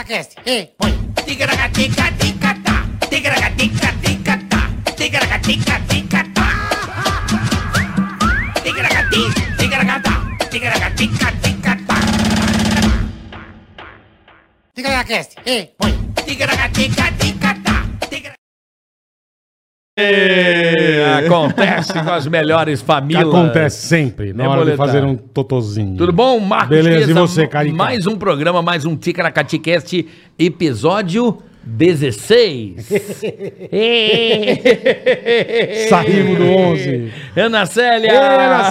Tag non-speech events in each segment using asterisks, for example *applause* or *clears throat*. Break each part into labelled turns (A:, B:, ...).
A: aquece. E põe. Tigra aquece. E põe.
B: É, Acontece com as melhores
C: Que
B: famílias.
C: acontece sempre, na
B: Né,
C: hora de
B: boletar?
C: fazer um totozinho.
B: Tudo bom, Marcos?
C: Beleza,
B: Queza?
C: e você, Carica?
B: Mais um programa, mais um Ticaracatecast, episódio 16.
C: Saímos do
B: *laughs*
C: 11.
B: Ana Célia!
C: Ei, Ana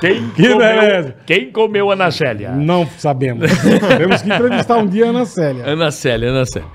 B: Quem
C: Que beleza.
B: Quem comeu Ana Célia?
C: Não sabemos. Temos que entrevistar um dia a Ana Célia.
B: Ana Célia, Ana Célia.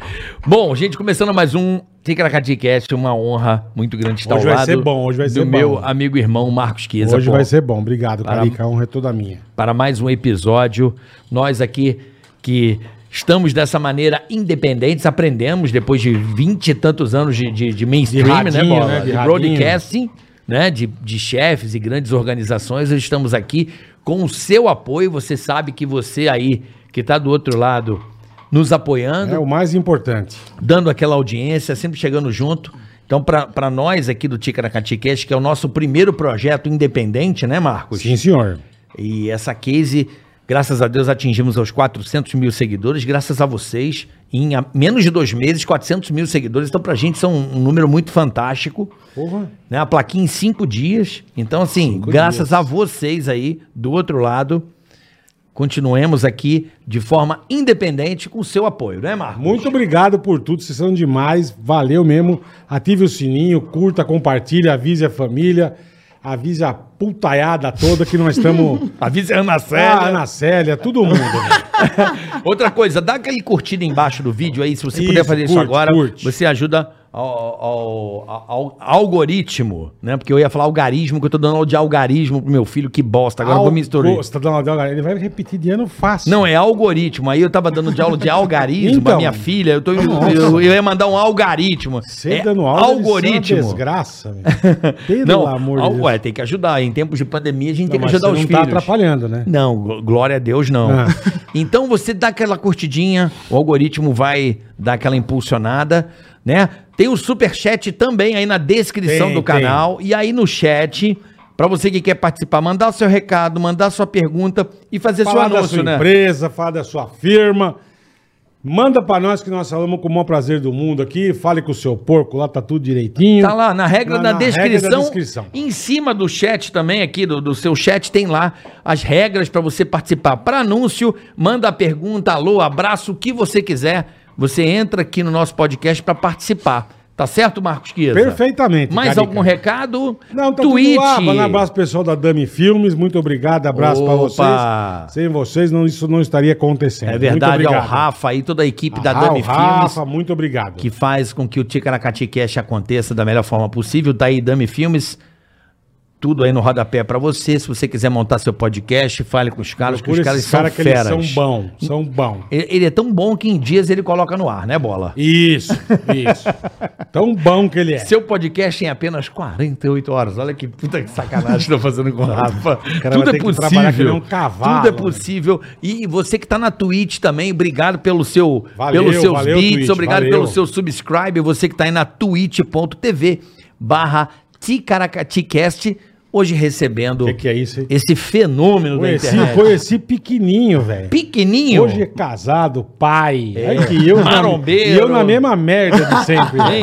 B: Bom, gente, começando mais um Ticaracatecast, uma honra muito grande estar
C: Hoje
B: ao
C: vai
B: lado
C: ser bom, hoje vai ser
B: do
C: bom.
B: meu amigo e irmão Marcos Chiesa.
C: Hoje
B: pô.
C: vai ser bom. Obrigado, Carica. A honra é toda minha.
B: para mais um episódio. Nós aqui que estamos dessa maneira independentes, aprendemos depois de vinte e tantos anos de, de, de mainstream,
C: De radinho,
B: né, Bola?
C: né, de
B: De,
C: radinho.
B: broadcasting, né, de, de chefes e grandes organizações, estamos aqui com o seu apoio. Você sabe que você aí, que está do outro lado, nos apoiando
C: É o mais importante.
B: dando aquela audiência, sempre chegando junto. Então, para nós aqui do Ticaracatiquete, que é o nosso primeiro projeto independente, né, Marcos?
C: Sim, senhor.
B: E essa case, graças a Deus, atingimos aos 400 mil seguidores, graças a vocês. Em a- menos de dois meses, 400 mil seguidores. Então, pra gente, são um, um número muito fantástico.
C: Porra.
B: Né? A plaquinha em cinco dias. Então, assim, graças a vocês aí, do outro lado, continuemos aqui de forma independente com o seu apoio, né, Marcos?
C: Muito obrigado por tudo, vocês são demais, valeu mesmo. Ative o sininho, curta, compartilha, avise a família, avise a putaiada toda que nós
B: *laughs*
C: estamos.
B: Avisa a Ana
C: ah,
B: Célia.
C: Ana Célia, todo mundo. né? velho.
B: Outra coisa, dá aquele curtida embaixo do vídeo aí, se você puder
C: Isso,
B: fazer isso
C: curte,
B: agora,
C: curte.
B: você ajuda ao, ao- ao- ao algoritmo, né? Porque eu ia falar algarismo, que eu tô dando aula de algarismo pro meu filho, que bosta, agora eu vou misturar.
C: Pô, você tá dando uma droga, ele vai repetir de ano fácil.
B: Não, é algoritmo. Aí eu tava dando
C: *laughs*
B: de aula de algarismo pra
C: Então.
B: minha filha. Eu, tô, eu, eu ia mandar um algaritmo.
C: Você tá
B: é
C: dando aula, isso é uma
B: Algoritmo.
C: desgraça,
B: *laughs*
C: velho. Pelo
B: Não,
C: amor
B: al-
C: de Deus.
B: ué, tem que ajudar. Em tempos de pandemia, a gente tem
C: Não,
B: que
C: mas
B: ajudar
C: você
B: os
C: não
B: filhos.
C: tá atrapalhando, né?
B: Não, gl- glória a Deus não.
C: Ah.
B: *laughs* Então você dá aquela curtidinha, o algoritmo vai dar aquela impulsionada, né? Tem o superchat também aí na descrição
C: Tem,
B: do canal e aí no chat pra você que quer participar, mandar o seu recado, mandar sua pergunta e fazer seu
C: Fala da
B: anúncio,
C: sua
B: né?
C: empresa, fala da sua firma. Manda pra nós que nós falamos com o maior prazer do mundo aqui. Fale com o seu porco, lá tá tudo direitinho.
B: Tá lá, na regra,
C: Na-
B: da,
C: na
B: descrição,
C: regra da descrição.
B: Em cima do chat também, aqui do, do seu chat, tem lá as regras para você participar. Para anúncio, manda a pergunta, alô, abraço, o que você quiser. Você entra aqui no nosso podcast para participar. Tá certo, Marcos Chiesa?
C: Perfeitamente.
B: Mais
C: Carica.
B: algum recado?
C: Não, tá
B: Tweet.
C: tudo lá. Manda um abraço pro pessoal da Dami Filmes. Muito obrigado, abraço pra
B: Opa.
C: vocês. Sem vocês, não, isso não estaria acontecendo.
B: É verdade,
C: muito
B: ao
C: obrigado.
B: Rafa e toda a equipe da
C: Ah,
B: Dami
C: o Rafa,
B: Filmes.
C: muito obrigado.
B: que faz com que o Ticaracati Cash aconteça da melhor forma possível. Tá aí Dami Filmes, tudo aí no rodapé pra você. Se você quiser montar seu podcast, fale com os caras, que
C: Por
B: os
C: esses
B: caras são
C: caras que eles
B: feras.
C: são bom, são bom.
B: Ele, ele é tão bom que em dias ele coloca no ar, né, Bola?
C: Isso, isso. Tão bom que ele é.
B: Seu podcast em apenas 48 horas. Olha que puta que sacanagem tô fazendo com o Rafa.
C: cara
B: Tudo
C: vai ter
B: é
C: que trabalhar que nem
B: possível.
C: um cavalo,
B: Tudo é
C: né?
B: possível. E você que tá na Twitch também, obrigado pelo seu,
C: Valeu,
B: pelos seus
C: valeu,
B: beats,
C: Twitch,
B: obrigado
C: valeu.
B: pelo seu subscribe. Você que tá aí na twitch.tv barra Ticaracaticast, hoje recebendo
C: Que que é isso, hein?
B: esse fenômeno da
C: Conheci,
B: internet.
C: conheci pequenininho, velho.
B: Pequenininho.
C: Hoje é casado, pai. É. que eu
B: Marombeiro.
C: Na, e eu na mesma merda de sempre.
B: Hein?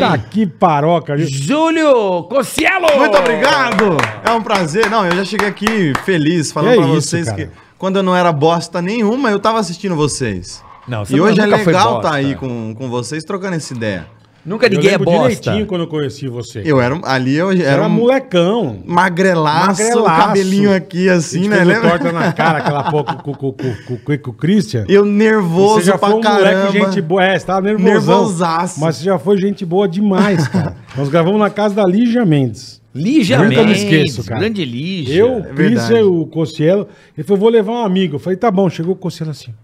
C: Tá aqui paroca. viu?
B: Júlio Cossielo!
D: Muito obrigado! É um prazer. Não, eu já cheguei aqui feliz, falando
C: Que
D: pra
C: é isso,
D: vocês
C: cara.
D: que quando eu não era bosta nenhuma, eu tava assistindo vocês.
B: Não, você
D: e hoje é
B: nunca foi
D: legal
B: bosta.
D: estar tá aí com, com vocês trocando essa ideia.
B: Nunca
C: Eu
B: ninguém é
C: lembro
B: bosta.
C: direitinho quando eu conheci você.
D: Eu era um- ali eu
C: Você
D: era,
C: É. era
D: um
C: molecão.
D: magrelaço,
C: Magrelaço.
D: cabelinho aqui assim, né?
C: Lembra?
D: Lembra?
C: torta na cara aquela pouco com, com, com, com, com, com o Christian.
D: *laughs* Eu nervoso
C: Você já
D: pra
C: foi um
D: caramba.
C: moleque gente boa. É, você tava nervosão.
D: Nervosaço.
C: Mas você já foi gente boa demais,
D: *laughs*
C: cara. Nós gravamos na casa da Lígia Mendes.
B: Lígia
C: Nunca me
B: Mendes,
C: esqueço, cara.
B: grande Lígia.
C: Eu, o
D: é verdade.
C: Christian, o Cossielo. Ele falou, vou levar um amigo. Eu falei, tá bom. Chegou o Cossielo assim.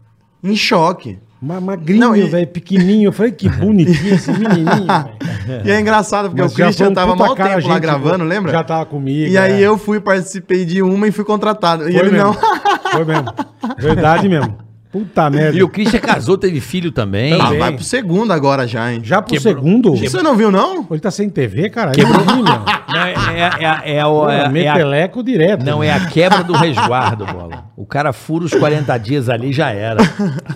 D: Em choque. *laughs*
C: Ma- Magrinho,
D: Não, e-
C: velho, pequenininho. Eu falei, que bonitinho
D: *laughs*
C: esse menininho, velho.
D: E é engraçado, porque
C: Mas
D: o
C: já foi
D: Christian
C: um
D: tava
C: puta
D: mal
C: cara,
D: tempo lá
C: gente,
D: gravando, lembra?
C: já tava comigo,
D: E aí
C: é.
D: eu fui, participei de uma e fui contratado. e
C: Foi
D: ele
C: mesmo.
D: não. *laughs*
C: Foi mesmo. Verdade mesmo. Puta merda.
B: E o Christian casou, teve filho também.
C: Também.
D: Ah, vai pro segundo agora já, hein?
C: Já pro
B: Quebrou.
C: segundo.
D: Isso Você não viu, não?
C: Ele tá sem TV, cara? Quebrou.
B: Não, é, é- é- é o- é- é a-
C: Meteleco direto.
B: não, é a quebra do resguardo, bola. O cara fura os 40 dias ali
C: *laughs*
B: já era.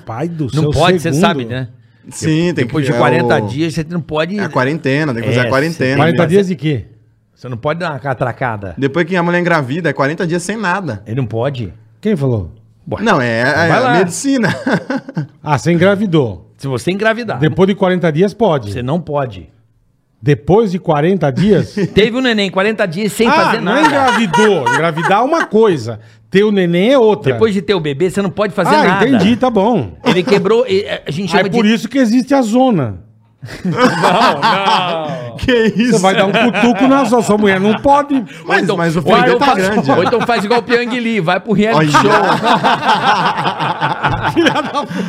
C: Pai do
B: Não
C: céu,
B: pode, você
C: segundo.
B: sabe, né?
D: Sim, tem
B: Depois
D: que
B: de 40
D: é o-
B: dias, você não pode.
D: É a quarentena, tem que fazer
B: É,
D: a quarentena.
C: 40
D: né?
C: dias de quê?
B: Você não pode dar uma catracada.
D: Depois que a mulher engravida, é 40 dias sem nada.
B: Ele não pode.
C: Quem falou?
D: Não, é, é
B: Vai
D: a
B: lá.
D: medicina.
C: Ah, você engravidou.
B: Se você engravidar,
C: Depois de 40 dias, pode.
B: você não pode.
C: Depois de 40
B: *laughs*
C: dias.
B: Teve um neném 40 dias sem fazer
C: Ah, não
B: nada.
C: engravidou. Engravidar é uma coisa. Ter o neném é outra.
B: Depois de ter o bebê, você não pode fazer
C: ah,
B: nada.
C: entendi, tá bom.
B: Ele quebrou. e- A gente
C: Aí
B: chama
C: por
B: de.
C: isso que existe a zona.
D: que
C: Você
D: isso?
C: vai dar um cutuco na sua, sua mulher. Não pode.
D: Mas,
B: então-
D: mas o
B: ou,
D: filho
B: então
D: tá
B: faz,
D: grande.
B: ou então faz igual o Pyong Lee, vai pro reality
D: Olha. *laughs*
B: show.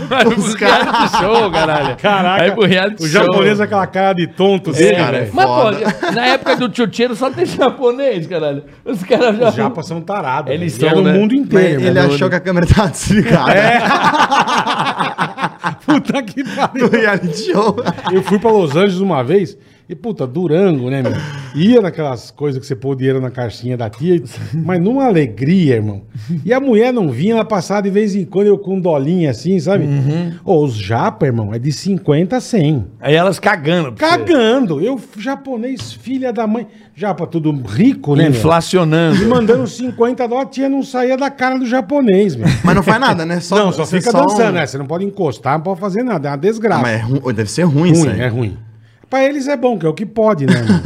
B: Vai pro
D: Os
B: reality show, caralho.
C: Caraca,
B: Vai pro reality
C: O
B: show.
C: japonês, é aquela cara de tonto dele,
D: é cara é
C: velho.
B: Mas,
D: Foda.
B: pô, na época do tchutcheiro só tem *laughs* japonês, caralho. Os caras já.
C: Os japas são tarados.
B: Eles
C: velho. E
B: são,
C: é
B: né?
C: no mundo
D: Mas
C: inteiro.
D: ele
C: velho.
D: achou que a câmera tava desligada *laughs*
C: Puta que
D: no
C: pariu.
D: reality show.
C: Eu fui pra Los Angeles uma vez e, puta, Durango, né, meu? Ia naquelas coisas que você pôr o dinheiro na caixinha da
D: *laughs*
C: tia, mas numa alegria, irmão. E a mulher não vinha, ela passava de vez em quando eu com dolinha assim, sabe?
D: Uhum.
C: Ô, os japa, irmão, é de 50 a 100.
B: Aí elas cagando. pra você.
C: Cagando. Eu, japonês, filha da mãe. Japa, tudo rico, né, meu? E
B: Inflacionando.
C: mandando 50 dólares, a tia não saía da cara do japonês,
D: *laughs*
C: meu.
D: Mas não faz nada, né? Só,
C: Não, só
D: você
C: fica
D: um-
C: dançando, né? Você não pode encostar, não pode fazer nada, é uma desgraça.
D: Ah, mas é ru... deve ser ruim, isso
C: ruim,
D: aí.
C: é ruim. Pra eles é bom, que é o que pode, né? irmão?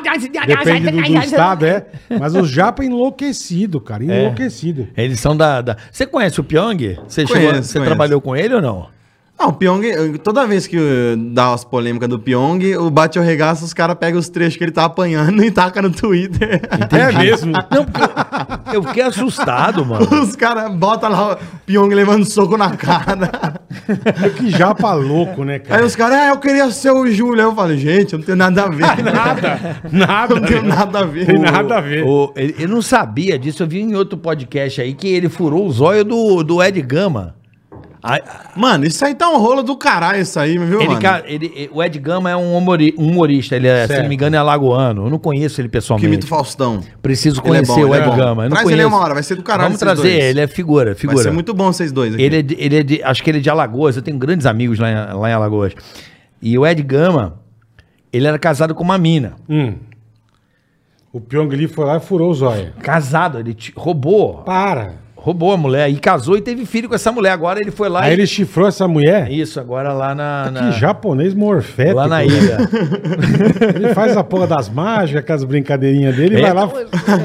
C: Depende do, do estado, é. Mas o japa é enlouquecido, cara,
B: É.
C: enlouquecido.
B: Eles são da. da- Você conhece o Pyong? Você, chegou-
D: Conheço,
B: você
D: conheço.
B: trabalhou com ele ou não?
D: Ah, o Pyong, eh, toda vez que eh, dá as polêmicas do Pyong, o bate ou regaça, os caras pegam os trechos que ele tá apanhando *laughs* e taca no Twitter.
C: É *laughs* mesmo?
B: Não, porque eu- eu fiquei assustado, mano.
D: *laughs* Os caras botam lá o Pyong levando soco na cara.
C: é que japa louco, né,
D: Aí
C: cara?
D: os caras, ah, eu queria ser o Júlio. Aí eu falo, gente, eu não tenho nada a ver.
C: Nada, nada.
D: Não tenho
C: né?
D: nada a ver.
C: Tem nada a ver.
B: O- ele- eu não sabia disso, eu vi em outro podcast aí que ele furou o zóio do, do Ed Gama. Aí,
D: Mano, isso aí tá um rolo do caralho, isso aí, viu,
B: ele,
D: mano?
B: ca- ele- o Ed Gama é um humori- um humorista, ele é, se
C: Certo.
B: não me engano, é alagoano. Eu não conheço ele
D: Que imita
B: pessoalmente.
D: o Faustão.
B: Preciso
D: Ele é
B: conhecer
D: bom,
B: o
D: ele é
B: Ed
D: bom.
B: Gama. Eu não
D: Traz
B: conheço.
D: ele uma hora, vai ser do caralho
B: Vamos
D: esses
B: trazer,
D: dois.
B: ele é figura, figura.
D: Vai ser muito bom vocês dois aqui.
B: Ele é, de, ele é de- acho que ele é de Alagoas, eu tenho grandes amigos lá em, lá em Alagoas. E o Ed Gama, ele era casado com uma mina.
C: Hum. O Pyong Lee foi lá e furou os olhos.
B: Casado, ele te- roubou,
C: Para.
B: roubou a mulher e casou e teve filho com essa mulher. Agora ele foi lá
C: Aí
B: e...
C: ele chifrou essa mulher.
B: Isso, agora lá na... na-
C: Que japonês morfético.
B: Ah. Lá na
C: né?
B: ilha.
C: Ele faz a porra das mágicas, aquelas brincadeirinhas dele, e vai lá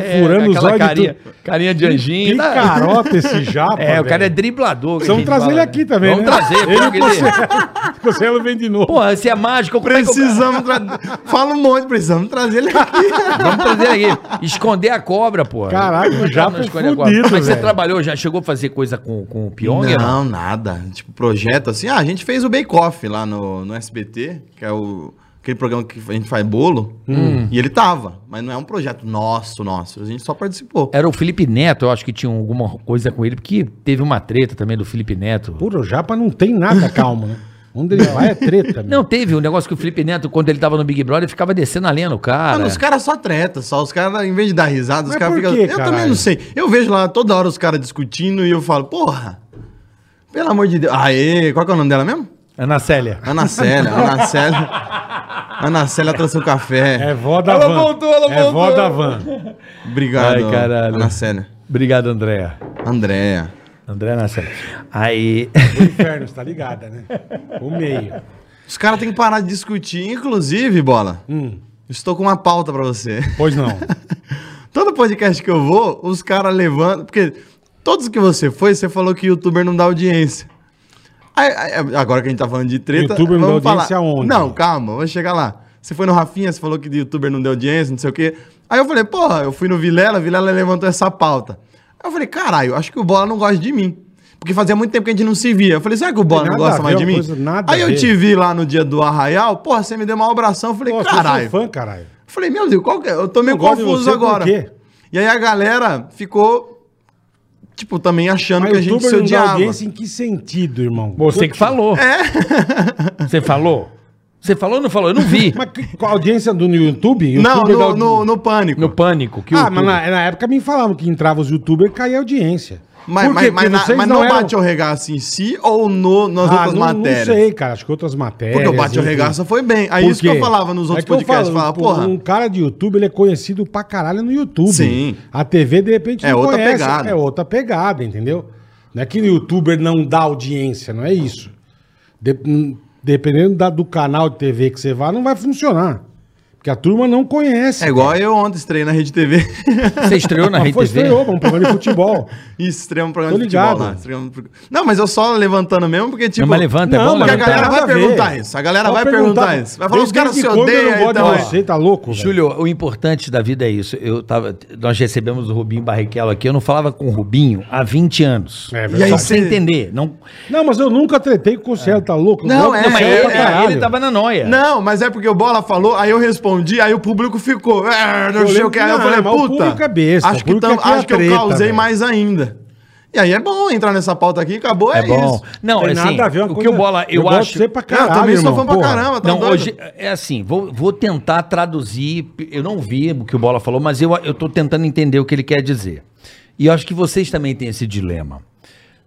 B: É,
C: furando os
B: aquela
C: olhos de
B: carinha,
C: tudo.
B: carinha de anjinho. tá?
C: Picarota esse japa.
B: *laughs* É, o cara é
C: velho.
B: driblador. que a
C: Precisamos
B: gente
C: trazer
B: fala,
C: ele
B: né?
C: aqui também,
B: Vamos
C: né?
B: trazer.
C: Ele
B: porque
C: e o *laughs* Cossello. O Cossello vem de novo.
B: *laughs* Porra, se é mágico... como é que eu-
D: Precisamos trazer. Fala um monte, precisamos trazer ele aqui.
B: *laughs* Vamos trazer aqui. Esconder a cobra, pô.
C: Caraca, o Japa
B: Não
C: é
B: esconde
C: fudido,
B: a cobra. Mas você
C: velho.
B: trabalhou, já chegou a fazer coisa com, com o Pyong? não?
D: Não, nada. Tipo, projeto assim. Ah, a gente fez o Bake Off lá no, no SBT, que é o, aquele programa que a gente faz bolo.
C: Hum.
D: E ele tava. Mas não é um projeto nosso, nosso. A gente só participou.
C: É,
B: Era o Felipe Neto, eu acho que tinha alguma coisa com ele, porque teve uma treta também do Felipe Neto.
C: Pura, o japa não tem nada calmo, né? Onde ele vai é treta. meu.
B: Não, teve um negócio que o Felipe Neto, quando ele tava no Big Brother, ficava descendo a lenha no cara.
C: É
D: Mano, os caras só treta, só. Os caras, em vez de dar risada, os
C: Mas
D: caras
C: por
D: ficam.
C: quê,
D: Eu também
C: caralho?
D: não sei. Eu vejo lá toda hora os caras discutindo e eu falo, porra, pelo amor de Deus. Aê, qual que é o nome dela mesmo?
B: Ana Célia.
D: Ana
C: *laughs*
D: Célia, Ana Célia. Ana Célia trouxe o café.
C: É vó da
B: Ela
C: van.
B: voltou, ela
C: é vó
B: voltou.
C: da van.
D: Obrigado,
B: Ai, caralho.
D: Ana Célia.
B: Obrigado, Andréa.
D: Andréia.
B: Andréa Ana Célia. Aí.
C: O inferno, você tá ligada, né? O meio.
D: Os caras têm que parar de discutir. Inclusive, bola,
C: Hum,
D: estou com uma pauta pra você.
C: pois não.
D: *laughs* Todo podcast que eu vou, os caras levantam. Porque todos que você foi, você falou que youtuber não dá audiência. Aí, aí, agora que a gente tá falando de treta.
C: Youtuber não dá
D: vamos falar.
C: audiência aonde?
D: Não, calma, vou chegar lá. Você foi no Rafinha, você falou que de youtuber não deu audiência, não sei o quê. Aí eu falei, porra, eu fui no Vilela, Vilela levantou essa pauta. Aí eu falei, caralho, acho que o Bola não gosta de mim. Porque fazia muito tempo que a gente não se via. Eu falei, será que o Bola
C: Tem
D: não
C: nada
D: gosta
C: a
D: mais
C: ver,
D: de
C: uma
D: mim?
C: coisa nada
D: Aí
C: a
D: eu
C: ver.
D: te vi lá no dia do Arraial, porra, você me deu uma abração. Eu falei,
C: Pô,
D: caralho.
C: Caralho. fã, caralho.
D: Falei, meu Deus, qual que é? Eu tô meio
C: Eu gosto de
D: confuso
C: você por
D: agora.
C: quê?
D: E aí a galera ficou tipo, também achando
C: Mas
D: que
C: o
D: a gente
C: Ah, youtuber
D: se
C: não dá
D: odiava.
C: audiência em que sentido, irmão?
B: Você que falou.
C: É.
B: Você falou? Você falou ou não falou? Eu não vi.
C: Mas que- com a audiência do YouTube?
D: Não,
C: Youtuber
D: no,
C: dá-
D: no, no pânico.
B: No pânico. Que
C: Ah,
B: o-
C: mas na, na época me falavam que entrava os youtubers e caía a audiência. Por
D: Mas,
C: quê?
D: mas, mas,
C: Porque
D: na-
C: vocês
D: mas não,
C: eram-
D: bate o regaço em si ou no, nas
C: Ah,
D: outras
C: não,
D: matérias?
C: Não sei, cara. Acho que outras matérias.
D: Porque o bate o
C: enfim.
D: regaço foi bem. Aí
C: Por
D: isso que
C: quê?
D: eu falava
C: É
D: nos outros
C: que eu
D: podcasts.
C: falo,
D: Eu falava,
C: pô,
D: porra,
C: Um cara de YouTube, ele é conhecido pra caralho no YouTube.
D: Sim.
C: A TV, de repente,
D: É outra pegada.
C: É outra pegada, entendeu? Não é que o youtuber não dá audiência, não é isso. De- hum, dependendo da- do canal de TV que você vá, não vai funcionar. Porque a turma não conhece.
D: é igual eu ontem estreiei na Rede *laughs* TV.
B: Você estreou na
C: Ah,
B: Rede
C: foi,
B: TV?
C: estreou, um programa de futebol.
D: Isso, estreamos um programa
C: Tô
D: de futebol
C: ligado.
D: lá. estreamos um pro- Não, mas eu só levantando mesmo, porque tipo...
B: Não, mas levanta, é bom
D: porque a
B: levantar.
D: galera
C: não
D: vai
C: tem nada
D: perguntar
C: ver.
D: isso, a galera
C: Vão
D: vai perguntar isso. Vai falar, os
C: desde
D: caras
C: que
D: se
C: quando eu
D: odeiam,
C: não gosto
D: então,
C: de
D: é.
C: Você tá louco? velho?
B: Júlio, o importante da vida é isso. Eu tava, nós recebemos o Rubinho Barrichello aqui. Eu não falava com o Rubinho há 20 anos.
C: É
B: e
C: verdade.
B: aí você entender. Não,
C: Não, mas eu nunca tretei com o Célio, tá louco? Eu
D: Não,
C: gosto do
D: é,
B: mas
C: Célio
D: é,
B: ele,
C: pra
D: é,
C: caralho.
B: ele tava na noia.
D: Não, mas é porque o Bola falou, aí eu respondi, aí o público ficou. "Ah, Não
C: Eu
D: sei o
C: lembro
D: que.
C: que
D: Aí eu
C: não,
D: falei,
C: mas o
D: puta.
C: público é besta, o
D: acho que,
C: público
D: tam-
C: é que é a
D: acho que eu
C: treta,
D: causei
C: velho.
D: mais ainda. E aí é bom entrar nessa pauta aqui, acabou, é,
B: É bom.
D: isso.
B: Não,
C: Tem
B: assim,
C: nada a ver uma
B: o que
C: coisa-
B: o Bola, eu,
C: gosto de
B: acho...
C: você pra
D: Não,
C: caralho,
D: eu também sou
C: irmão,
D: fã pra
C: porra.
D: caramba, tá
B: Não,
D: doido?
B: hoje é assim, vou, vou tentar traduzir. Eu não vi o que o Bola falou, mas eu, eu tô tentando entender o que ele quer dizer. E eu acho que vocês também têm esse dilema.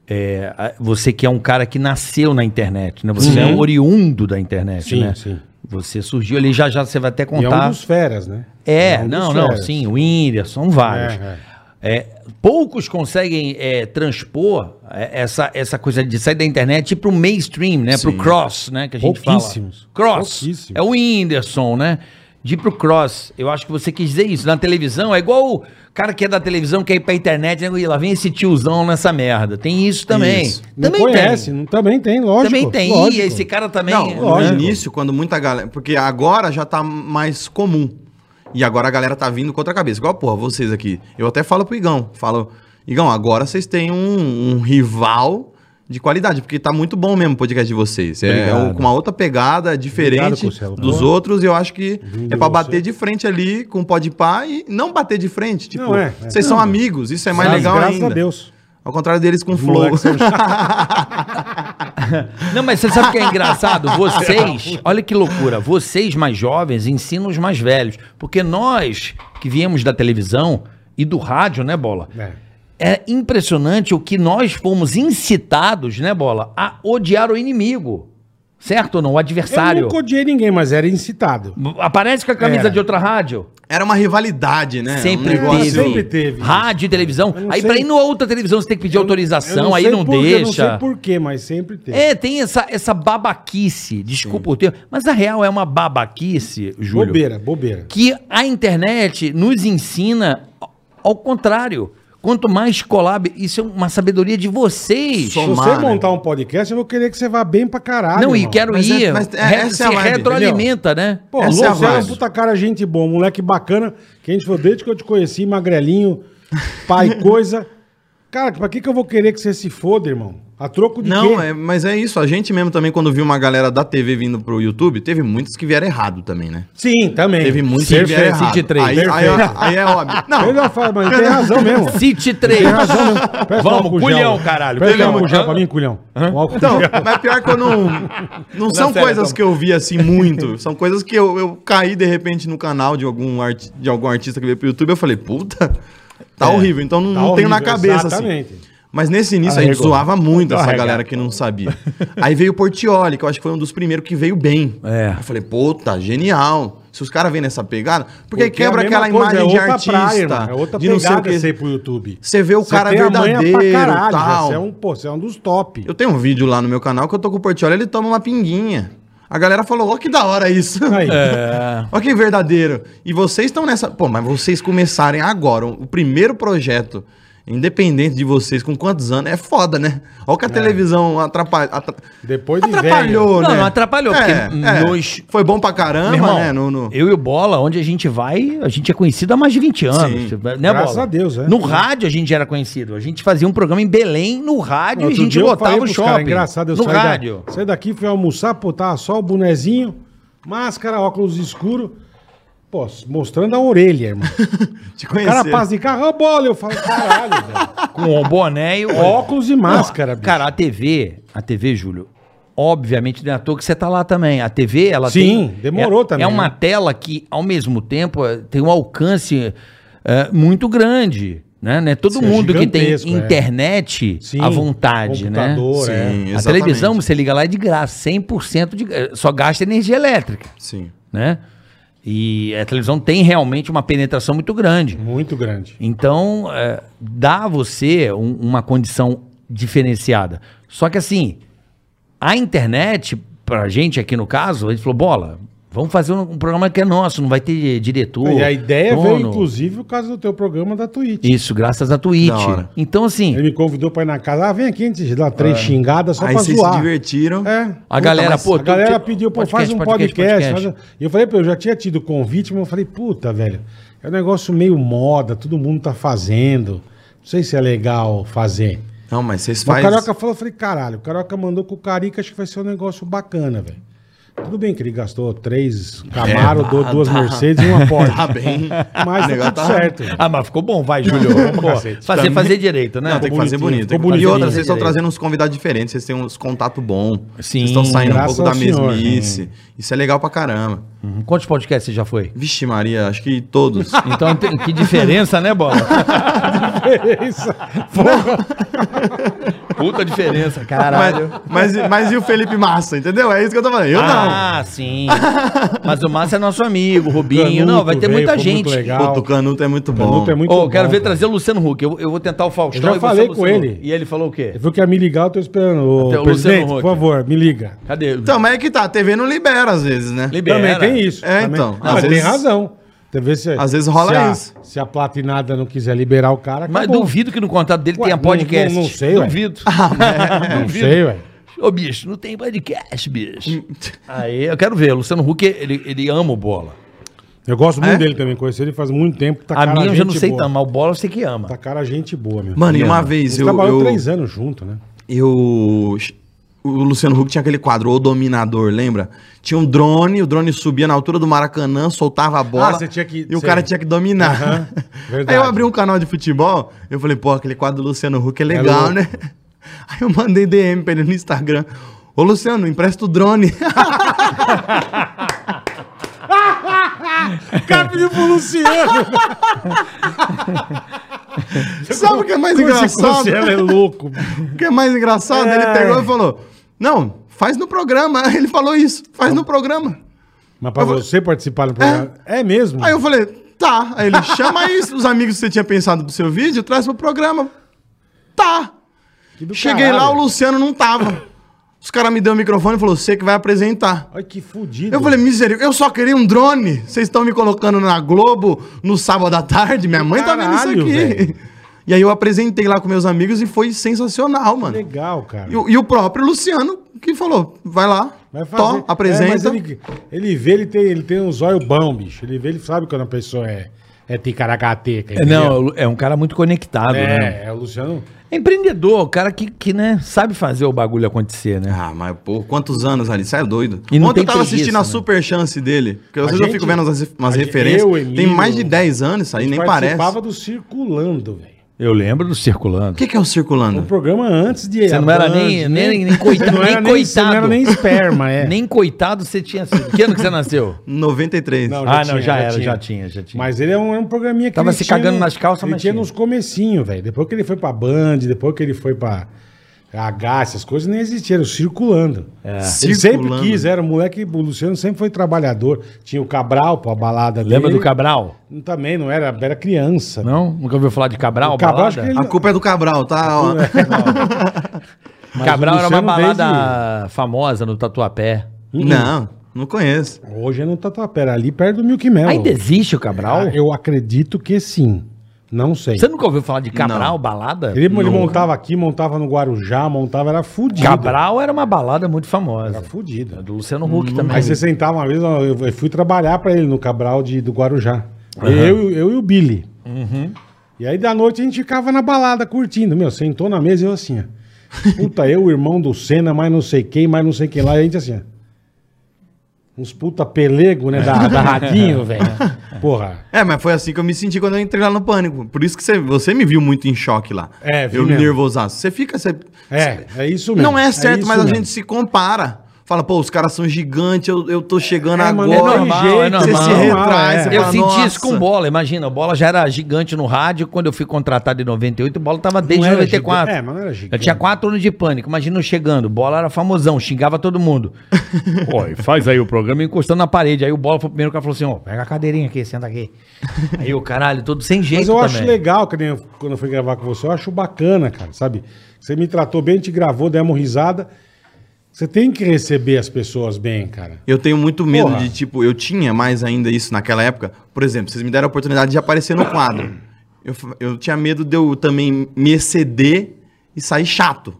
B: É, a- você que é um cara que nasceu na internet, né? Você é um oriundo da internet,
C: Uhum. Sim,
B: né?
C: sim.
B: Você surgiu ali, já já você vai
C: E
B: até
C: é um
B: contar.
C: dos feras, né?
B: Tá. É,
C: um dos
B: não, não,
C: feras.
B: sim, o Whindersson, vários.
C: É,
B: É, poucos conseguem é, transpor é, essa, essa coisa de sair da internet e ir pro mainstream, né? Pro cross, né? Que a gente fala.
C: Pouquíssimos.
B: Cross.
C: Pouquíssimos.
B: É o Whindersson, né? De ir pro cross. Eu acho que você quis dizer isso. Na televisão, é igual o cara que é da televisão, quer ir pra internet, né? e lá vem esse tiozão nessa merda. Tem isso também.
D: Isso.
C: Não
B: Também
C: conhece, não- também tem, lógico.
B: também tem.
C: lógico.
B: E esse cara também. é
D: Não, no
C: lógico.
D: início, quando muita galera. Porque agora já tá mais comum. E agora a galera tá vindo com outra cabeça. Igual, porra, vocês aqui. Eu até falo pro Igão. Falo, Igão, agora vocês têm um, um rival de qualidade, porque tá muito bom mesmo o podcast de vocês. É
B: Obrigado.
D: um- com uma outra pegada diferente
C: Obrigado, Marcelo.
D: dos
C: Boa.
D: outros. E eu acho que
C: Vindo
D: é pra
C: você.
D: bater de frente ali com o Podpah e não bater de frente. Tipo,
C: Não, é, é.
D: vocês são amigos, isso é mais
C: Mas
D: legal
C: graças
D: ainda.
C: a Deus.
D: Ao contrário deles com o
C: Os
D: Flow.
C: moleques são chatos.
B: Não, mas você sabe o que é engraçado? Vocês, olha que loucura, vocês mais jovens ensinam os mais velhos. Porque nós, que viemos da televisão e do rádio, né, Bola?
C: É.
B: É impressionante o que nós fomos incitados, né, Bola, a odiar o inimigo. Certo ou não? O
C: Eu
B: adversário.
C: nunca odiei ninguém, mas era incitado.
B: Aparece com a camisa
C: Era.
B: de outra rádio.
D: *laughs* Era uma rivalidade,
C: É,
D: né?
B: sempre,
D: negócio-
C: um
B: teve.
C: assim. sempre teve.
B: Rádio e televisão.
C: Eu não
B: Aí
C: sei-
B: pra ir numa outra televisão você tem que pedir
C: Eu
B: autorização, aí
C: sei
B: não
C: por- Eu não
B: deixa.
C: sei porquê, mas sempre teve.
B: É, tem essa, essa babaquice, desculpa o termo, mas na real é uma babaquice, Júlio,
C: Bobeira, bobeira.
B: que a internet nos ensina ao contrário. Quanto mais collab, isso é uma sabedoria de vocês.
D: Som-
C: Se
D: Tomar,
C: você
D: né?
C: montar um podcast, eu vou querer que você vá bem pra caralho.
B: Não, e
C: irmão.
B: quero
D: Mas é-
B: ir.
D: mas é-
B: re-
D: essa
B: se
D: é a vibe,
B: retroalimenta, né?
C: Pô,
D: Essa
C: Essa
D: é a
C: é um
D: vibe.
C: puta cara, gente boa, moleque bacana, que a gente falou desde que eu te conheci,
D: *laughs*
C: magrelinho, pai coisa. Cara, tipo, pra que que eu vou querer que você se foda, irmão? A troco de
D: Não,
C: quê?
D: é, mas é isso. A gente mesmo também, quando viu uma galera da TV vindo pro YouTube, teve muitos que vieram errado também, né?
C: Sim, também.
D: Teve muitos que
B: Perfeito,
D: vieram errado.
B: 23.
D: Aí, aí, aí é óbvio.
C: Não.
D: Não,
C: Eu já falo, mas tem
D: *laughs*
C: razão mesmo.
B: City 3.
C: Tem razão mesmo. Presta um álcool gel.
B: Vamos, culhão, caralho.
C: Presta um
B: Culhão.
C: álcool gel pra mim, culhão. Um álcool
D: então,
C: gel.
D: mas pior que
C: *laughs*
D: eu não... Não são
B: sério,
D: coisas
C: então.
B: Tom.
D: que eu vi, assim, muito. São coisas que eu, eu caí, de repente, no canal de algum, arti- de algum artista que veio pro YouTube. Eu falei, puta, tá horrível. Então, não,
C: Tá
D: não tenho na
C: horrível,
D: cabeça,
C: exatamente.
D: assim. Mas nesse início, a gente
C: Arregou.
D: zoava muito essa
B: Arregado.
D: galera que não sabia. Aí veio o Portioli, que eu acho que foi um dos primeiros que veio bem.
B: É.
D: Eu falei, puta, genial. Se os caras vêm nessa pegada, porque,
C: Porque é
D: quebra
C: a mesma
D: aquela
C: coisa,
D: imagem
C: é
D: de
C: outra
D: artista,
C: praia, irmão, é outra
D: de não sei o
C: pegada você ir
D: quê.
C: pro YouTube.
D: Você vê o cara
C: tem a manha
D: verdadeiro,
C: caralho,
D: tal.
C: Você é um, pô, você é um dos top.
D: Eu tenho um vídeo lá no meu canal que eu tô com o Portioli, ele toma uma pinguinha. A galera falou, ó que da hora isso. *laughs*
C: Aí.
B: É.
D: Olha que verdadeiro. E vocês estão nessa. Pô, mas vocês começarem agora. O primeiro projeto, independente de vocês, com quantos anos, é foda, né? Olha que a televisão atrapalha. atra-
C: Depois de
D: atrapalhou,
B: Não,
D: né? é.
B: não atrapalhou, porque nos-
D: Foi bom pra caramba,
B: Meu irmão,
D: né? No, no-
B: Eu e o Bola, onde a gente vai, a gente é conhecido há mais de 20 anos.
D: Sim.
B: Né,
C: Graças
B: Bola?
C: a Deus, é.
B: No rádio a gente era conhecido. A gente fazia um programa em Belém, no rádio, e a
C: Outro
B: gente
C: dia eu
B: lotava
C: falei
B: o
C: pros
B: shopping.
C: cara, engraçado, eu
B: no
C: saí, da-
B: rádio.
C: saí daqui, fui almoçar, pô, tava só o bonezinho, máscara, óculos escuro. Pô, mostrando a orelha,
B: *laughs*
C: irmão.
D: Te
C: O
D: conhecer.
C: cara passa de carro, "Ó, bola. Eu falo, caralho, velho.
B: Com o
C: *laughs*
B: boné e o
C: Óculos e máscara, bicho.
B: Cara, a TV, a TV, Júlio, obviamente não é à toa que você tá lá também. A TV, ela tem...
C: Sim, demorou
B: é,
C: também,
B: É uma
C: né?
B: tela que, ao mesmo tempo, é, tem um alcance é, muito grande, né? Não é todo
C: Sim, é
B: mundo que tem
C: gigantesco, é.
B: internet
C: Sim,
B: à vontade, né?
C: computador, é.
D: Sim,
B: A
D: exatamente.
B: televisão, você liga lá, é de graça, 100% de gra- Só gasta energia elétrica,
D: Sim.
B: né? E a televisão tem realmente uma penetração muito grande.
C: Muito grande.
B: Então, é, dá a você um- uma condição diferenciada. Só que assim, a internet, pra gente aqui no caso, a gente falou, bola, vamos fazer um, um programa que é nosso, não vai ter diretor.
C: e a ideia veio,
B: dono."
C: inclusive, por causa do teu programa da Twitch.
B: Isso, graças à Twitch.
D: Da hora.
B: Então, assim,
C: Ele me convidou pra ir na casa. Ah, vem aqui, a gente dá
B: Ah.
C: três xingadas só
D: Aí
C: pra
D: vocês
C: zoar.
D: se divertiram.
C: É.
B: a galera,
D: mas
B: pô,
C: a
B: tu-
C: galera
B: tu-
C: pediu, pô, faz um podcast. faz um- E eu falei, pô, eu já tinha tido convite, mas eu falei, puta, velho, é um negócio meio moda, todo mundo tá fazendo. Não sei se é legal fazer.
D: Não, mas vocês
C: Mas o
D: fazem.
C: Carioca falou, eu falei, caralho, o Carioca mandou com o Carica, acho que vai ser um negócio bacana, velho. Tudo bem que ele gastou três Camaro,
D: tá,
C: dou duas
D: tá.
C: Mercedes e
D: *laughs*
C: uma Porsche.
D: Tá bem.
C: Mas tá
D: O negócio
C: tudo
D: tá- *laughs*
C: certo.
B: Ah, mas ficou bom, vai, Júlio.
C: *laughs*
B: Pô,
C: cacete.
B: fazer,
D: Também-
B: fazer direito, né?
D: Não, tem que fazer
C: bonitinho,
D: bonito. tem
C: ficou
D: que fazer- E
C: bonitinho.
D: outra, vocês estão
B: Direito.
D: trazendo uns convidados diferentes, vocês têm uns contatos bons.
B: Sim,
D: Vocês estão saindo um
C: graças
D: pouco da
C: ao senhor.
D: mesmice. Isso é legal pra caramba.
B: Hum, Quantos podcasts você já foi?
D: Vixe, Maria, acho que todos.
B: Então, tem- que diferença, né, Bola?
C: Isso. Porra.
B: Puta diferença,
D: mas,
B: caralho.
D: mas, mas e o Felipe Massa, entendeu? É isso que eu tô falando. Eu
B: Ah, sim. Mas o Márcio é nosso amigo, o Rubinho.
C: Canuto
B: não, vai ter
C: veio,
B: muita
C: foi
B: gente.
C: muito
D: não.
C: legal.
D: Puta, o Canuto é muito bom.
C: Canuto é muito
B: Ô, quero
C: bom,
B: ver
C: cara.
B: trazer o Luciano Huck. Eu, eu vou tentar o Faustão.
C: Eu já
B: e você,
C: falei com
B: Luciano
C: ele.
B: Huck. E ele falou o quê?
C: Ele falou que ia me ligar, eu tô esperando. Ô,
B: Até o
C: presidente,
B: Luciano
C: por
B: Huck.
C: favor, me liga.
B: Cadê?
D: Então, mas é que tá, a TV não libera às vezes, né?
B: Libera.
C: Também tem isso.
D: É,
C: também.
D: então,
C: Não,
D: às
C: mas
D: vezes-
C: tem razão. Tem vezes se,
D: Às vezes rola
C: se a,
D: isso.
C: Se a platinada não quiser liberar o cara,
B: Mas
C: acabou.
B: duvido que no contrato dele
C: Ué,
B: tenha
C: não-
B: podcast.
C: não- não sei, ué. *laughs* Ah,
B: Duvido.
C: É, Não sei, ué.
B: Ô, bicho, não tem podcast,
C: Hum.
B: bicho. Aí, eu quero ver. O Luciano Huck, ele, ele ama o bola.
C: Eu gosto muito
D: É?
C: dele também, conheci ele faz muito tempo. Tá
B: a minha eu já não
C: gente
B: sei
C: boa.
B: tanto, mas o bola eu sei que ama.
C: Tá cara gente boa, meu.
D: Mano, e uma
C: Eles
D: vez eu.
C: trabalharam
D: eu-
C: três anos junto,
D: *laughs*
C: né?
D: eu. O Luciano Huck tinha aquele quadro, O Dominador, lembra? Tinha um drone, o drone subia na altura do Maracanã, soltava a bola.
C: Ah, você tinha que-
D: E o
C: sei.
D: cara tinha que dominar.
C: Aham, verdade.
D: *laughs* Aí eu abri um canal de futebol, eu falei, pô, aquele quadro do Luciano Huck é legal,
C: louco.
D: né? *laughs* Aí eu mandei DM pra ele no Instagram. Ô, Luciano, empresta o drone. *laughs*
C: O cara pediu pro *laughs* Luciano.
D: Sabe o que é mais
C: Esse
D: engraçado?
C: Luciano é louco.
D: O que é mais engraçado, ele
C: É.
D: pegou e falou: Não, faz no programa. *laughs* Ele falou isso, faz
C: Então
D: no programa.
C: Mas pra
D: Eu vou-
C: você participar do programa... É, mesmo.
D: Aí eu falei, tá. Aí ele chama aí os amigos que você tinha pensado pro seu vídeo, traz pro programa. Tá.
C: Que do
D: Cheguei lá, o
C: caralho.
D: Luciano não tava. Os caras me deu o microfone e falou, você que vai apresentar.
C: Olha que fudido.
D: Eu falei, misericórdia, eu só queria um drone. Vocês estão me colocando na Globo no sábado à tarde? Minha mãe tá vendo
C: Caralho,
D: isso aqui.
C: velho.
D: *laughs* E aí eu apresentei lá com meus amigos e foi sensacional, mano.
C: Legal, cara.
D: E, o- e o próprio Luciano que falou, vai lá,
C: Vai
D: to,
C: fazer. É, mas
D: apresenta.
C: ele, ele vê, ele tem, ele tem um zóio bom, bicho. Ele vê, ele sabe quando a pessoa é, é ticaracateca.
B: É, Não, é um cara muito conectado,
C: É,
B: né?
C: é o Luciano.
B: É empreendedor, o cara que, que né, sabe fazer o bagulho acontecer, né?
D: Ah, mas pô, quantos anos ali? Você é doido.
B: E não
D: Ontem
B: tem
D: eu tava
B: preguiça,
D: assistindo a
B: né?
D: super chance dele. Porque às
C: A
D: vezes eu
C: gente-
D: fico vendo umas, ref- umas
C: a gente-
D: referências.
C: eu,
D: Tem
C: Emílio,
D: mais de 10 anos isso aí, nem parece.
C: participava
D: O
C: do Circulando, velho.
B: Eu lembro do Circulando.
D: que, que é o circulando?
C: O programa antes de.
B: Você não
C: a
B: era
C: Band,
B: nem- nem- nem
C: Você
B: coitado-
C: *laughs* não
B: nem
C: era nem, você não era
B: coitado.
C: nem esperma, é.
B: *laughs* Nem coitado você tinha sido. Que ano que você nasceu?
C: *laughs*
D: 93.
C: Não,
B: ah,
C: já tinha,
B: não, já,
C: já
B: era,
C: tinha.
B: já tinha, já tinha.
C: Mas ele é um, é um programinha que
B: Tava
C: ele
B: se
C: tinha
B: cagando nas calças,
C: ele
B: mas
C: tinha
B: tinha.
C: nos comecinhos, velho. Depois que ele foi pra Band, depois que ele foi pra H, essas coisas nem existiam, eram circulando.
B: É.
C: Ele
D: É. Circulando.
C: sempre quis, é era um moleque, o Luciano sempre foi trabalhador. Tinha o Cabral, pô, a balada
B: Lembra
C: dele.
B: do Cabral?
C: Também, não era, era criança.
B: Não? Nunca ouviu falar de Cabral?
C: O Cabral, acho
B: balada?
C: que ele-
D: A culpa é do Cabral, tá? Ó,
C: é Mas
B: Cabral
C: o
B: era uma
C: Luciano desde-
B: balada famosa no Tatuapé.
D: *laughs* não, não conheço.
C: Hoje é no Tatuapé, era ali perto do Milk Mel.
B: Ainda existe o Cabral?
C: Ah, Eu acredito que sim. Não sei.
B: Você nunca ouviu falar de Cabral,
D: Não.
B: balada?
C: Ele, ele montava aqui, montava no Guarujá, montava, era fudido.
B: Cabral era uma balada muito
C: Era
B: famosa.
C: fudido.
B: Do Luciano Huck também.
C: Aí você sentava uma vez, ó, eu eu fui trabalhar pra ele no Cabral de, do Guarujá. Eu, eu e o Billy.
B: Uhum.
C: E aí da noite a gente ficava na balada curtindo. Meu, sentou na mesa e eu assim, ó. Puta, eu, o irmão do Senna, mais não sei quem, mais não sei quem lá. E a gente assim, ó. Uns puta pelego, né?
B: *laughs*
C: Da, da radinho, velho. Porra.
D: É, mas foi assim que eu me senti quando eu entrei lá no pânico. Por isso que você, você me viu muito em choque lá.
C: É, vi
D: Eu
C: mesmo.
D: nervosaço. Você fica. Você,
C: É, é isso mesmo.
D: não é certo,
C: isso
D: mas a
C: mesmo.
D: gente se compara. Fala, pô, os caras são gigantes, eu, eu tô chegando
C: É, mano,
D: agora.
C: é
B: normal, é
D: você
B: normal.
D: se retrai,
C: É.
D: você
B: Eu
D: fala,
B: senti
D: "Nossa".
B: isso com bola, imagina. A bola já era gigante no rádio. Quando eu fui contratado em 98, bola tava
C: Não
B: desde
C: era
B: 94.
C: gigante. É, mas não era gigante.
B: Eu tinha quatro anos de pânico. Imagina eu chegando. Bola era famosão, xingava todo mundo. Pô, e faz aí o programa encostando na parede. Aí o bola foi o primeiro que falou assim: ó, pega a cadeirinha aqui, senta aqui. *laughs* Aí o caralho, todo sem jeito
C: Mas eu
B: também.
C: acho legal, que nem eu- quando eu fui gravar com você, eu acho bacana, cara, sabe? Você me tratou bem, te gravou, demos risada. Você tem que receber as pessoas bem, cara.
D: É. Eu tenho muito medo
C: Porra.
D: de, tipo, eu tinha mais ainda isso naquela época. Por exemplo, vocês me deram a oportunidade de aparecer no quadro. Eu, fa- eu tinha medo de eu também me exceder e sair chato.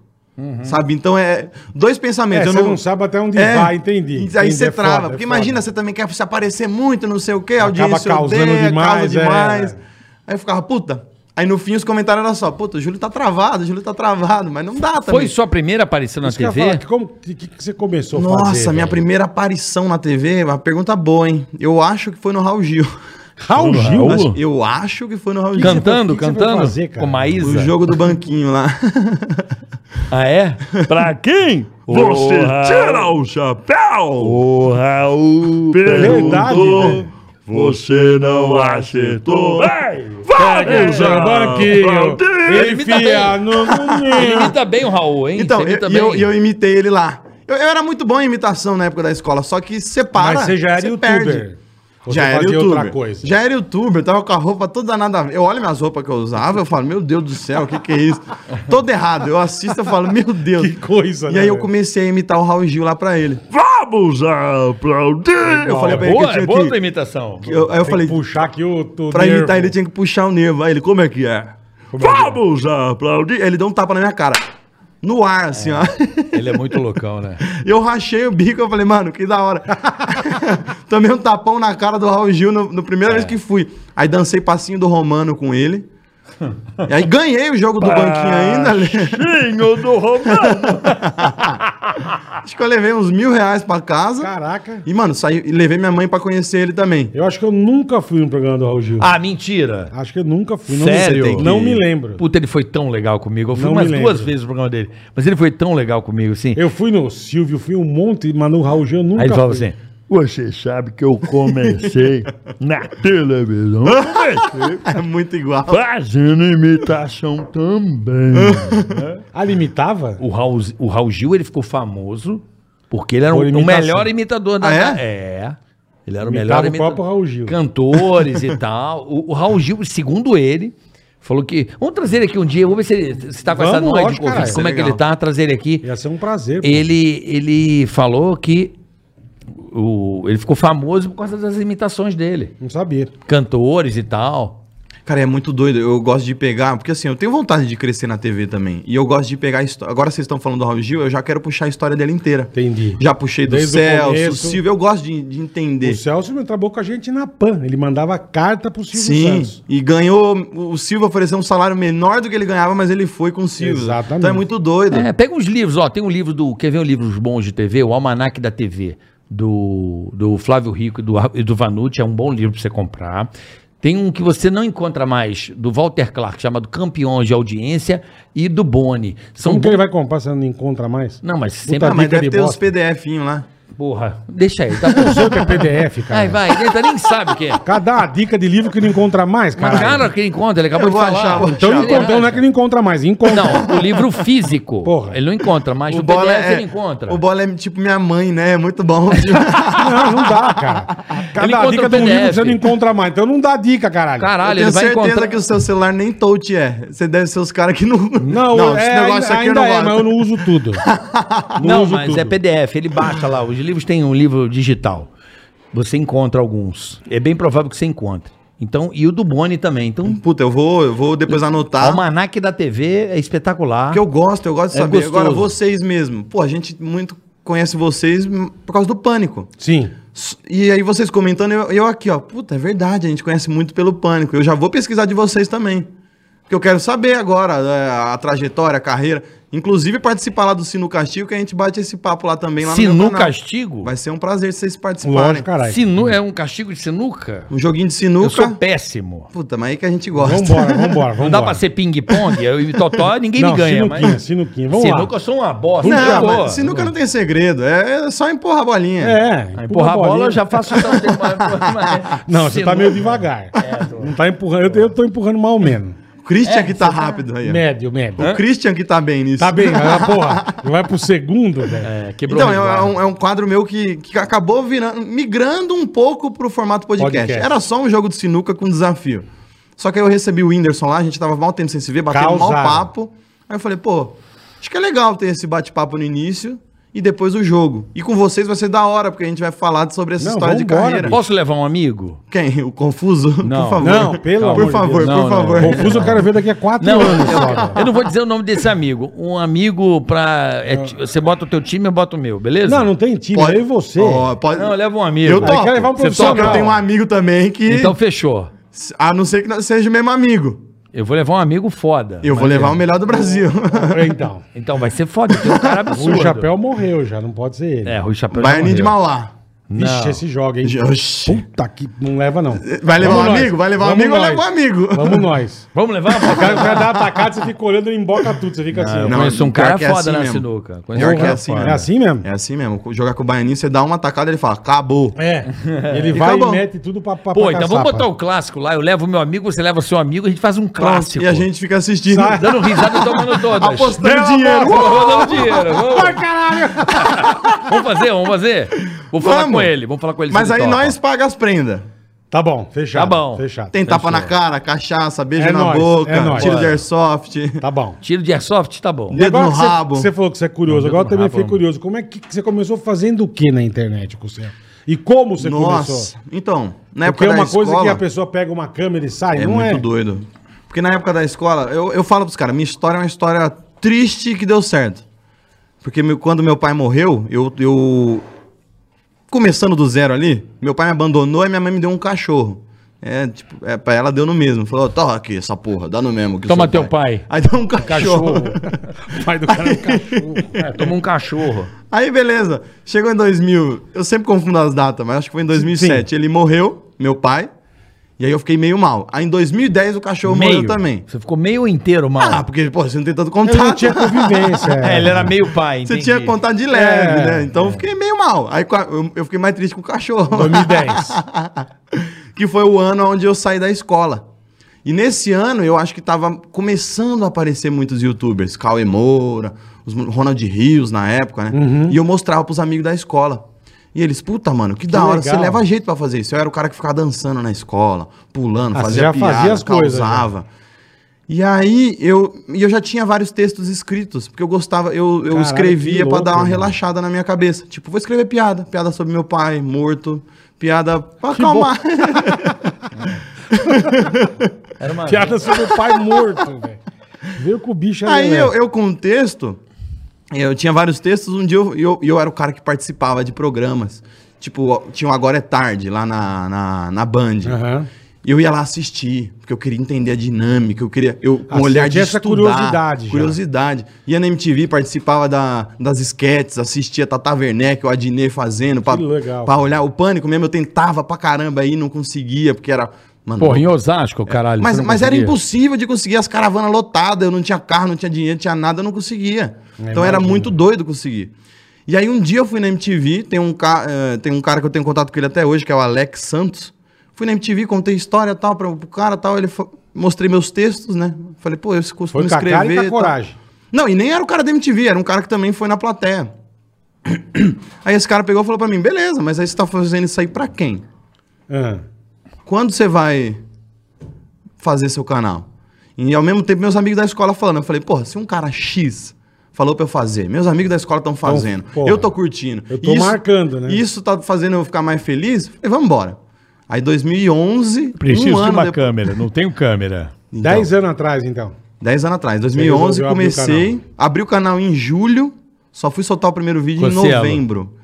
D: Sabe? Então é. Dois pensamentos.
C: Uhum. É,
D: eu É.
C: você não sabe até onde vai, entendi.
D: Aí
C: Entendi,
D: você
C: é
D: trava.
C: foda, é
D: porque
C: foda.
D: imagina, você também quer se aparecer muito, não sei o quê, a
C: Acaba
D: audiência
C: causando demais, é.
D: Aí eu ficava, puta. Aí no fim os comentários eram só, puta, o Júlio tá travado, o Júlio tá travado, mas não dá também.
B: Foi sua primeira aparição na
C: Isso que eu ia
B: TV?
C: falar, que como que, que você começou a
D: Nossa,
C: fazer?
D: minha
C: velho?
D: primeira aparição na TV, uma pergunta boa, hein? Eu acho que foi no Raul Gil.
C: Raul Gil?
D: Acho- Eu acho que foi no Raul Gil.
B: Cantando,
C: que que você foi
B: cantando.
C: fazer, cara?
B: com Maísa.
D: O jogo do
C: *laughs*
D: banquinho lá.
B: Ah, é?
A: Pra quem você tira o chapéu? O Raul
C: É Verdade,
A: perguntou.
C: né?
A: Você não acertou. Vai! Vai,
C: Zé Banquinho,
A: Valdir!
B: Ele imita
C: Enfia
B: bem.
D: *laughs*
C: no...
B: Ele imita tá bem o Raul, hein?
D: Então,
B: Você
D: eu,
B: imita
D: e eu,
B: bem.
D: e eu imitei ele lá. Eu, eu era muito bom em imitação na época da escola, só que separa.
C: Mas você já era youtuber.
D: perde.
C: Ou
D: já
C: você
D: era
C: fazia
D: youtuber.
C: outra coisa?
D: Já era youtuber, tava com a roupa toda nada a ver. Eu olho minhas roupas que eu usava, eu falo, meu Deus do céu, o que que é
C: *laughs*
D: isso? Todo errado. Eu assisto, eu falo, meu Deus.
C: Que coisa, né,
D: E aí eu
C: velho?
D: comecei a imitar o Raul Gil lá pra ele.
A: Vamos aplaudir!
D: Eu falei pra ele que eu
B: Boa,
D: tinha
B: é boa
D: que-
B: a tua imitação.
D: que eu- aí eu
C: Tem que
D: falei,
C: puxar aqui o... o
D: Pra
C: nervo.
D: imitar ele tinha que puxar o nervo. Aí ele, como é que é?
A: Vamos aplaudir!
D: Aí Ele deu um tapa na minha cara. No ar, assim, ó.
B: *laughs*
D: *laughs*
B: Ele é muito loucão, né?
D: Eu rachei o bico, eu falei, mano, que da hora. *laughs* Tomei um tapão na cara do Raul Gil no, no primeira
C: É.
D: vez que fui. Aí dancei passinho do Romano com ele. E aí ganhei o jogo do banquinho
C: Ah.
D: ainda. né?
A: Tinho do Romano!
D: Acho que eu levei uns mil reais pra casa.
C: Caraca.
D: E, mano, saí e levei minha mãe pra conhecer ele
C: *laughs*
D: também.
C: Eu acho que eu nunca fui no programa do Raul Gil.
B: Ah, mentira.
C: Acho que eu nunca fui. Não
B: Sério?
C: Não, não me lembro.
B: Puta, ele foi tão legal comigo. Eu fui
C: Não
B: umas
C: me
B: duas
C: lembro.
B: vezes no programa dele. Mas ele foi tão legal comigo, assim.
C: Eu fui no Silvio, fui um monte, mas no Raul Gil eu nunca
B: Aí ele falava
C: fui.
B: assim:
A: Você sabe que
C: *laughs*
A: eu comecei na televisão. Comecei
D: É muito igual.
A: Fazendo imitação também.
C: Ah, limitava?
B: o Raul, o Raul Gil ele ficou famoso porque ele era
C: Por
B: um- o
C: imitação.
B: melhor imitador da.
D: Ah, é?
B: é. Ele era o
C: Imitava
B: melhor
C: o
B: imitador.
C: próprio Raul Gil. *laughs*
B: Cantores e tal. O, o Raul Gil, segundo ele, falou que. Vamos trazer ele aqui um dia, vamos ver se ele se tá com essa
C: Vamos,
B: noite de
C: lógico,
B: Covid.
C: caralho.
B: Como é que ele
D: Legal.
B: tá? Trazer ele aqui.
C: Ia ser um prazer. pô.
B: ele, ele falou que o, ele ficou famoso por causa das imitações dele.
C: Não sabia.
B: Cantores e tal.
D: Cara, é muito doido. Eu gosto de pegar, porque assim, eu tenho vontade de crescer na TV também. E eu gosto de pegar a história. Agora vocês estão falando do Raul Gil, eu já quero puxar a história dele inteira.
C: Entendi.
D: Já puxei do
C: Desde o
D: Celso,
C: começo.
D: Silvio. Eu gosto de, de entender.
C: O Celso meu, trabalhou com a gente na PAN. Ele mandava carta pro Silvio
D: Sim,
C: Santos.
D: e ganhou. O Silvio ofereceu um salário menor do que ele ganhava, mas ele foi com o Silvio.
C: Exatamente.
D: Então é muito doido.
B: É, pega uns livros, ó. Tem um livro do. Quer ver um livros bons de TV? O Almanac da TV, do, do Flávio Rico e do, e do Vanucci. É um bom livro pra você comprar. Tem um que você não encontra mais, do Walter Clark, chamado Campeões de Audiência, e do Boni. São
C: Como que
B: bons-
C: ele vai comprar se não encontra mais?
B: Não, mas sempre.
C: Puta
D: Ah, mas
C: dica
D: deve
C: de
D: ter os
C: bosta.
D: PDFinhos lá.
B: Porra, deixa aí, tá bom.
C: Não sei o que é
B: *laughs*
C: PDF, *laughs* cara.
B: Ai, vai, ele nem sabe o que é.
C: Cara, dá uma dica de livro que não encontra mais,
B: Mas
C: cara.
B: cara que ele encontra, ele acabou
D: Eu
B: de
D: vou
B: falar.
D: achar, vou
C: Então,
D: achar.
C: encontra-
B: Ele acha.
C: não é que não encontra mais, encontra.
B: Não, o livro físico.
C: Porra.
B: Ele não encontra, mas o,
D: Bola
B: PDF
D: é-
B: ele encontra.
D: O bola é tipo minha mãe, né? É muito bom.
C: *laughs* Não, não dá, cara. Cada
B: encontra
C: dica
B: o
C: de um livro
B: PDF.
C: que você não encontra mais. Então não dá dica, caralho.
B: *laughs*
D: eu *laughs*
B: Caralho,
D: tenho
B: ele vai
D: certeza
B: encontrar.
D: que o seu celular nem touch é. Você deve ser os caras que *laughs* não.
C: Não,
D: esse
C: é, ainda,
D: negócio aqui eu
C: ainda
D: não
C: é,
D: gosto.
C: mas eu não uso
B: *laughs*
C: tudo.
B: Não,
C: uso
B: mas
C: tudo.
B: é PDF, ele baixa lá. Os livros têm um livro digital. Você encontra alguns. É bem provável que você encontre. Então, e o do Boni também. Então,
D: Puta, eu vou, eu vou depois
B: o
D: anotar.
B: Almanac da TV é espetacular.
D: Porque Ah. eu gosto, eu gosto de
B: É
D: saber. Agora,
B: gostoso.
D: vocês mesmo. Pô, a gente muito conhece vocês hum, por causa do pânico.
C: Sim.
D: S- E aí vocês comentando, eu, eu aqui, ó. Puta, é verdade, a gente conhece muito pelo pânico. Eu já vou pesquisar de vocês também. Porque eu quero saber agora né, a trajetória, a carreira. Inclusive participar lá do Sinu Castigo, que a gente bate esse papo lá também. Lá no meu
B: Sinu
D: canal.
B: castigo?
D: Vai ser um prazer vocês participarem.
C: Lógico, caralho.
B: Sinu é um castigo de sinuca?
D: Um joguinho de
B: Eu sou
D: sinuca.
B: péssimo.
D: Puta, mas aí que a gente gosta.
C: Vambora,
D: *laughs*
C: vambora, vambora.
B: Não dá pra ser ping-pong, eu e Totó ninguém
C: Não,
B: me ganha.
C: sinuquinha,
B: mas...
C: sinuquinha, vamos
B: sinuca
C: lá.
B: eu sou uma bosta.
D: Não,
B: pô.
D: mas sinuca não tem segredo. É é só empurrar a bolinha.
C: É,
B: Ah, Empurrar a bola eu já faço isso há um
C: *laughs*
B: tempo. mas-
C: Não, você tá
B: Sinuca-
C: meio devagar.
D: É,
C: Não tá empurrando. Eu, eu tô empurrando mal menos.
D: O Christian que tá rápido aí. ó.
C: Médio, médio.
D: O Christian que tá bem nisso.
C: É. Tá bem, mas,
B: *laughs*
C: porra, vai pro segundo, velho.
B: É, quebrou
D: Então,
B: o
D: é,
B: resguardo.
D: é um, é um quadro meu que, que acabou virando, migrando um pouco pro formato podcast.
C: Podcast.
D: Era só um jogo de sinuca com desafio. Só que aí eu recebi o Whindersson lá, a gente tava mal tempo sem se ver, batendo mal
C: Causaram.
D: papo. Aí eu falei, pô, acho que é legal ter esse bate-papo no início e depois o jogo. E com vocês vai ser da hora, porque a gente vai falar sobre essa
C: Não,
D: história de
C: vambora,
D: carreira.
C: bicho.
B: Posso levar um amigo?
D: Quem? O Confuso?
B: Não.
D: por favor.
C: Não, pelo amor
D: Por
C: de
D: favor,
C: Deus.
B: Não,
D: por
B: não.
D: favor.
C: Confuso eu quero ver daqui a quatro
B: Não,
C: anos só. velho.
B: eu não vou dizer o nome desse amigo. Um amigo pra. é ti- você bota o teu time, eu boto o meu, beleza?
C: Não, não tem time,
D: Pode-
C: eu e você.
D: Ó, pode...
B: Não, leva um amigo.
D: Eu topo.
C: quer levar um
D: Você
C: profissional.
D: topa? Eu tenho um amigo também que...
B: Então fechou.
D: A não ser que não seja o mesmo amigo.
B: Eu vou levar um amigo foda.
D: Eu vou levar o melhor do Brasil. *laughs*
C: Então,
B: Então vai ser foda, tem um cara
C: o
B: absurdo.
C: Rui Chapéu morreu já, não pode ser ele.
B: É, Rui Chapéu. já
D: Bayern de
B: morreu.
D: Mauá.
B: Não.
C: Vixe, esse joga, hein?
D: Oxi.
C: Puta que... Não leva, não.
D: Vai levar
C: Vamos
D: um
C: nós.
D: amigo? Vai levar um
C: Vamos
D: amigo ou
C: nós.
D: leva um amigo?
C: Vamos
D: *laughs*
C: nós.
B: Vamos levar?
C: *laughs* O cara, o cara dá atacado, você fica olhando e emboca tudo. Você fica assim. ó.
B: Eu
D: Não,
B: conheço um
D: pior
B: cara
D: que é
B: foda
D: assim
B: na
D: mesmo.
B: sinuca. Conheço
D: Pior
B: um
D: que é
B: cara
D: assim
B: foda.
C: É assim mesmo?
D: É assim mesmo. Jogar com o Baianinho, você dá uma tacada, ele fala, acabou.
C: É. Ele vai
D: Acabou.
C: e mete tudo pra, pra
B: Pô,
C: pra
B: então
C: caçapa.
B: vamos botar o clássico lá. Eu levo o meu amigo, você leva o seu amigo, a gente faz um clássico.
D: E a gente fica assistindo.
C: Sai.
B: Dando risada e tomando todas.
D: *laughs* Apostando
C: Deu a
D: dinheiro.
B: *laughs* Vamos rodando dinheiro.
C: Vai,
B: Vamos,
C: caralho!
B: *laughs* vamos fazer, vamos fazer. Vou falar
D: Vamos.
B: com ele, vamos falar com ele. se
D: Mas
B: ele
D: aí
B: topa.
D: nós paga as prendas.
C: Tá bom, fechado.
B: Tá bom.
C: Fechado.
D: Tem tapa na
B: Fechou.
D: cara, cachaça, beijo
C: É
D: na
C: nóis,
D: boca,
C: é nóis.
D: tiro de
B: Bora.
D: airsoft.
C: Tá bom.
B: Tiro de airsoft, tá bom.
D: Dedo
C: E agora
D: no
C: que você-
D: rabo.
C: Você falou que você é curioso.
B: Dedo
C: Agora eu
B: no
C: também
B: rabo,
C: fiquei
B: mano.
C: curioso. Como é que que você começou fazendo o que na internet, Cusé? E como você começou?
D: Nossa. Então, na
C: Porque
D: época
C: é uma
D: da
C: coisa
D: escola,
C: que a pessoa pega uma câmera e sai,
D: É
C: não
D: muito
C: é?
D: doido. Porque na época da escola, eu, eu falo pros caras, minha história é uma história triste que deu certo. Porque meu- quando meu pai morreu, eu, eu. Começando do zero ali, meu pai me abandonou e minha mãe me deu um cachorro. É, tipo, é, pra ela deu no mesmo. Falou, toma aqui essa porra, dá no mesmo. que
B: Toma
D: seu
B: teu pai.
D: Aí deu um cachorro.
C: Cachorro. *laughs* Pai do cara é um cachorro.
B: É, toma um cachorro.
D: *laughs* Aí beleza, chegou em 2000, eu sempre confundo as datas, mas acho que foi em 2007. Ele morreu, meu pai, e aí eu fiquei meio mal. Aí em 2010 o cachorro morreu também.
B: Você ficou meio inteiro, mal.
D: Ah, porque, pô, você não tem tanto
C: Eu
D: contato.
C: não tinha convivência.
B: é, ele era meio pai,
D: *laughs* Você
B: entendi.
D: tinha contato de leve,
C: É,
D: né? Então eu fiquei meio mal. Aí com a- eu eu fiquei mais triste com o cachorro.
C: *laughs* 2010.
D: *laughs* que foi o ano onde eu saí da escola. E nesse ano eu acho que tava começando a aparecer muitos youtubers, Cauê Moura, os mo- Ronald Rios na época, né?
C: Uhum.
D: E eu mostrava pros amigos da escola. E eles, puta, mano, que da
C: Que
D: hora,
C: legal.
D: você leva jeito pra fazer isso. Eu era o cara que ficava dançando na escola, pulando,
C: Ah, você
D: fazia
C: já
D: piada,
C: fazia as coisas, né? já.
D: causava. E aí eu, e eu já tinha vários textos escritos, porque eu gostava, eu, eu
C: Caralho, que
D: escrevia pra
C: louco,
D: dar uma
C: mano.
D: relaxada na minha cabeça. Tipo, vou escrever piada, piada sobre meu pai morto, piada pra acalmar.
C: *laughs*
B: Era uma...
C: Piada sobre o pai morto, velho. Veio com o bicho
D: *laughs* Aí
C: né?
D: eu, eu com o texto, eu tinha vários textos, um dia eu, eu, eu era o cara que participava de programas. Tipo, tinha o Agora é Tarde lá na, na, na Band.
C: Aham.
D: E eu ia lá assistir, porque eu queria entender a dinâmica, eu queria. Eu, com
C: Ah,
D: um
C: você
D: olhar de
C: tinha essa
D: estudar,
C: curiosidade já.
D: Curiosidade. Ia na MTV, participava da, das esquetes, assistia Tata Werneck, o Adnet fazendo. Pra,
C: Que legal.
D: Pra olhar o pânico mesmo, eu tentava pra caramba aí, não conseguia, porque era. Mano,
B: Porra, em Osasco, caralho.
D: mas,
B: você não
D: mas era
B: conseguia?
D: impossível de conseguir as caravanas lotadas. Eu não tinha carro, não tinha dinheiro, não tinha nada, eu não conseguia.
C: É,
D: então era muito doido conseguir. E aí um dia eu fui na MTV, tem um, ca- eh, tem um cara que eu tenho contato com ele até hoje, que é o Alex Santos. Fui na MTV, contei história e tal, pra, pro cara e tal. Ele fa- mostrei meus textos, né? Falei, pô, eu costumo
C: Foi com a
D: escrever.
C: cara e com a
D: tal.
C: coragem.
D: Não, e nem era o cara da MTV, era um cara que também foi na plateia. *clears throat* Aí esse cara pegou e falou pra mim, beleza, mas aí você tá fazendo isso aí pra quem?
C: Ah.
D: quando você vai fazer seu canal? E ao mesmo tempo, meus amigos da escola falando. Eu falei, porra, se um cara X falou pra eu fazer, meus amigos da escola estão fazendo,
C: Então, porra,
D: eu tô curtindo.
C: eu tô marcando, né?
D: Isso tá fazendo eu ficar mais feliz? Eu Falei, vambora. Aí 2011,
E: Preciso
D: um
E: de
D: ano
E: uma
D: depois-
E: câmera, não tenho câmera.
D: Então,
C: Dez anos atrás, então.
D: dez anos atrás, 2011
C: resolveu abrir o
D: comecei, abri o canal em julho, só fui soltar o primeiro vídeo em
B: Cossielo.
D: novembro.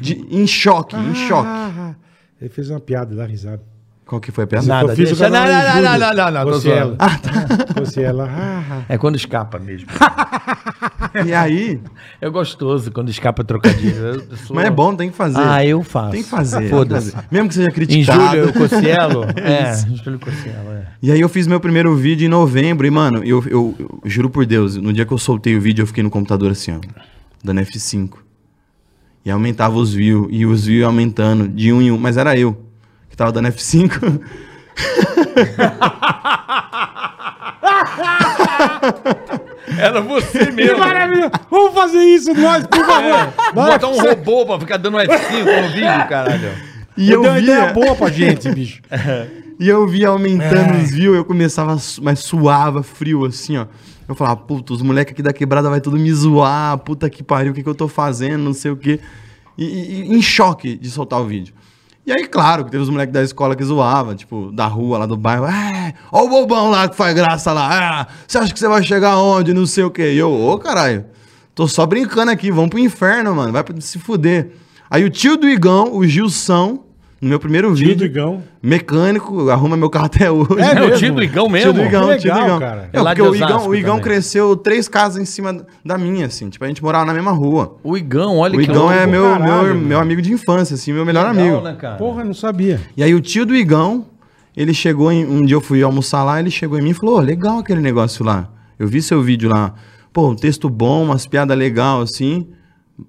D: De- em choque, em choque.
C: Ah, ele fez uma piada, dá risada.
D: Qual que foi a piada?
B: Nada,
C: eu fiz, o cara
B: deixa- não,
C: era
B: não,
C: Júlia.
B: não, não, não, não, tô
C: Fosse ela.
B: zoando. Ah, tá.
C: Fosse ela.
B: *laughs*
C: Ah,
B: É quando escapa mesmo. *laughs*
D: E aí?
B: É gostoso quando escapa trocadilho. Eu
D: *laughs*
B: sou-
D: Mas é bom, tem que fazer.
B: Ah, eu faço.
D: Tem que fazer.
B: Foda-se.
D: tem que fazer. Mesmo que seja
B: Em
D: criticado.
B: julho, o Cocielo. é, em julho, o Cocielo, é.
D: *laughs* E aí eu fiz meu primeiro vídeo em novembro e, mano, eu, eu- eu juro por Deus, no dia que eu soltei o vídeo eu fiquei no computador assim, ó, dando F5. E aumentava os views, e os views aumentando, de um em um, mas era eu que tava dando F5.
B: Era você É.
C: que maravilha! Vamos fazer isso nós, por favor! Nós-
B: Botar um robô pra ficar dando F5 no vídeo, caralho.
D: *laughs* E
C: eu
D: eu,
C: dei uma ideia
D: via,
C: boa
A: *laughs*
C: pra gente, bicho.
D: e eu via aumentando os views, eu começava, a su- mas suava, frio, assim, ó. Eu falava, puta, os moleques aqui da quebrada vai tudo me zoar, puta que pariu, o que, que eu tô fazendo, não sei o quê. E, e- e em choque de soltar o vídeo. E aí, claro, que teve os moleques da escola que zoavam, tipo, da rua, lá do bairro. É, ó o bobão lá que faz graça lá. É, você acha que você vai chegar onde, não sei o quê. E eu, ô, caralho, tô só brincando aqui, vamos pro inferno, mano, vai pra se fuder. Aí o tio do Igão, o Gilson, no meu primeiro
C: Tio do
D: vídeo
C: Igão.
D: mecânico, arruma meu carro até hoje.
C: É
B: É, o
C: mesmo?
B: tio do Igão
D: *laughs* Tio
B: mesmo?
D: do Igão,
C: Que
D: tio do
C: legal,
D: Igão.
C: cara.
B: É
D: Não,
B: lá
D: porque
B: de
D: o Igão,
B: Osasco
D: o Igão
B: também.
D: cresceu três casas em cima da minha, assim. Tipo, a gente morava na mesma rua.
B: O Igão, olha
D: O
B: que
D: Igão
B: louco.
D: é meu,
C: Caralho,
D: meu,
C: mano.
D: meu amigo de infância, assim, meu melhor
B: Legal,
D: amigo.
B: né, cara?
C: Porra, não sabia.
D: E aí o tio do Igão, ele chegou em. Um dia eu fui almoçar lá, ele chegou em mim e falou: "Ô, legal aquele negócio lá. Eu vi seu vídeo lá. Pô, um texto bom, umas piadas legais, assim.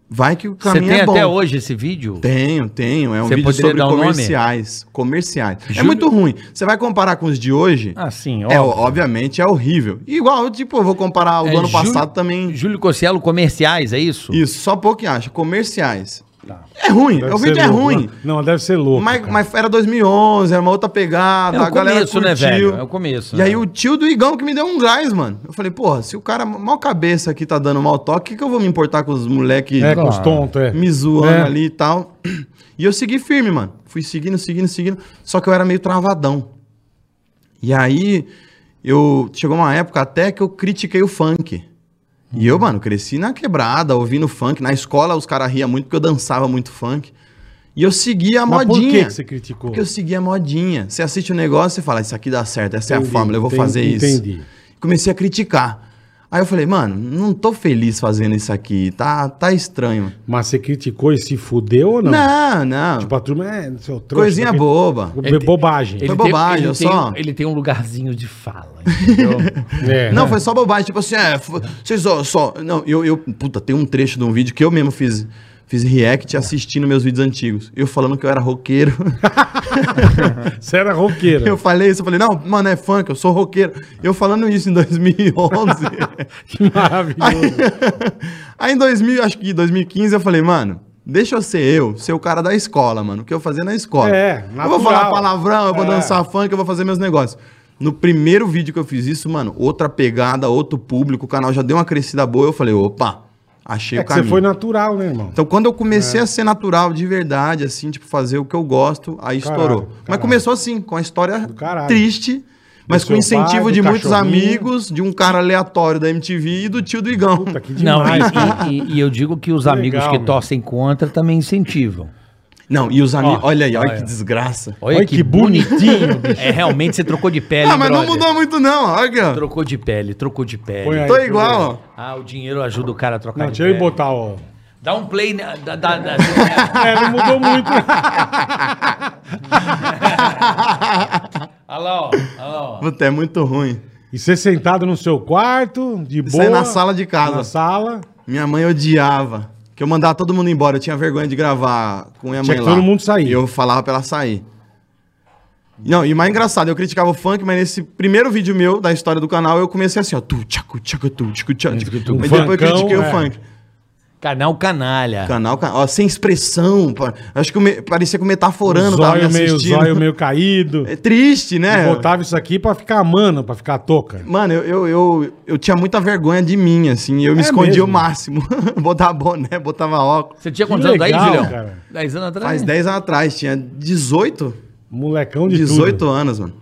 D: Vai que o
B: Você
D: caminho
B: tem
D: é bom.
B: até hoje esse vídeo?
D: Tenho, tenho. É um
B: Você
D: vídeo
B: poderia
D: sobre
B: dar o nome?
D: comerciais. Comerciais. É
B: Júlio-
D: muito ruim. Você vai comparar com os de hoje?
B: Ah, sim,
D: É, obviamente é horrível. Igual, tipo, eu vou comparar o do
B: É
D: ano
B: Júlio-
D: passado também.
B: Júlio Cocielo comerciais, é isso?
D: Isso, só pouco que acha. Comerciais.
B: Tá.
D: É ruim,
C: Deve
D: o
C: ser
D: vídeo é
C: louco,
D: ruim.
C: né? Não, deve ser louco.
D: Mas,
C: cara.
D: mas era 2011, era uma outra pegada,
B: É o
D: a galera
B: começo,
D: curtiu.
B: né, velho? É o começo,
D: E
B: né?
D: aí o tio do Igão que me deu um gás, mano. Eu falei, porra, se o cara mal cabeça aqui tá dando mal toque, o que, que eu vou me importar com os moleque
C: É, com os tontos, é.
D: me zoando
C: É.
D: ali e tal. E eu segui firme, mano. Fui seguindo, seguindo, seguindo. Só que eu era meio travadão. E aí, eu chegou uma época até que eu critiquei o funk. E eu, mano, cresci na quebrada, ouvindo funk. Na escola os caras riam muito porque eu dançava muito funk. E eu seguia a
C: Mas por
D: modinha.
C: que, que você criticou?
D: Porque eu segui a modinha. Você assiste o negócio e fala, isso aqui dá certo, essa é a
C: Entendi,
D: fórmula, eu vou
C: entendi,
D: fazer isso.
C: entendi.
D: Comecei a criticar. Aí eu falei, mano, não tô feliz fazendo isso aqui, tá, tá estranho.
C: Mas você criticou e se fudeu ou não?
D: Não, não.
C: Tipo, a turma é seu trouxa.
D: Coisinha
C: porque-
D: boba.
C: Bo- Bobagem.
D: Foi bobagem,
B: ele
D: eu só-
B: Tem, ele tem um lugarzinho
C: *laughs*
B: de fala, né? entendeu?
C: É.
D: Não, foi só bobagem. Tipo assim, é, f- vocês só, só. Não, eu, eu. Puta, tem um trecho de um vídeo que eu mesmo fiz. Fiz react assistindo meus vídeos antigos. Eu falando que eu era roqueiro. *laughs*
C: Você era roqueiro.
D: Eu falei isso, eu falei, não, mano, é funk, eu sou roqueiro. Eu falando isso em 2011.
C: *laughs* Que maravilhoso.
D: *laughs* Aí em 2000, acho que 2015, eu falei, mano, deixa eu ser eu, ser o cara da escola, mano. O que eu fazer na escola.
C: É,
D: Eu vou
C: natural.
D: falar palavrão, eu vou
C: É.
D: dançar funk, eu vou fazer meus negócios. No primeiro vídeo que eu fiz isso, mano, outra pegada, outro público, o canal já deu uma crescida boa, eu falei, opa, achei
C: É
D: o
C: que você
D: caminho.
C: foi É. natural, né, irmão?
D: Então, quando eu comecei a ser natural de verdade, assim, tipo, fazer o que eu gosto,
C: Caralho,
D: aí estourou. Mas
C: caralho.
D: começou assim, com a história
C: caralho.
D: triste, mas
C: Do
D: com
C: seu
D: incentivo
C: pai,
D: de
C: do
D: muitos
C: cachorrinho.
D: amigos, de um cara aleatório da MTV e do tio do Igão.
C: Puta, que
B: Não,
C: demais. cara.
B: e, e- e eu digo que os
C: Legal,
B: amigos que
C: mano.
B: torcem contra também incentivam.
D: Não, e os amigos.
B: Ó,
D: olha aí, olha, que desgraça.
B: Olha,
C: Olha
B: que,
C: que
B: bonitinho. bicho. é, realmente você trocou de pele,
D: ah, mas não
B: brother.
D: mudou muito, não. Olha aqui, ó.
B: Trocou de pele, trocou de pele.
C: Põe aí,
D: Tô
C: deixa eu ver.
D: igual, ó.
B: Ah, o dinheiro ajuda o cara a trocar
C: Não,
B: de
C: deixa
B: pele.
C: eu botar, ó.
B: Dá um play... na- da- da- da- *laughs*
C: É, não mudou muito.
B: Olha lá, ó. Olha lá, ó.
D: Puta, é muito ruim.
C: E você sentado no seu quarto, de
D: Isso aí
C: boa.
D: na sala de casa.
C: Na sala.
D: Minha mãe odiava. Que eu mandava todo mundo embora. Eu tinha vergonha de gravar com minha
C: Tinha
D: mãe
C: que
D: lá.
C: todo mundo sair.
D: E eu falava pra ela sair. Não, e mais engraçado, eu criticava o funk, mas nesse primeiro vídeo meu da história do canal, eu comecei assim, ó. Tu, tchacu, tchacu, tu, tchacu, tchacu.
B: tu.
D: Mas depois eu
C: Funkão,
D: critiquei
C: é.
D: o funk.
B: Canal Canalha.
D: Canal, can- ó, sem expressão. pá. Acho que eu me- parecia que o metaforando tava me
C: zóio meio,
D: assistindo.
C: zóio meio caído.
D: É triste, né?
C: E botava isso aqui pra ficar mano, pra ficar toca.
D: Mano, eu, eu, eu, eu tinha muita vergonha de mim, assim. Eu me
C: É
D: escondia
C: mesmo?
D: o máximo. *laughs* botava boné, botava óculos.
B: Você tinha
C: Que
B: quantos anos daí,
C: legal,
B: Julião?
C: cara.
B: 10 anos atrás?
D: Faz 10 anos atrás, tinha 18?
C: Molecão É. de
D: 18
C: tudo. É.
D: anos, mano.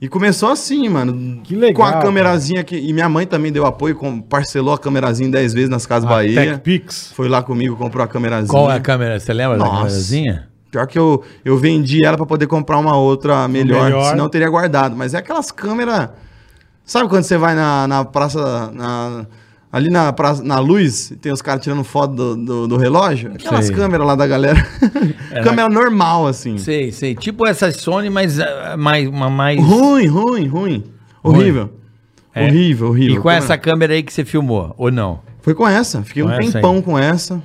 D: E começou assim, mano.
C: Que legal,
D: Com a
C: cara.
D: câmerazinha que. E minha mãe também deu apoio, com, parcelou a câmerazinha 10 vezes nas Casas
C: A é
D: Bahia.
C: TechPix.
D: Foi lá comigo, comprou a câmerazinha.
B: Qual é a câmera? Você lembra da
D: né? Nossa.
B: câmerazinha?
D: Pior que eu, eu vendi ela pra poder comprar uma outra melhor,
C: Melhor.
D: senão eu teria guardado. Mas é aquelas câmeras. Sabe quando você vai na, na praça. na- ali na, praça, na luz, e tem os caras tirando foto do, do, do relógio? Aquelas
C: Sei.
D: câmeras lá da galera. Câmera normal, assim.
B: Sei, sei. Tipo essas Sony, mas ah, mais. uma mais...
D: Ruim, ruim, ruim. Horrível.
B: É.
D: Horrível, horrível.
B: E com
D: Câmera-
B: essa câmera aí que você filmou, ou não?
D: Foi com essa. Fiquei
B: Com
D: um
B: essa
D: tempão com essa.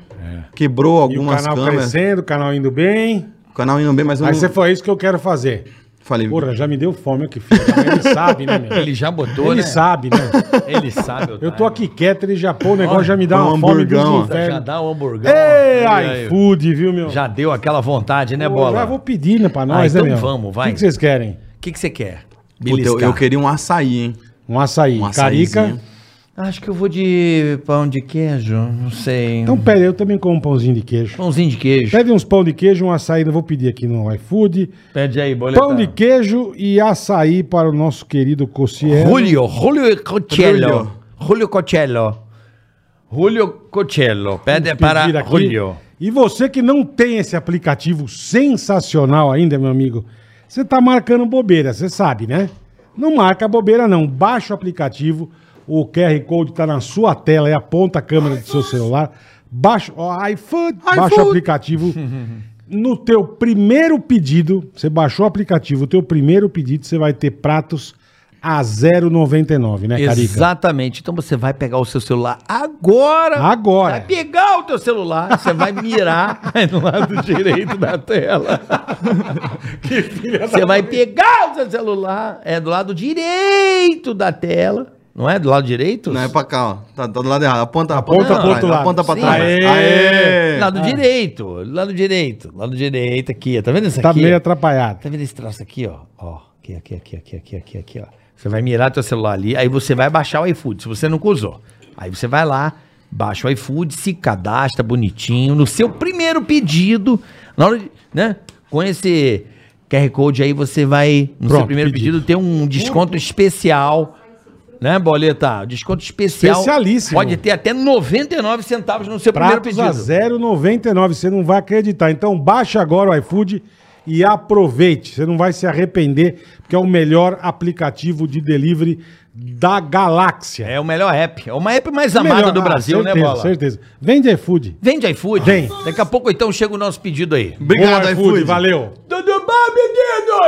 D: Quebrou
C: E o
D: algumas
C: canal
D: câmeras.
C: crescendo, o canal indo bem.
D: O canal indo bem, mas eu
C: Aí
D: não...
C: você falou, "É isso que eu quero fazer.
D: falei...
C: Porra, já me deu fome aqui, filho. Ele sabe, né, meu? Ele,
B: Ele já botou, né?
C: sabe,
D: *laughs*
C: né?
B: Ele sabe.
C: Eu tô
B: otário.
C: aqui quieto, ele já pô, o negócio já me dá
D: Ó,
C: uma
D: um
C: fome dos
D: hamburgão, ó.
B: Já
C: infernos.
B: dá o hamburgão. ó.
C: Ei, iFood, viu, meu?
B: Já deu aquela vontade, né,
C: Pô,
B: Bola?
C: Já vou pedir, né, pra nós,
B: Ah, então
C: né, meu?
B: vamos, vai.
C: O que que vocês querem?
B: O que que você quer?
D: Puta, eu,
B: Beliscar.
D: eu queria um açaí, hein?
C: Um açaí.
D: Um
C: Carica.
D: açaizinho.
B: Acho que eu vou de pão de queijo, não sei.
C: Então pede, eu também como um pãozinho de queijo.
B: Pãozinho de queijo.
C: Pede uns pão de queijo, um açaí, eu vou pedir aqui no iFood.
B: Pede aí, boletão.
C: Pão de queijo e açaí para o nosso querido Cossier.
B: Julio, Julio Cocello.
D: Julio.
B: Julio Cocello. Julio Cocello. Pede para
C: pedir aqui.
B: Julio.
C: E você que não tem esse aplicativo sensacional ainda, meu amigo, você tá marcando bobeira, você sabe, né? Não marca bobeira, não. Baixa o aplicativo, o QR Code tá na sua tela e aponta a câmera do seu celular. Baixa, ó, iFood, baixa o
D: iFood.
C: aplicativo. No teu primeiro pedido, você baixou o aplicativo, o teu primeiro pedido, você vai ter pratos a 0,99,
B: É
C: né, Carica?
B: Exatamente. Então você vai pegar o seu celular agora.
C: Agora.
B: Vai pegar o teu celular, você vai mirar aí *laughs* no lado direito da *laughs* tela. Você vai pegar o seu celular, é do lado direito da tela. Não é do lado direito?
D: Não, é pra cá, ó. Tá, tá do lado errado. Aponta, aponta,
C: Aponta
D: pra
C: pro
D: trás,
C: outro lado.
D: Aponta pra
B: Sim.
D: trás.
C: Aê!
D: Aê!
B: Lado direito, lado direito, lado direito aqui, ó. tá vendo isso
C: Tá
B: aqui?
C: meio atrapalhado.
B: Tá vendo esse traço aqui, ó? Ó, aqui, aqui, aqui, aqui, aqui, aqui, aqui, ó. Você vai mirar teu celular ali, aí você vai baixar o iFood, se você nunca usou. Aí você vai lá, baixa o iFood, se cadastra bonitinho, no seu primeiro pedido, na hora de, né? Com esse QR Code aí, você vai, no
C: Pronto,
B: seu primeiro
C: pedido.
B: pedido, ter um desconto especial, né, Boleta? Desconto especial.
C: Especialíssimo.
B: Pode ter até 99 centavos no seu
C: Pratos a
B: primeiro pedido.
C: 0,99. Você não vai acreditar. Então baixa agora o iFood e aproveite. Você não vai se arrepender, porque é o melhor aplicativo de delivery da galáxia.
B: É o melhor app. É uma app mais
C: Melhor-
B: amada do
C: Ah,
B: Brasil,
C: certeza,
B: né, Bola?
C: certeza. Vende iFood.
B: Vende iFood?
C: Vem.
B: Daqui a pouco, então, chega o nosso pedido aí.
D: Obrigado,
C: Boa,
D: iFood.
C: Valeu.
B: Tudo bom,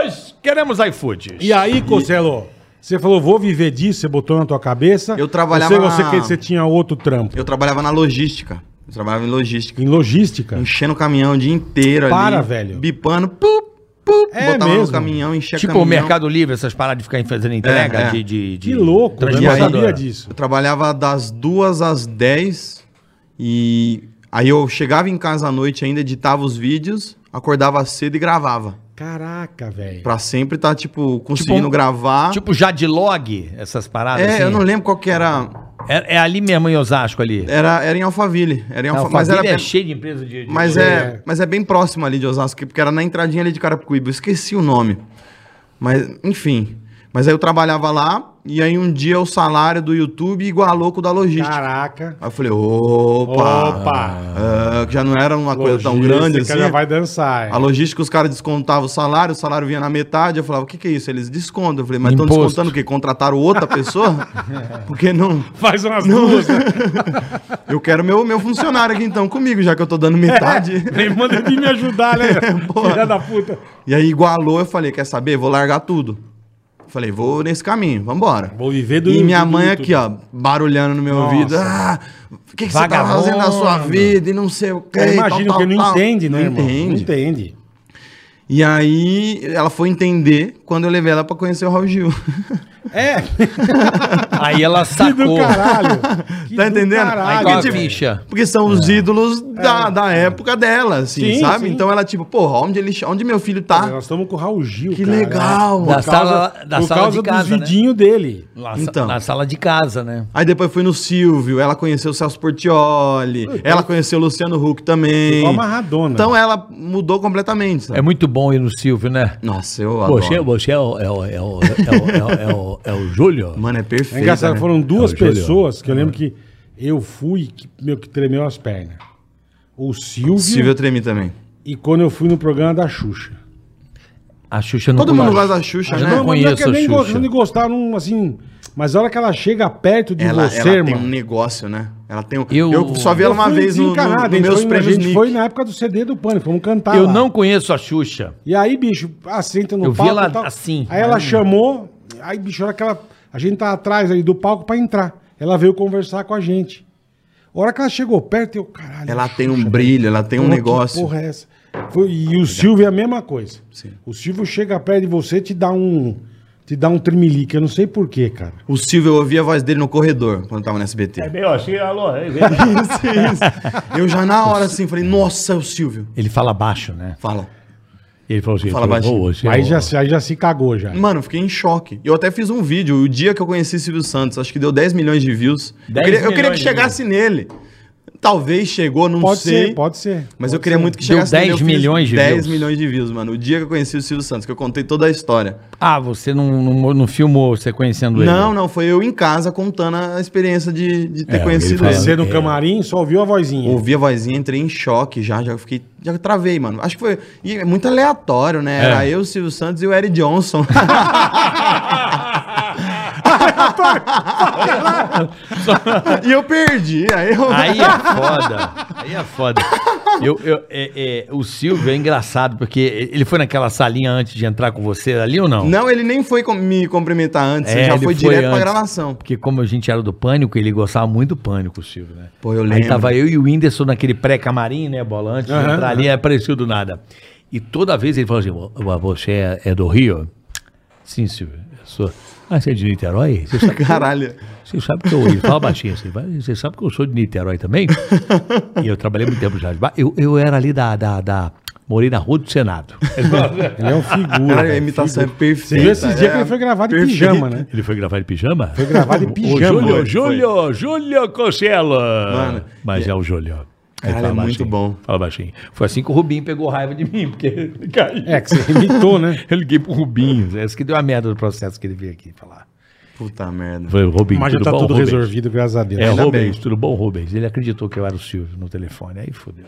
B: meninos? Queremos iFood.
C: E aí, Cocelo? Você falou, vou viver disso, você botou na tua cabeça.
D: Eu trabalhava
C: Você, você,
D: na-
C: que você tinha outro trampo.
D: Eu trabalhava na logística. Eu trabalhava em logística.
C: Em logística.
D: Enchendo o caminhão o dia inteiro
C: Para,
D: ali.
C: velho.
D: Bipando. Pup, pup,
C: É
D: botava
C: mesmo.
D: no caminhão, enchia
B: Tipo
D: caminhão.
B: o Mercado Livre, essas paradas de ficar fazendo entrega
D: É, né? é.
B: De, de, de...
C: Que louco, eu não
B: transportadora.
C: sabia disso.
D: Eu trabalhava das duas às 10 e aí eu chegava em casa à noite ainda, editava os vídeos, acordava cedo e gravava.
C: Caraca, velho.
D: Pra sempre tá, tipo, conseguindo
B: um-
D: gravar.
B: Tipo Jadlog, essas paradas
D: é,
B: assim.
D: eu não lembro qual que era.
B: É, é ali mesmo em Osasco, ali.
D: Era, era em Alphaville. Era em Alpha, É, mas
B: Alphaville
D: era
B: é né?
D: bem,
B: cheio de empresas de... de-
D: mas
C: é.
D: é, mas é bem próximo ali de Osasco, porque era na entradinha ali de Carapicuíba. Eu esqueci o nome. Mas, enfim. Mas aí eu trabalhava lá e aí um dia o salário do YouTube igualou com o da logística.
C: Caraca.
D: Aí eu falei, opa!
C: Opa.
D: Ah, que já não era uma coisa tão
C: Logística
D: grande assim.
C: já vai dançar. é.
D: A logística, os caras descontavam o salário, o salário vinha na metade. Eu falava, o que, que é isso? Eles descontam. Eu falei, mas estão
B: Imposto.
D: descontando o quê? Contrataram outra pessoa? Porque não.
C: Faz umas duas.
D: *laughs*
C: né?
D: Eu quero meu, meu funcionário aqui então comigo, já que eu tô dando
C: *laughs*
D: metade.
C: Ele manda vir me ajudar,
D: *laughs*
C: né?
D: Porra.
C: Filha da puta.
D: E aí igualou, eu falei, quer saber? Vou largar tudo. Falei, vou nesse caminho, vambora.
C: Vou viver do
D: E minha
C: do
D: mãe
C: YouTube.
D: aqui, ó, barulhando no meu
C: Nossa.
D: ouvido. Ah, o que, que você tá
B: Vagabundo.
D: fazendo na sua vida? E não sei o quê.
C: Eu
D: e
C: imagino
D: tal,
C: que
D: tal,
C: não
D: tal.
C: entende, né,
D: Não
C: irmão? Não
D: entende.
C: entende.
D: E aí ela foi entender quando eu levei ela pra conhecer o Raul Gil. *laughs*
C: *laughs* É,
B: Aí ela
C: que do
B: sacou.
D: *laughs*
C: caralho. Que
D: tá
C: do
D: entendendo?
B: Aí
C: Caralho,
B: qual a
D: Porque, tipo,
C: velho.
B: ficha?
D: Porque são os ídolos da, da época dela, assim,
C: Sim,
D: sabe?
C: sim.
D: Então ela, tipo, porra, onde, ele, onde meu filho tá?
C: Nós estamos com o Raul Gil,
D: Que legal,
C: Por
D: mano.
B: Da sala- da
C: por
B: sala
C: causa
B: de casa,
C: dos
B: né?
C: vidinhos dele.
B: Na,
D: Então.
B: na sala de casa, né?
D: Aí depois fui no Silvio, ela conheceu o Celso Portioli, ela conheceu o Luciano Huck também.
C: Igual a Maradona.
D: Então ela mudou completamente, sabe?
B: É muito bom ir no Silvio, né?
D: Nossa, eu adoro.
E: Você, você é o, é o, é o, é o, é o, é o, é o Júlio?
D: Mano, é
C: É
D: perfeito.
C: engraçado,
D: né?
C: foram duas
E: É o Júlio.
C: pessoas que eu lembro que eu fui, que, meu, que tremeu as pernas. O Silvio,
D: Silvio eu tremi também.
C: e quando eu fui no programa da Xuxa.
E: A Xuxa não
D: Todo mundo
E: gosta.
D: gosta da Xuxa,
E: Eu
D: né?
E: não conheço
C: é que eu
E: a
C: nem
E: Xuxa.
C: gosto de gostar, não, assim. Mas a hora que ela chega perto de
D: Ela,
C: você,
D: ela
C: irmão.
D: tem um negócio, né? Ela tem um...
B: Eu-
D: Eu, só vi ela uma vez no, no,
C: desencanado, a
D: no
C: gente
D: meus
C: foi,
D: prêmios
C: então, A gente
D: Nick.
C: foi na época do CD do Pânico, vamos cantar
B: Eu
C: lá.
B: não conheço a Xuxa.
C: E aí, bicho, assenta no
B: Eu vi
C: palco.
B: ela
C: e tal.
B: assim.
C: Aí
D: Ah.
C: ela chamou, aí, bicho, a hora que ela. A gente tá atrás ali do palco pra entrar. Ela veio conversar com a gente. A hora que ela chegou perto, eu, caralho.
D: Ela tem um
C: Xuxa,
D: brilho, ela tem um
C: Pô,
D: negócio.
C: Que porra é essa? Foi- e o Silvio é a mesma coisa. O Silvio chega perto de você e te dá um. Te dá um trimelique. Eu não sei porquê, cara.
D: O Silvio, eu ouvia a voz dele no corredor, quando tava no SBT.
F: É meio assim, alô, aí vem.
D: Isso, isso. Eu já na hora, assim, falei, nossa, é o Silvio.
E: Ele fala baixo, né?
D: Fala.
E: Ele falou assim,
D: Fala
E: ele falou,
D: baixinho.
E: "Ô, você é
C: aí,
E: o-
C: já, se- aí já se cagou já.
D: É. Mano, eu fiquei em choque. Eu até fiz um vídeo, o dia que eu conheci Silvio Santos, acho que deu 10 milhões de views. Eu
F: 10
D: queria, eu queria
F: milhões
D: que
F: de
D: chegasse nele. Talvez chegou, não
C: Pode
D: sei.
C: ser, pode ser.
D: Mas eu
C: Pode
D: queria
C: ser.
D: muito que
B: Deu
D: chegasse
B: 10
D: eu fiz
B: milhões de
D: 10
B: views.
D: milhões de views, mano. O dia que eu conheci o Silvio Santos, que eu contei toda a história.
B: Ah, você não, não, não filmou você conhecendo ele?
D: Não, não, foi eu em casa contando a experiência de, de ter
E: É, ele
D: conhecido
E: fala-
D: ele.
C: Descer no camarim, só ouviu a vozinha.
D: Ouvi a vozinha, entrei em choque já, já fiquei, já travei, mano. Acho que foi e é muito aleatório, né? Era eu, Silvio Santos e o Eric Johnson. e eu perdi, aí eu...
B: Aí é foda. Aí é foda. Eu, eu- é- é, o Silvio é engraçado, porque ele foi naquela salinha antes de entrar com você ali ou não?
D: Não, ele nem foi com- me cumprimentar antes,
B: É,
D: ele já
B: ele
D: foi, direto pra
B: antes.
D: gravação. *laughs*
B: Porque como a gente era do Pânico, ele gostava muito do Pânico, o Silvio, né?
D: Pô, eu
B: Aí
D: lembro.
B: tava eu e o Whindersson naquele pré-camarim, né, bola? Antes de entrar ali, apareceu do nada. E toda vez ele falou assim, "Vo- você é, é do Rio? Sim, Silvio, eu sou. Ah, você é de Niterói? Você sabe
D: Caralho.
E: Você sabe que eu. Ele fala baixinho assim, "Vai, você sabe que eu sou de Niterói
D: *laughs*
E: também? e eu trabalhei muito tempo já. Eu, eu era ali da. da, da morei na Rua do
D: *laughs*
E: Senado.
C: Ele é um figura.
D: Caralho, a
C: cara.
D: imitação é perfeita.
C: Você viu esses dias que
D: é
C: ele foi gravar de
D: perfeito.
C: pijama, né?
E: Ele foi gravar de pijama? Foi
C: gravar de pijama,
E: O Júlio,
D: ele foi.
E: Júlio, Júlio Cossela.
D: *laughs* Mano,
E: Mas é, o Júlio. Ele
D: Caralho,
E: fala
D: é muito
E: baixinho,
D: bom.
E: Fala baixinho.
B: Foi assim que o Rubinho pegou raiva de mim, porque ele caiu.
C: É, que você imitou, né?
B: Eu liguei pro
E: É
B: Rubinho, essa que deu a merda do processo que ele veio aqui falar.
D: Puta merda.
E: Foi o Rubens,
C: *laughs* Mas já
E: tudo
C: tá
E: bom,
C: tudo
E: Rubens?
C: resolvido, graças a Deus.
E: É,
D: Ainda
A: um
E: Rubens,
D: bem.
E: tudo bom, Rubens? Ele acreditou que eu era o Silvio no telefone, aí fodeu.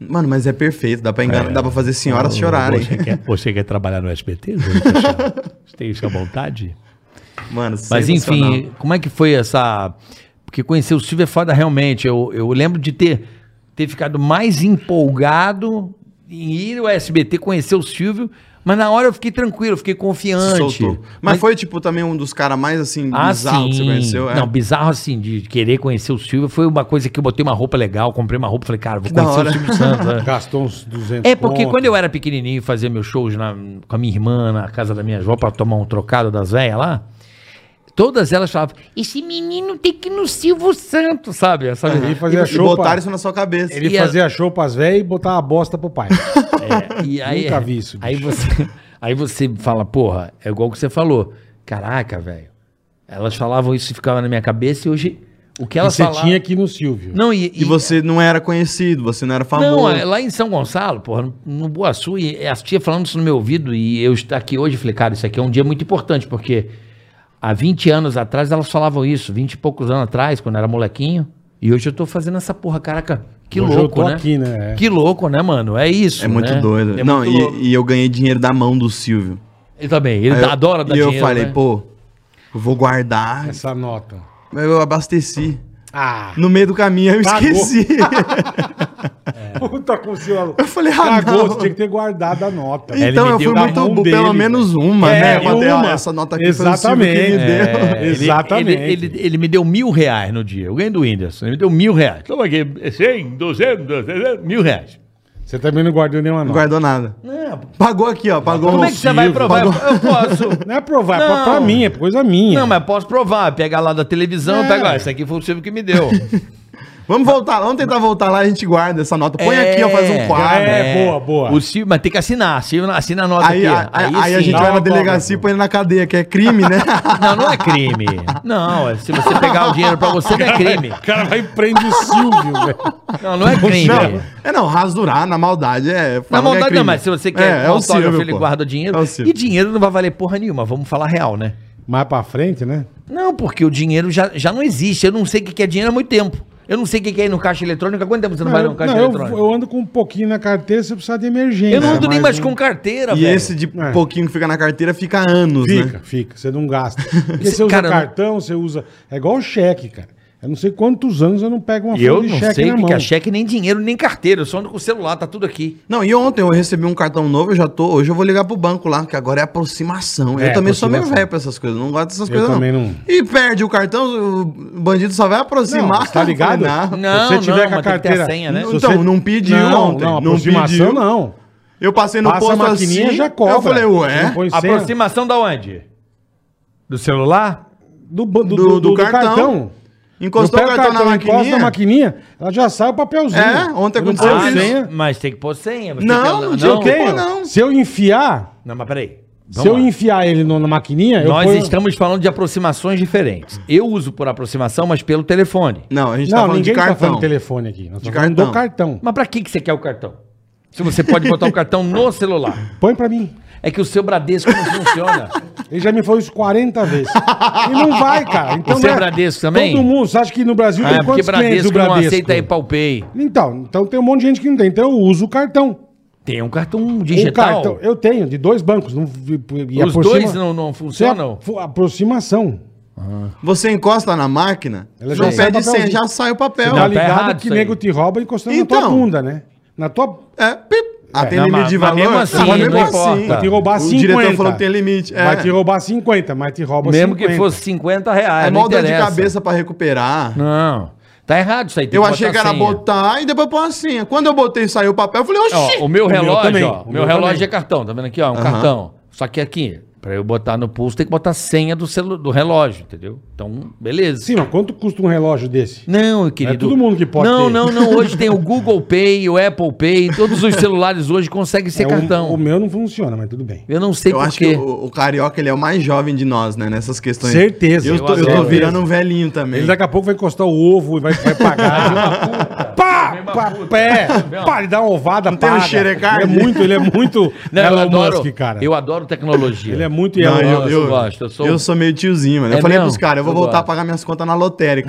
D: Mano, mas é perfeito, dá pra, enganar, dá pra fazer senhoras chorarem.
E: Você quer, você quer trabalhar no SBT? Júlio Cossela? Você tem isso à vontade?
D: *laughs* Mano,
B: Mas
D: sensacional.
B: enfim, como é que foi essa. Porque conhecer o Silvio é foda realmente. Eu, eu lembro de ter, ter ficado mais empolgado em ir ao SBT, conhecer o Silvio, mas na hora eu fiquei tranquilo, eu fiquei
D: Se
B: confiante.
D: soltou. Mas, foi, tipo, também um dos caras mais, assim,
B: Ah,
D: bizarro que você
B: sim.
D: conheceu. é.
B: Não, bizarro assim, de querer conhecer o Silvio. Foi uma coisa que eu botei uma roupa legal, comprei uma roupa, falei, cara, vou
D: Da
B: conhecer o
D: hora.
B: Silvio Santos. né?
C: Gastou uns 200
B: É porque
C: conto.
B: quando eu era pequenininho, fazia meus shows na- com a minha irmã, na casa da minha avó, pra tomar um trocado das velhas lá, todas elas falavam, esse menino tem que ir no Silvio Santos, sabe? Sabe?
C: Ele
D: E
C: fazia
D: e
C: show
D: botaram
C: pra-
D: isso na sua cabeça.
C: Ele
B: E a-
C: fazia show pras velhas e botava a bosta pro
B: *laughs*
C: pai.
B: É, e aí,
C: assim. Nunca vi isso, bicho.
B: Aí você, aí você fala, porra, é igual o que você falou. Caraca, velho. Elas falavam isso e ficava na minha cabeça e hoje o que
C: E
B: elas
C: você
B: falavam...
C: tinha aqui no Silvio.
B: Não, e,
D: E
B: e-
D: você não era conhecido, você não era famoso.
B: Não, é lá em São Gonçalo, porra, no- no Boaçu, e as tias falando isso no meu ouvido, e eu estar aqui hoje, falei, cara, isso aqui é um dia muito importante, porque há 20 anos atrás elas falavam isso, 20 e poucos anos atrás, quando eu era molequinho, e hoje eu tô fazendo essa porra, caraca, que
C: Hoje eu
B: louco,
C: tô
B: né?
C: aqui, né? É.
B: Que louco, né, mano? É isso,
D: É muito
B: né?
D: doido.
B: É
D: não,
B: muito louco.
D: e, e eu ganhei dinheiro da mão do Silvio.
B: Ele também, ele
D: Aí eu-
B: adora dar
D: E
B: dinheiro,
D: eu falei,
B: né?
D: pô, eu vou guardar.
C: É, Essa nota.
D: Mas eu abasteci.
C: Ah,
D: No meio do caminho eu
C: Cagou.
D: esqueci.
C: puta com o Silvio. É
D: eu falei, ah,
C: Cagou,
D: não.
C: você tinha que ter guardado a nota.
E: Ele
D: Então
E: me
D: eu
E: deu
D: fui
E: da
D: muito
C: mão
D: bom, pelo
C: dele,
D: menos uma,
C: É,
D: né? Uma dela,
C: uma.
D: essa nota aqui foi o Silvio que
C: Exatamente.
D: me deu.
C: É.
B: Ele-
C: Exatamente.
B: Ele, ele- ele me deu mil reais no dia. Eu ganhei do Whindersson. Ele me deu mil reais. Então,
E: Toma aqui, 100, 200, 300, mil reais.
C: Você também não guardou nenhuma
D: Não
C: nota.
D: guardou nada.
C: É,
D: Pagou aqui, ó. Pagou.
B: Como é que você vai provar? Eu, eu posso.
C: Não é provar, é
B: Não.
C: pra, pra mim, é coisa minha.
B: Não, mas posso provar. Pegar lá da televisão,
C: É.
B: pega. ó, Esse aqui foi o Silvio que me deu.
D: Vamos voltar, lá, vamos tentar voltar lá, a gente guarda essa nota. *laughs* Põe aqui, ó, faz um quadro.
C: É, boa, boa.
B: O Silvio, mas tem que assinar. Silvio, assina a nota aqui.
D: Aí, a- aí, a
B: sim.
D: gente vai
C: Dá
D: na
C: uma
D: delegacia e
C: dobra.
D: põe ele na cadeia, que é crime, né?
B: Não, não é crime. *laughs* Não, é- se você pegar o dinheiro pra você, não é crime.
C: *laughs* O cara vai e prende o Silvio, velho.
B: Não, não é crime.
D: não, é não, rasurar na maldade é.
B: Na
D: fala que é
B: maldade,
D: crime.
B: não, mas se você quer
D: É,
B: um
D: é o
B: autógrafo,
D: Silvio,
B: ele
D: pô.
B: guarda dinheiro.
D: É o Silvio.
B: e dinheiro não vai valer porra nenhuma, vamos falar real, né?
C: Mais pra frente, né?
B: Não, porque o dinheiro já, já não existe. Eu não sei o que que é dinheiro há muito tempo. Eu não sei o que que é ir no caixa eletrônico. Há quanto tempo você não,
C: Não,
B: vai
C: eu-
B: no caixa
C: não, eu,
B: eletrônico?
C: eu ando com um pouquinho na carteira se eu precisar de
B: Eu,
C: emergência.
B: não
D: É,
B: ando nem
C: mas
B: mais
C: não-
B: com carteira,
D: E
B: velho.
D: esse de
C: É.
D: pouquinho que fica na carteira fica anos,
C: Fica,
D: né?
C: fica. Você não gasta. Porque
B: *laughs* Esse-
C: você usa
B: cara, eu não-
C: cartão, você usa. É igual o cheque, cara. Eu não sei quantos anos eu não pego uma
B: E eu
C: folha de
B: não
C: cheque
B: sei
C: na
B: o que que
C: mão.
B: é cheque, nem dinheiro, nem carteira. Eu só ando com o celular, tá tudo aqui.
D: Não, e ontem eu recebi um cartão novo, eu já tô. Hoje eu vou ligar pro banco lá, que agora é aproximação. eu
C: É,
D: também sou meio
C: aproximação.
D: velho pra essas coisas, não gosto dessas
C: Eu
D: coisas,
C: também
D: não.
C: não.
D: E perde o cartão, o bandido só vai aproximar.
C: Não, você tá
D: *laughs*
C: ligado?
D: Eu falei,
B: Não,
C: se você tiver
B: não,
C: com a
B: mas tem que ter
C: carteira.
B: a senha, né?
C: se
D: Então, não pediu
C: não,
D: ontem,
C: Não,
D: não
C: aproximação
D: pediu.
C: não.
D: Eu passei no
C: Passa a
D: posto
C: maquininha
D: assim,
C: já cobra.
D: eu falei,
C: Você
D: ué,
C: não põe senha
B: Aproximação da onde? Do celular?
C: do, ba- do,
D: do-
C: do- do
D: do
C: cartão.
D: cartão. encostou
C: Encostou
D: o cartão na
C: Encosta
D: maquininha.
C: a maquininha, ela já sai o papelzinho.
D: É, ontem
C: Eu não
D: aconteceu
C: põe
D: isso.
C: senha.
B: Ah, Mas tem que pôr senha. você
D: Não,
B: quer-
D: não tinha
C: Eu
D: Não,
C: tenho.
D: pô, não.
C: Se eu enfiar,
B: Não, mas peraí.
C: se eu enfiar ele no- na maquininha, eu
B: Nós
C: ponho-
B: estamos falando de aproximações diferentes. Eu uso por aproximação, mas pelo telefone.
D: Não, a gente tá
C: Não,
D: falando de
C: ninguém tá falando
D: cartão.
C: de telefone aqui. Nós
D: De
C: estamos falando do cartão.
B: Mas pra que, que você quer o cartão? Se você pode botar o cartão no celular.
C: Põe pra mim.
B: É que o seu Bradesco não
C: *laughs*
B: funciona.
C: Ele já me falou isso 40 vezes. e não vai, cara. Então,
B: Você é
C: né,
B: Bradesco também?
C: Todo mundo. Você acha que no Brasil
B: Ah, é
C: tem
B: porque
C: quantos clientes
B: Bradesco,
C: do Bradesco?
B: não aceita aí PayPal.
C: Então, então tem um monte de gente que não tem. Então eu uso o cartão.
B: Tem um cartão
C: O
B: digital.
C: cartão eu tenho, de dois bancos. Não, e
B: Os
C: aproxima-
B: dois não, não funcionam?
C: Você apro- Aproximação.
D: Você encosta na máquina,
C: Ela
D: não
C: já sai
D: pede
C: o
D: senha,
C: papelzinho.
D: já sai o papel.
B: Não,
C: tá
B: tá
C: ligado
B: errado
C: que
B: isso aí.
C: nego te rouba encostando na tua
D: Então.
C: bunda, né? Na tua.
D: É, pip. Ah, tem
B: Não,
D: limite
B: mas-
D: de
B: mas
D: valor.
B: mesmo assim,
D: mas
B: não importa.
C: Vai te roubar
D: o
C: 50.
D: diretor falou que tem limite. É.
C: Vai te roubar 50, mas te rouba
B: Mesmo
C: 50.
B: que fosse 50
C: Ah,
B: reais.
D: É
B: não
D: mó dor de
B: interessa.
D: cabeça pra recuperar.
B: Não. Tá errado isso aí. tem
D: Eu
B: botar
D: achei que era
B: senha.
D: botar e depois pôr uma senha. Quando eu botei e saiu o papel, eu falei, oxi!
B: Ó, o meu
C: O meu
B: relógio,
C: também,
B: ó,
C: o
B: meu,
C: meu
B: relógio
C: também.
B: é cartão, tá vendo aqui, ó, um cartão. Só que aqui, pra eu botar no pulso, tem que botar a senha do, celu do relógio, entendeu? Então, beleza.
C: Sim, mas quanto custa um relógio desse?
B: Não, querido.
C: todo mundo que pode
B: Não,
C: ter.
B: não, não. Hoje tem o Google Pay, o Apple Pay, todos os celulares hoje conseguem ser
C: É, o-
B: cartão.
C: O, meu não funciona, mas tudo bem.
B: Eu não sei
D: eu
B: por
D: acho que
B: quê.
D: o, o carioca ele é o mais jovem de nós, né? Nessas questões.
C: Certeza. é.
D: Eu tô, eu
B: Eu
D: tô
B: adoro.
D: virando um velhinho também.
C: Ele tá daqui a pouco vai encostar o ovo e vai, vai
B: *laughs*
C: pagar. pá! pá pé! Pá, ele dá uma ovada,
D: tem um
C: paga.
D: xerecarde?
C: Ele é muito, ele é muito
B: Não, eu,
C: Elon
B: adoro,
C: Musk, cara.
B: eu adoro tecnologia.
C: Ele é muito Elon
D: Não, eu,
C: Musk.
D: eu,
B: eu gosto, eu sou-
D: eu sou meio tiozinho, mano.
B: É
D: eu falei
B: mesmo?
D: pros caras, eu vou
B: Eu
D: voltar a
B: gosto.
D: pagar minhas contas na lotérica.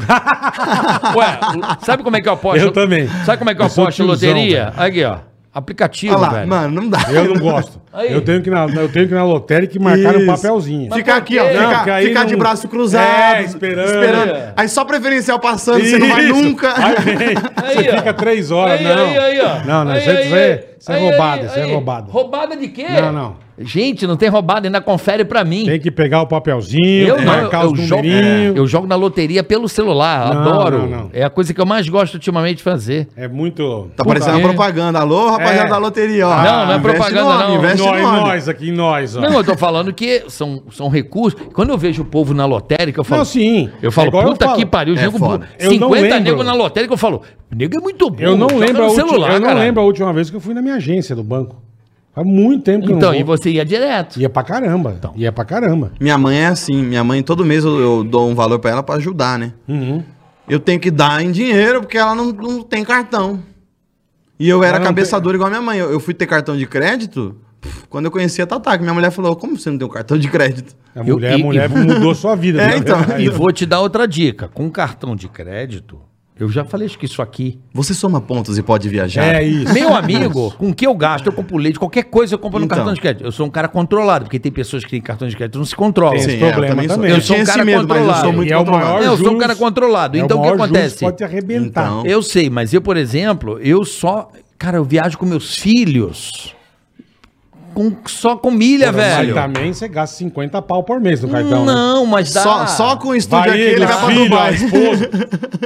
B: Ué, o- sabe como é que eu aposto?
C: Eu também.
B: Sabe como é que eu,
C: Eu sou
B: aposto em
C: tiozão,
B: loteria? Aqui, ó. Aplicativo,
D: Olha lá,
B: velho.
D: mano, não dá. *laughs*
C: Eu
B: *laughs*
C: não gosto.
B: Aí.
C: Eu tenho que ir na, eu tenho que ir na lotérica e marcar um
D: Isso.
C: papelzinho.
D: Ficar aqui, ó.
B: por quê?
D: ficar
C: Não, que aí
D: ficar de
C: não-
D: braço cruzado.
C: É, esperando.
D: Aí só preferencial passando, você não vai
C: Isso.
D: nunca.
C: Aí vem. você
B: ó.
C: fica três horas,
B: Aí,
C: não.
B: aí, aí, ó.
C: Não, não,
B: Aí,
C: isso aí,
B: aí,
C: isso aí-
B: aí.
C: isso é
B: Aí,
C: roubada,
B: aí,
C: isso é
B: aí.
C: roubada.
B: Roubada de quê?
C: Não, não.
B: Gente, não tem roubada, ainda confere pra mim.
C: Tem que pegar o papelzinho,
B: eu não, eu,
C: marcar
B: eu
C: os
B: jogo, É,
C: numerinhos.
B: eu jogo na loteria pelo celular,
C: Não,
B: adoro.
C: não, não.
B: É a coisa que eu mais gosto ultimamente de fazer.
C: É muito.
D: *laughs* Tá parecendo uma
B: é.
D: propaganda. Alô, rapaziada
C: É.
D: da loteria, ó.
B: Não, não é
D: Investe
B: propaganda,
D: no homem,
B: não.
C: Em
D: Investe no
C: nós,
D: homem.
C: nós aqui, em nós, ó.
B: Não, eu tô falando que são, são recursos. Quando eu vejo o povo na lotérica, eu falo.
C: Não, sim.
B: Eu
C: É
B: falo,
C: igual eu
B: puta
C: falo.
B: que pariu,
D: É
B: nego
D: foda.
B: bu-
C: Eu não
B: 50
C: lembro.
B: nego na lotérica, eu falo, nego é muito bom.
C: Eu não,
B: joga
C: lembro a,
B: no
C: ulti-
B: celular,
C: eu não
B: caralho."
C: lembro a última vez que eu fui na minha agência do banco. Faz muito tempo que eu
B: Então,
C: não
B: e Então.
C: vou.
B: você ia direto.
C: Ia pra caramba. Ia pra caramba.
D: Minha mãe é assim. Minha mãe, todo mês eu, eu dou um valor pra ela pra ajudar, né?
C: Uhum.
D: Eu tenho que dar em dinheiro porque ela não, não tem cartão. E eu era
C: Ela não
D: cabeça dura igual a minha mãe. Eu, eu fui ter cartão de crédito pff, quando eu conheci a Tatá, que minha mulher falou: Como você não tem um cartão de crédito?
C: A
B: Eu-
C: mulher,
B: e-
C: a mulher
B: e-
C: mudou sua vida.
D: É,
C: né?
D: então.
C: Aí-
B: E vou te dar outra dica. Com cartão de crédito, eu já falei acho que isso aqui.
D: Você soma pontos e pode viajar.
C: É isso.
B: Meu amigo, com o que eu gasto, eu compro leite, qualquer coisa eu compro
D: Então.
B: no cartão de crédito. Eu sou um cara controlado, porque tem pessoas que têm cartão de crédito e não se controlam.
C: Tem esse
D: Sim, é,
C: problema
D: eu também sou.
C: também.
D: Eu
B: Eu sou
D: tinha
B: um
D: esse
B: cara
D: medo, mas eu sou
B: controlado.
D: muito
C: E é o
D: controlado.
C: maior
B: Não, eu sou um
C: juros-
B: cara controlado.
C: é
B: Então, o que
C: maior juros
B: acontece?
C: Pode te arrebentar.
D: Então.
B: Eu sei, mas eu, por exemplo, eu só. Cara, eu viajo com meus filhos. Com, só com milha,
C: Mas
B: É, velho.
C: também você gasta 50 pau por mês no cartão, né?
B: Não, mas dá.
D: Só, só com o estúdio
C: Vai
D: aqui
C: ele,
D: ele vai
C: os
D: pra
C: filhos, a
D: Dubai.
C: esposa.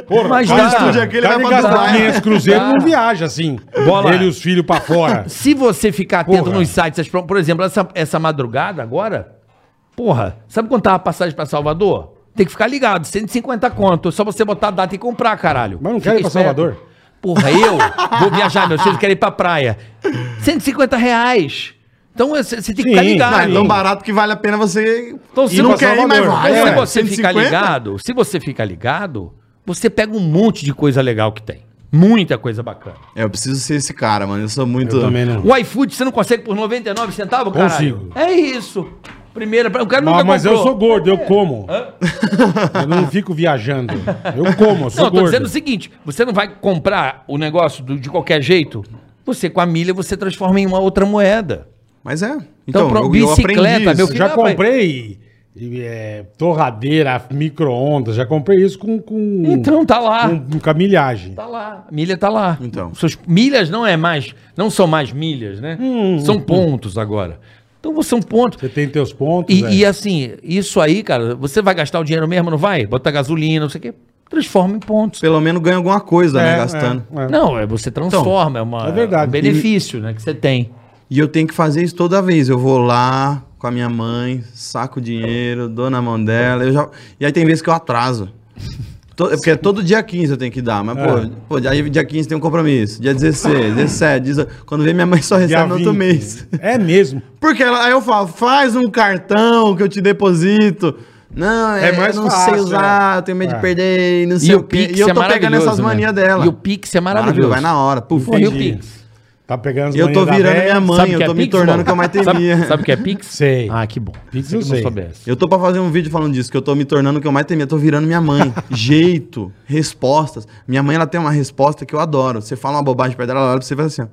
C: Porra,
B: Mas
C: cara,
B: dá.
C: cara,
B: Estúdio
D: aqui, ele
C: cara
D: vai
C: que
D: pra
C: gasta
D: Dubai.
C: 500 cruzeiros
B: Dá.
C: não viaja assim.
B: Bola.
C: Ele e os filhos pra
B: *laughs*
C: fora.
B: Se você ficar atento
C: Porra.
B: nos sites, essas pro- por exemplo, essa, essa madrugada agora, porra, sabe quanto tava a passagem pra Salvador? Tem que ficar ligado, 150 conto, só você botar a data e comprar, caralho.
C: Mas não
B: Fica
C: quero ir pra
B: esperto.
C: Salvador.
B: Porra, eu vou viajar, meus filhos querem ir pra praia. 150 reais. Então você você tem que
C: Sim.
B: ficar ligado.
D: Não, é tão
C: Sim.
D: barato que vale a pena você.
B: Então,
D: e
B: se
D: não
B: você-
D: quer ir, mas
C: Salvador.
D: vai.
B: Então,
C: Ah,
B: se
D: ué.
B: você ficar
D: 150?
B: ligado, se você ficar ligado, você pega um monte de coisa legal que tem. Muita coisa bacana.
D: É, eu preciso ser esse cara, mano. Eu sou muito.
C: Eu também não.
B: O iFood você não consegue por 99 centavos, caralho?
C: Consigo.
B: É isso. Primeira, o cara nunca
C: Mas, mas eu
B: comprou. É.
C: sou gordo, eu como. Eu não fico viajando. Eu como, eu sou
B: Não, eu tô
C: gordo.
B: dizendo o seguinte: você não vai comprar o negócio do- de qualquer jeito. Você, com a milha, você transforma em uma outra moeda.
D: Mas é. Então,
B: pro-
D: eu, eu
B: bicicleta,
D: aprendi isso.
B: meu
C: Eu
B: filho-
C: já
B: Não, mas-
C: comprei e, é, torradeira, micro-ondas, já comprei isso com. com
B: Então tá lá.
C: com, com a milhagem.
B: Tá lá. A milha tá lá.
D: Então.
B: Suas milhas não é mais, não são mais milhas, né? são pontos agora. Então são pontos.
C: Hum. Você tem teus pontos.
B: E,
C: é.
B: e assim, isso aí, cara, você vai gastar o dinheiro mesmo, não vai? Bota gasolina, não sei o quê. Transforma em pontos.
D: Pelo menos ganha alguma coisa,
C: É,
D: né?
C: é,
D: Gastando.
C: é.
B: Não, é você transforma, é, uma,
C: é verdade.
B: um benefício né, que você tem.
D: E eu tenho que fazer isso toda vez. Eu vou lá com a minha mãe, saco o dinheiro, dou na mão dela. Eu já... E aí tem vezes que eu atraso. *laughs* To- Porque é todo dia 15 eu tenho que dar, mas pô, pô, aí dia 15 tem um compromisso. Dia 16, 17, 18. Quando vem, minha mãe só recebe
C: Dia
D: no outro
C: 20.
D: mês. *laughs*
C: É mesmo.
D: Porque ela, aí eu falo, faz um cartão que eu te deposito. Não, é,
C: É mais
D: eu não
C: fácil,
D: sei usar, eu tenho medo
C: É.
D: de perder, e não sei o, quê. E eu tô pegando essas
B: né?
D: manias dela.
B: E o
C: Ah,
B: Pix é maravilhoso.
D: Maravilhoso, vai na hora. Puf,
B: Porra, e o
C: Entendi.
B: Pix?
C: Tá pegando as
D: eu tô
C: manhas da
D: virando
C: véia.
D: minha mãe,
B: Sabe o
D: eu
B: que
D: tô
B: é
D: me
B: Pix,
D: tornando
B: Bola?
D: o que eu mais temia.
B: Sabe, sabe o que é Pix?
C: Sei.
B: Ah, que bom.
C: Pix
B: Pensei
C: eu
B: que não
C: sei.
B: soubesse.
D: Eu tô pra fazer um vídeo falando disso, que eu tô me tornando o que eu mais temia. Eu tô virando
C: *laughs*
D: minha mãe. Jeito, respostas. Minha mãe, ela tem uma resposta que eu adoro. Você fala uma bobagem pra ela, ela olha pra você e faz assim, ó.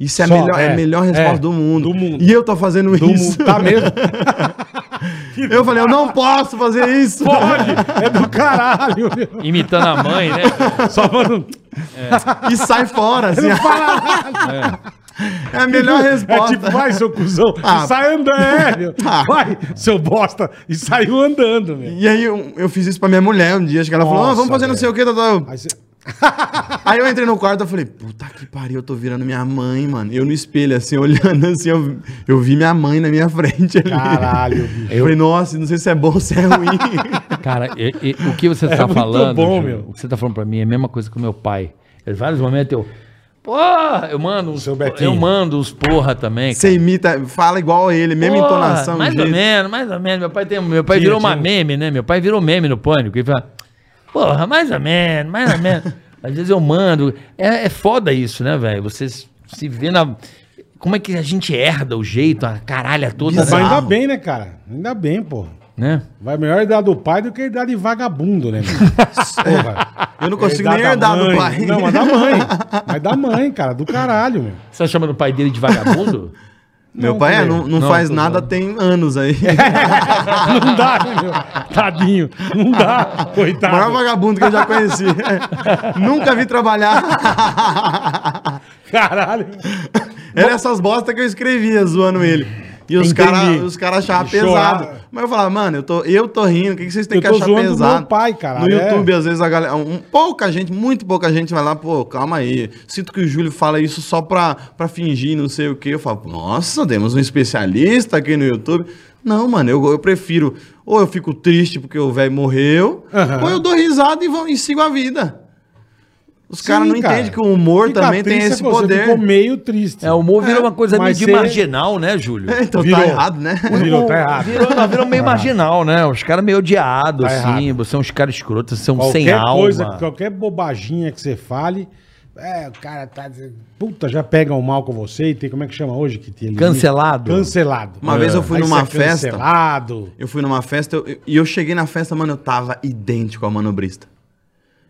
D: Isso é, a
C: Só,
D: melhor, é,
C: é,
D: a melhor resposta
C: é,
D: do, mundo.
C: do mundo.
D: E eu tô fazendo
C: Do mu-
D: isso.
C: Tá mesmo?
D: *laughs* Eu falei, eu não posso fazer isso.
C: é do caralho. meu.
B: Imitando a mãe, né?
C: *laughs* Só mano,
D: E sai fora, assim. É a melhor
C: É
D: resposta.
C: tipo, vai, seu cuzão,
D: Ah.
C: e sai andando. É, meu.
D: Ah.
C: Vai, seu bosta, e saiu andando, meu.
D: E aí eu, eu fiz isso pra minha mulher um dia, acho que ela falou,
C: Nossa,
D: "Ah, vamos fazer não
C: velho.
D: sei o que, tá,
C: Aí você-
D: Aí eu entrei no quarto e falei, puta que pariu, eu tô virando minha mãe, mano. Eu no espelho, assim, *laughs* olhando assim, eu, eu vi minha mãe na minha frente ali.
C: Caralho, bicho.
D: Eu falei, nossa, não sei se é bom ou se é
B: *laughs*
D: ruim.
B: Cara, e- e- o que você tá
C: É muito
B: falando,
C: bom,
B: Júlio,
C: meu.
B: o que você tá falando pra mim é a mesma coisa que o meu pai. Em vários momentos eu... Porra, eu mando uns,
C: Seu Betinho.
B: eu mando uns porra também.
D: Você imita, fala igual a ele, mesma
B: Porra,
D: entonação.
B: Mais
D: jeito.
B: ou menos, mais ou menos. Meu pai, tem, meu pai
C: Tinha,
B: virou uma
C: tinha um-
B: meme, né? Meu pai virou meme no pânico. Ele fala, porra, mais ou menos, mais ou menos.
C: *laughs*
B: Às vezes eu mando. É, é foda isso, né, velho? Você se se vê na. Como é que a gente herda o jeito, a caralha toda,
C: Mas
D: Bizarro.
B: né?
C: ainda bem, né, cara? Ainda bem, pô.
B: né?
C: Vai melhor a idade do pai do que a idade de vagabundo, né?
D: *laughs*
C: meu? Porra.
D: Eu não consigo
C: A
D: É. nem
C: idade da
D: herdar do
C: mãe.
D: pai.
C: Não, mas da
D: *laughs*
C: mãe. Mas da mãe, cara, do caralho, meu.
B: Você tá chamando o pai dele
C: *laughs*
B: de vagabundo?
D: Meu
C: Não,
D: pai é,
C: também.
D: não, não
B: Não,
D: faz
B: tô
D: nada
B: zoando. É,
D: tem
B: *laughs*
D: anos aí.
C: Não dá, né, meu? Tadinho. Não
D: *laughs*
C: dá,
B: tá.
D: O maior
C: coitado.
D: vagabundo que eu
B: *laughs*
D: já conheci. Nunca vi trabalhar.
C: Caralho.
D: Era essas bostas que eu escrevia zoando ele. E os
C: Entendi.
D: caras os cara achavam
C: E chorar.
D: pesado. Mas eu falava, mano, eu tô, eu tô rindo, o que, que vocês têm
C: Eu
D: que
C: tô
D: achar
C: zoando do
D: pesado?
C: meu pai, caralho,
D: No
C: é.
D: YouTube, às vezes, a galera. um- pouca gente, muito pouca gente vai lá, pô, calma aí. Sinto que o Júlio fala isso só pra, pra fingir, não sei o quê. Eu falo, nossa, temos um especialista aqui no YouTube. Não, mano, eu, eu prefiro. Ou eu fico triste porque o velho morreu,
C: Aham.
D: ou eu dou risada e, vão, e sigo a vida. Os
C: Sim,
D: caras não
C: cara.
D: entendem que o humor
C: Fica
D: também tem
C: triste,
D: esse
C: pô, é você
D: poder.
C: Ficou meio triste.
B: É, o humor virou uma coisa meio
C: mas
B: de
C: você-
B: marginal, né, Júlio?
D: É, então
C: Virou.
D: tá errado, né?
C: Virou, tá errado.
B: Virou,
C: *laughs*
B: virou meio marginal, né? Os caras meio odiados,
C: Tá
B: assim.
C: errado.
B: Você é uns caras escrotos, você é um sem
C: Qualquer
B: alma.
C: coisa, qualquer bobaginha que você fale, é, o cara tá. Puta, já pegam mal com você e tem. Como é que chama hoje que te elimina?
B: Cancelado.
C: Cancelado.
D: Uma vez eu fui
C: Aí
D: numa
C: você é
D: festa.
C: Cancelado.
D: Eu fui numa festa eu- eu- e eu cheguei na festa, mano, eu tava idêntico ao manobrista.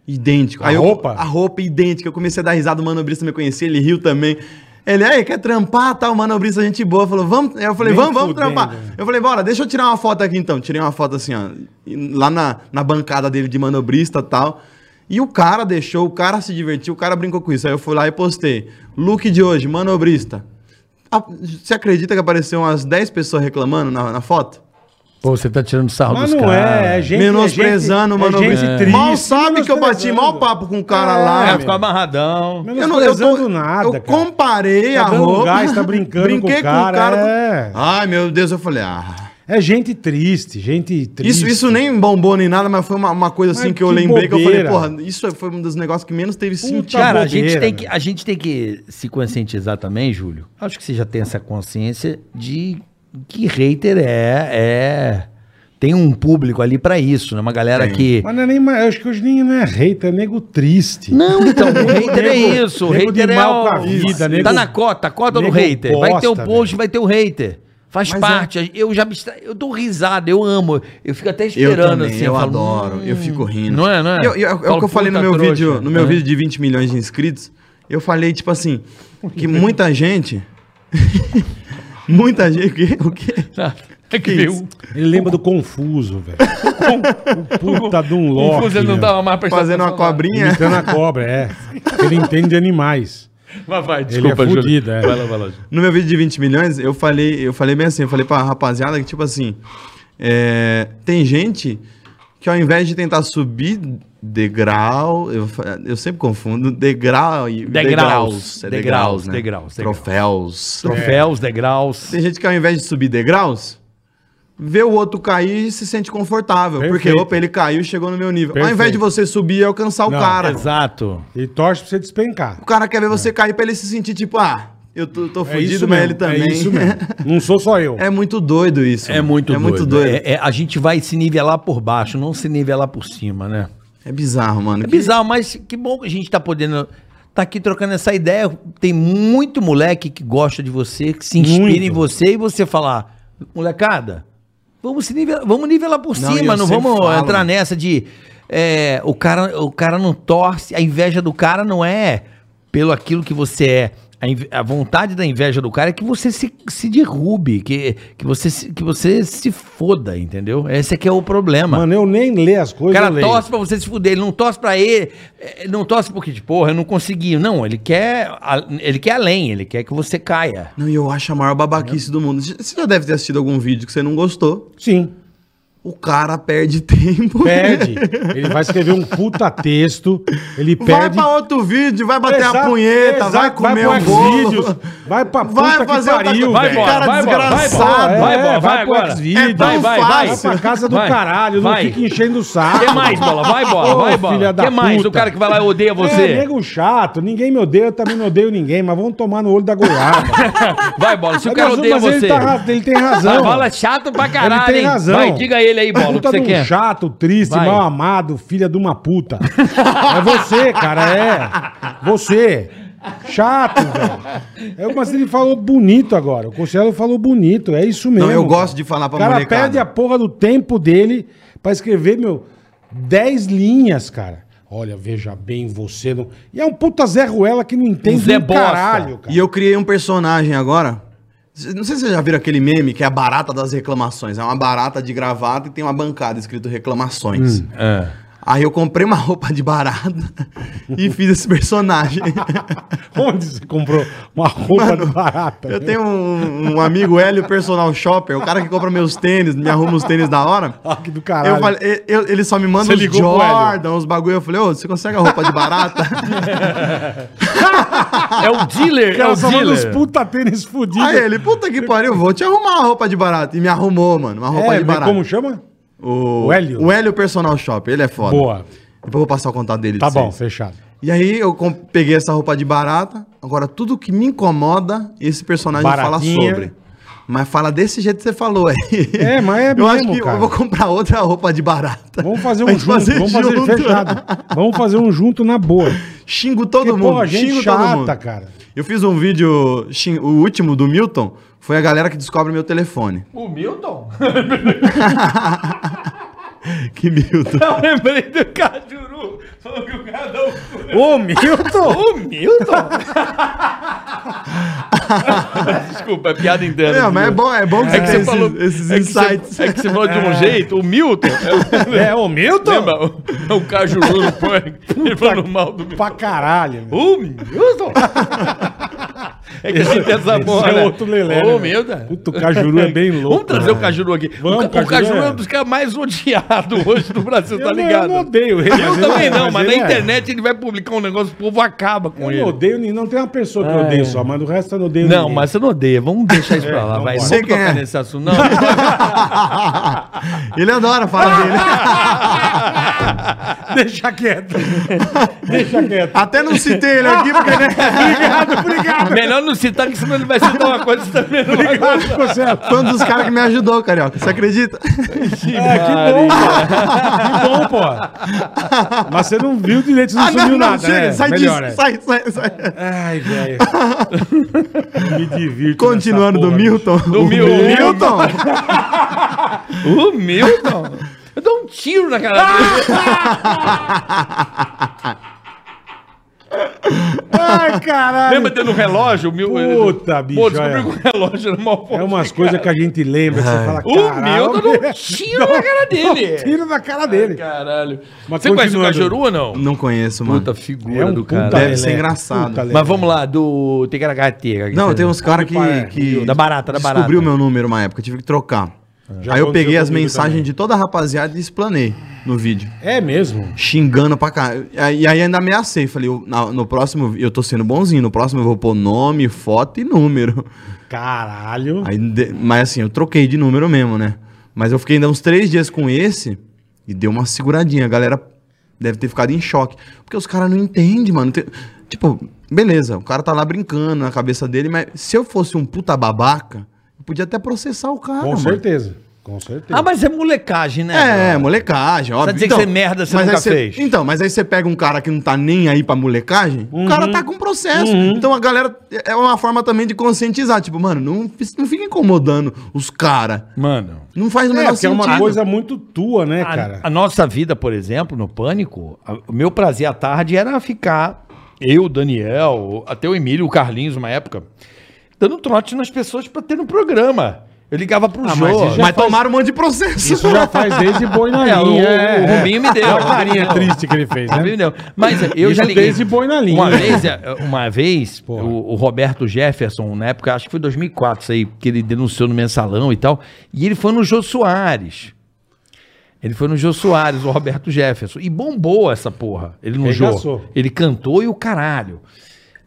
D: Idêntico.
C: A
D: eu-
C: roupa?
D: a roupa idêntica. Eu comecei a dar risada, o manobrista me conhecia, ele riu também. Ele, aí, quer trampar? Tá, o manobrista, gente boa. Falou, vamos. Eu falei,
C: Nem
D: vamos, vamos
C: fudendo. né?
D: trampar. Eu falei, bora, deixa eu tirar uma foto aqui então. Tirei uma foto assim, ó, e- lá na, na bancada dele de manobrista e tal. E o cara deixou, o cara se divertiu, o cara brincou com isso. Aí eu fui lá e postei. Look de hoje, manobrista. Ah, Você acredita que apareceu umas 10 pessoas reclamando na- na foto?
B: Pô, você tá tirando sarro
C: Mas
B: dos
C: não
B: caras.
C: é, é gente.
D: menosprezando,
C: é gente,
D: mano.
C: É gente triste.
D: Mal sabe que eu bati
C: menosprezando.
D: mal papo com o cara
C: É,
D: lá.
B: Ah,
C: meu.
B: ficou amarradão.
D: Eu não eu tô,
C: Menosprezando nada.
D: Eu
C: cara.
D: comparei
C: Tá
D: a
C: dando
D: roupa.
C: gás, tá brincando
D: brinquei
C: com o cara, é.
D: Ai, meu Deus, eu falei, ah.
C: É gente triste, gente triste.
D: Isso, isso nem bombou nem nada, mas foi uma, uma coisa assim
C: Mas
D: que, eu
C: que
D: lembrei que
C: bobeira.
D: eu falei, porra, isso foi um dos negócios que menos teve sentido.
B: Cara, a,
C: tá bobeira,
B: gente tem
C: velho.
B: que, a gente tem que se conscientizar também, Júlio. Acho que você já tem essa consciência de que hater é. é... Tem um público ali pra isso, né? Uma galera que.
C: Mas não é nem mais. eu Acho que hoje nem não é hater, é nego triste.
B: *laughs* Não, então, o hater é
C: Nego-
B: isso. O
C: nego de
B: hater é
C: mal
B: o...
C: com a vida,
B: tá
C: nego-
B: na cota, a cota do
C: nego
B: hater. vai ter o
C: bosta,
B: post, vai ter o hater. Faz
D: Mas é.
B: parte. Eu já me estra... Eu dou risada, eu amo. Eu fico até
D: Eu
B: esperando,
D: também,
B: assim.
D: eu
B: falo,
D: adoro,
B: "Hum".
D: eu
B: *laughs*
D: fico rindo.
B: Não é, não é?
D: Eu- eu- é o
B: Falo,
D: que eu falei no
B: "Puta
D: meu
B: trouxa".
D: vídeo, no
C: né?
D: meu
B: É.
D: vídeo de 20 milhões de inscritos, eu falei tipo assim, que muita gente *laughs* muita gente o quê? O quê?
B: É que
D: Que
B: veio.
D: isso?
C: Ele lembra do Confuso, velho. O puta de um
B: O
C: Loki.
B: Fuso ele não tá-
C: meu.
B: tava mais prestando
D: Fazendo uma
B: atenção, não.
D: cobrinha. *laughs*
C: Imitando a cobra, é. Ele entende de animais.
B: Vai, vai,
C: Desculpa, ele
B: desculpa,
C: é
B: Júlio.
C: fudido, é.
E: Vai lá, vai lá.
D: No meu vídeo de 20 milhões, eu falei, eu falei bem assim, eu falei pra rapaziada que tipo assim, é, tem gente que ao invés de tentar subir degrau, eu, fa- eu sempre confundo degrau e
E: Degraus,
D: degraus, é
E: degraus,
D: degraus, né?
E: degraus, degraus.
D: troféus,
E: Troféus, degraus.
D: Tem gente que ao invés de subir degraus, vê o outro cair e se sente confortável.
C: Perfeito.
D: Porque, opa, ele caiu, chegou no meu nível. Ao invés
C: Perfeito.
D: de você subir e alcançar o
C: Não,
D: cara.
B: é
E: Exato.
C: Ele torce pra você despencar.
D: O cara quer ver você cair pra ele se sentir tipo, ah, eu tô, tô
C: É
D: fudido,
C: isso
D: mas
C: mesmo.
D: ele também.
C: É isso
D: *laughs*
C: mesmo. Não sou só eu.
D: É muito doido isso.
E: É
D: mano.
E: muito
D: é
E: doido.
D: Muito doido. É,
E: É- é- a gente vai se nivelar por baixo, não se nivelar por cima, né?
D: bizarro, mano.
B: É bizarro, mas que bom que a gente tá podendo. Tá aqui trocando essa ideia. Tem muito moleque que gosta de você, que se inspira
C: Muito.
B: em você e você falar, molecada, vamos, se nivelar, vamos nivelar por
D: Não,
B: cima,
D: eu
B: não
D: sempre
B: vamos
D: falo.
B: entrar nessa de. é, o, cara, o cara não torce, a inveja do cara não é pelo aquilo que você é. A, inve- a vontade da inveja do cara é que você se, se derrube, que, que, você se, que você se foda, entendeu? Esse aqui é o problema.
C: Mano, eu nem leio as
B: O
C: coisas.
B: cara
C: eu leio.
B: torce pra você se fuder, ele não torce pra ele, eh, não torce porque, de porra, eu não consegui. Não, ele quer, a- ele quer além, ele quer que você caia.
D: Não, e eu acho a maior babaquice do mundo. Você já deve ter assistido algum vídeo que você não gostou.
C: Sim.
D: O cara perde *laughs* tempo.
C: Perde. Ele vai escrever um puta texto. Ele
D: Vai
C: perde.
D: pra outro vídeo, vai bater a
C: Exato,
D: punheta,
C: exato,
D: vai comer
C: vai
D: um
C: pro
D: bolo.
C: Xvideos, Vai pra puta
D: Vai fazer
C: que
D: outra
C: pariu,
D: coisa. Vai
C: velho.
D: embora, Cara desgraçado.
E: vai,
C: É,
E: embora,
C: vai
E: vai,
C: pro
E: embora.
C: Xvideos.
E: É tão
D: Vai, vai,
E: fácil.
D: vai
C: pra casa do
E: Vai,
C: caralho, não
E: vai.
C: fica enchendo o saco.
E: Que mais, bola? Vai embora,
C: Ô,
E: vai embora.
C: filha da
E: Que mais?
C: puta.
E: O cara que vai lá e odeia você.
C: É, nego chato, ninguém me odeia, eu também não odeio ninguém, mas vamos tomar no olho da goiaba.
E: Vai, bola. *laughs* Se o
C: Mas
E: cara
C: nós-
E: odeia
C: mas
E: você.
C: Ele, tá ra- ele tem razão.
B: A bola é chato pra caralho,
C: ele tem
B: hein?
C: razão.
B: Vai, diga ele aí, bola, o que
C: Puta
B: você
C: de um
B: quer.
C: chato, triste,
B: Vai.
C: mal amado, filha de uma puta. é você, cara, é. Você. Chato, velho. É, mas ele falou bonito agora. O Conselho falou bonito, é isso mesmo.
D: Não, eu
C: cara.
D: gosto de falar pra
C: O cara
D: molecada.
C: perde a porra do tempo dele pra escrever, meu, 10 linhas, cara. Olha, veja bem, você não... E é um puta Zé Ruela que não entende
B: Zé
C: um
B: Bosta.
C: caralho, cara.
D: E eu criei um personagem agora. Não sei se vocês já viram aquele meme que é a barata das reclamações. É uma barata de gravata e tem uma bancada escrito reclamações.
C: Hum, é.
D: Aí eu comprei uma roupa de barata *laughs* e fiz
C: *laughs*
D: esse personagem.
C: Onde você comprou uma roupa barata?
D: eu tenho um, um amigo Hélio Personal Shopper, o cara que compra meus tênis, me arruma os tênis da hora.
C: Ah, que do caralho.
D: Eu falei- eu- ele só me manda
C: Você
D: os
C: ligou pro
D: Jordan, os bagulho. Eu falei, ô, você consegue a roupa
C: *laughs*
D: de barata?
B: É o dealer, é
C: Cara,
B: o
C: só manda uns
B: dealer.
C: puta tênis É, fudidos.
D: Aí ele, puta que pariu, vou te arrumar uma roupa de barata. E me arrumou, mano, uma roupa
C: é,
D: de
C: mas
D: barata.
C: como chama?
D: O,
C: O Hélio.
D: O Hélio Personal Shop, ele é foda.
C: Boa.
D: Depois eu vou passar o contato dele.
C: Tá
D: pra
C: bom,
D: vocês.
C: fechado.
D: E aí eu com- peguei essa roupa de barata. Agora, tudo que me incomoda, esse personagem
C: Baratinha.
D: fala sobre. Mas fala desse jeito que você falou aí.
C: É, mas é
D: *laughs* Eu acho
C: mesmo,
D: que
C: cara.
D: eu vou comprar outra roupa de barata.
C: Vamos
D: *laughs*
C: fazer
D: A
C: um
D: gente
C: junto, vamos fazer fechado. Vamos fazer um junto na boa.
D: *laughs* Xingo todo
C: Porque,
D: mundo.
C: porra, gente
D: xingo
C: chata,
D: todo mundo.
C: cara.
D: Eu fiz um vídeo, xing- o último do Milton, foi a galera que descobre meu telefone.
B: O Milton?
D: *laughs* Que Milton.
B: Eu lembrei do Cajuru. Falou que o cara dá o...
C: Ô, Milton!
B: O Milton? Desculpa, é piada interna.
D: É, mas é bom, é bom que
B: É
D: você
B: que
D: tem
B: você
D: esses,
B: falou...
D: esses
B: é que você- *laughs*
D: insights.
B: é que você falou de um jeito, o Milton...
C: é, ô, Milton?
B: Lembra? O, o Cajuru
C: *laughs*
B: no pânico. Ele falando mal do Milton.
C: Pra caralho, meu.
B: O *laughs* Milton! é que a gente tem essa porra.
C: é
B: né?
C: outro lelé, né,
B: O
C: meu?
B: Milton. Um tá
C: Puta, o Cajuru é bem louco.
B: Vamos trazer
C: né?
B: o Cajuru aqui.
C: Vamos,
B: o, Ca- o Cajuru é um
C: é-
B: dos caras mais odiados *laughs* hoje do Brasil,
C: Eu
B: tá
C: não- Eu
B: ligado?
C: não odeio ele.
B: Eu também não, mas, na
C: ele é.
B: internet ele vai publicar um negócio, o povo acaba com
C: Eu
B: ele.
C: não odeio, nem- não tem uma pessoa que eu odeio só, mas do resto eu não odeio
B: É. Não,
C: ninguém.
B: mas você não odeia. Vamos deixar
C: É,
B: isso pra lá, vai. Não
C: vambora.
D: Sei
B: vamos
D: quem
B: tocar
D: é.
B: nesse assunto. Não, não,
D: Ele adora falar dele.
C: *laughs* Deixa quieto. Deixa quieto.
B: *laughs*
D: Até não citei ele aqui, porque né?
B: *laughs*
C: Obrigado, obrigado.
B: Melhor não citar, que senão ele vai citar uma coisa que você também não vai
C: *laughs*
B: gostar.
C: Ficou certo.
D: Foi um dos caras que me ajudou, Carioca. Você acredita?
C: É, que bom, pô. *laughs* Que bom, pô. Mas você não viu direito,
D: Ah,
C: você não subiu nada, né?
D: sai
C: Melhor,
D: disso.
C: é.
D: Sai, sai, sai.
C: Ai, velho. Me divirto. nessa
D: Continuando do
C: porra,
D: Milton.
B: Do
D: O
B: Milton.
D: Milton.
B: O Milton. Eu dou um tiro na cara
C: Ah!
B: dele.
C: bicho. Ai, caralho.
B: Lembra dele tá no relógio? O Milton.
C: Puta, bicho,
B: Pô, descobri
C: olha.
B: que o relógio era mal
C: É umas coisas que a gente lembra, que você fala,
B: O Milton
C: tá
B: deu um tiro na cara dele.
C: *laughs* Tira na cara dele.
B: Caralho.
C: Mas
B: você conhece o
C: continuando.
B: Cajuru ou não?
D: Não conheço, mano.
B: Puta
D: É
B: figura
D: um
C: É
B: do
C: um puta
B: cara.
D: Deve ser
C: leleco,
D: engraçado.
C: puta leleco.
B: Mas vamos lá, do Ticaracati.
D: Não, tem uns caras que,
C: pai,
D: que.
B: é, Da barata, da barata.
D: Descobriu meu número uma época, eu tive que trocar.
C: Já
D: Aí eu
C: aconteceu
D: peguei as
C: comigo
D: mensagens
C: também.
D: de toda a rapaziada e explanei no vídeo.
C: É mesmo.
D: Xingando pra cá. E aí aí ainda ameacei. Falei, eu- na- no próximo eu tô sendo bonzinho, no próximo eu vou pôr nome, foto e número. *laughs*
C: Caralho.
D: Aí, de- mas assim, eu troquei de número mesmo, né? Mas eu fiquei ainda uns três dias com esse e deu uma seguradinha. A galera deve ter ficado em choque. Porque os caras não entendem, mano. Tem- tipo, beleza, o cara tá lá brincando na cabeça dele, mas se eu fosse um puta babaca, eu podia até processar o cara,
C: Com
D: mano.
C: certeza. Com certeza.
B: Ah, mas é molecagem, né?
D: É,
B: cara?
D: molecagem, óbvio. Então,
B: dizer que você é merda, você
D: mas
B: nunca
D: aí você-
B: fez.
D: Então, mas aí você pega um cara que não tá nem aí pra molecagem, o cara
B: Uhum.
D: tá com processo. Então a galera, é uma forma também de conscientizar. Tipo, mano, não, não fica incomodando os caras.
B: Mano.
D: Não faz o
C: É,
D: menor
C: porque é
D: sentido.
C: uma coisa muito tua, né, cara?
B: A, a nossa vida, por exemplo, no Pânico, a- o meu prazer à tarde era ficar, eu, o Daniel, até o Emílio, o Carlinhos, uma época, dando trote nas pessoas pra ter no programa. Eu ligava pro
C: Ah,
B: jogo.
C: mas isso já
D: Mas tomaram um monte de processo.
C: Isso já faz desde boi na
B: É,
C: linha.
B: o- o Rubinho me deu.
C: Olha a carinha triste que ele fez,
B: Ah,
C: né?
B: viu, não. Mas eu
C: Isso é
B: já liguei.
C: desde boi na linha.
B: Uma vez, eh, uma vez o, o Roberto Jefferson, na época, acho que foi 2004, isso aí, que ele denunciou no mensalão e tal. E ele foi no Jô Soares. Ele foi no Jô Soares, o Roberto Jefferson. E bombou essa porra. Ele no
C: Regaçou.
B: Jô. Ele cantou e o caralho.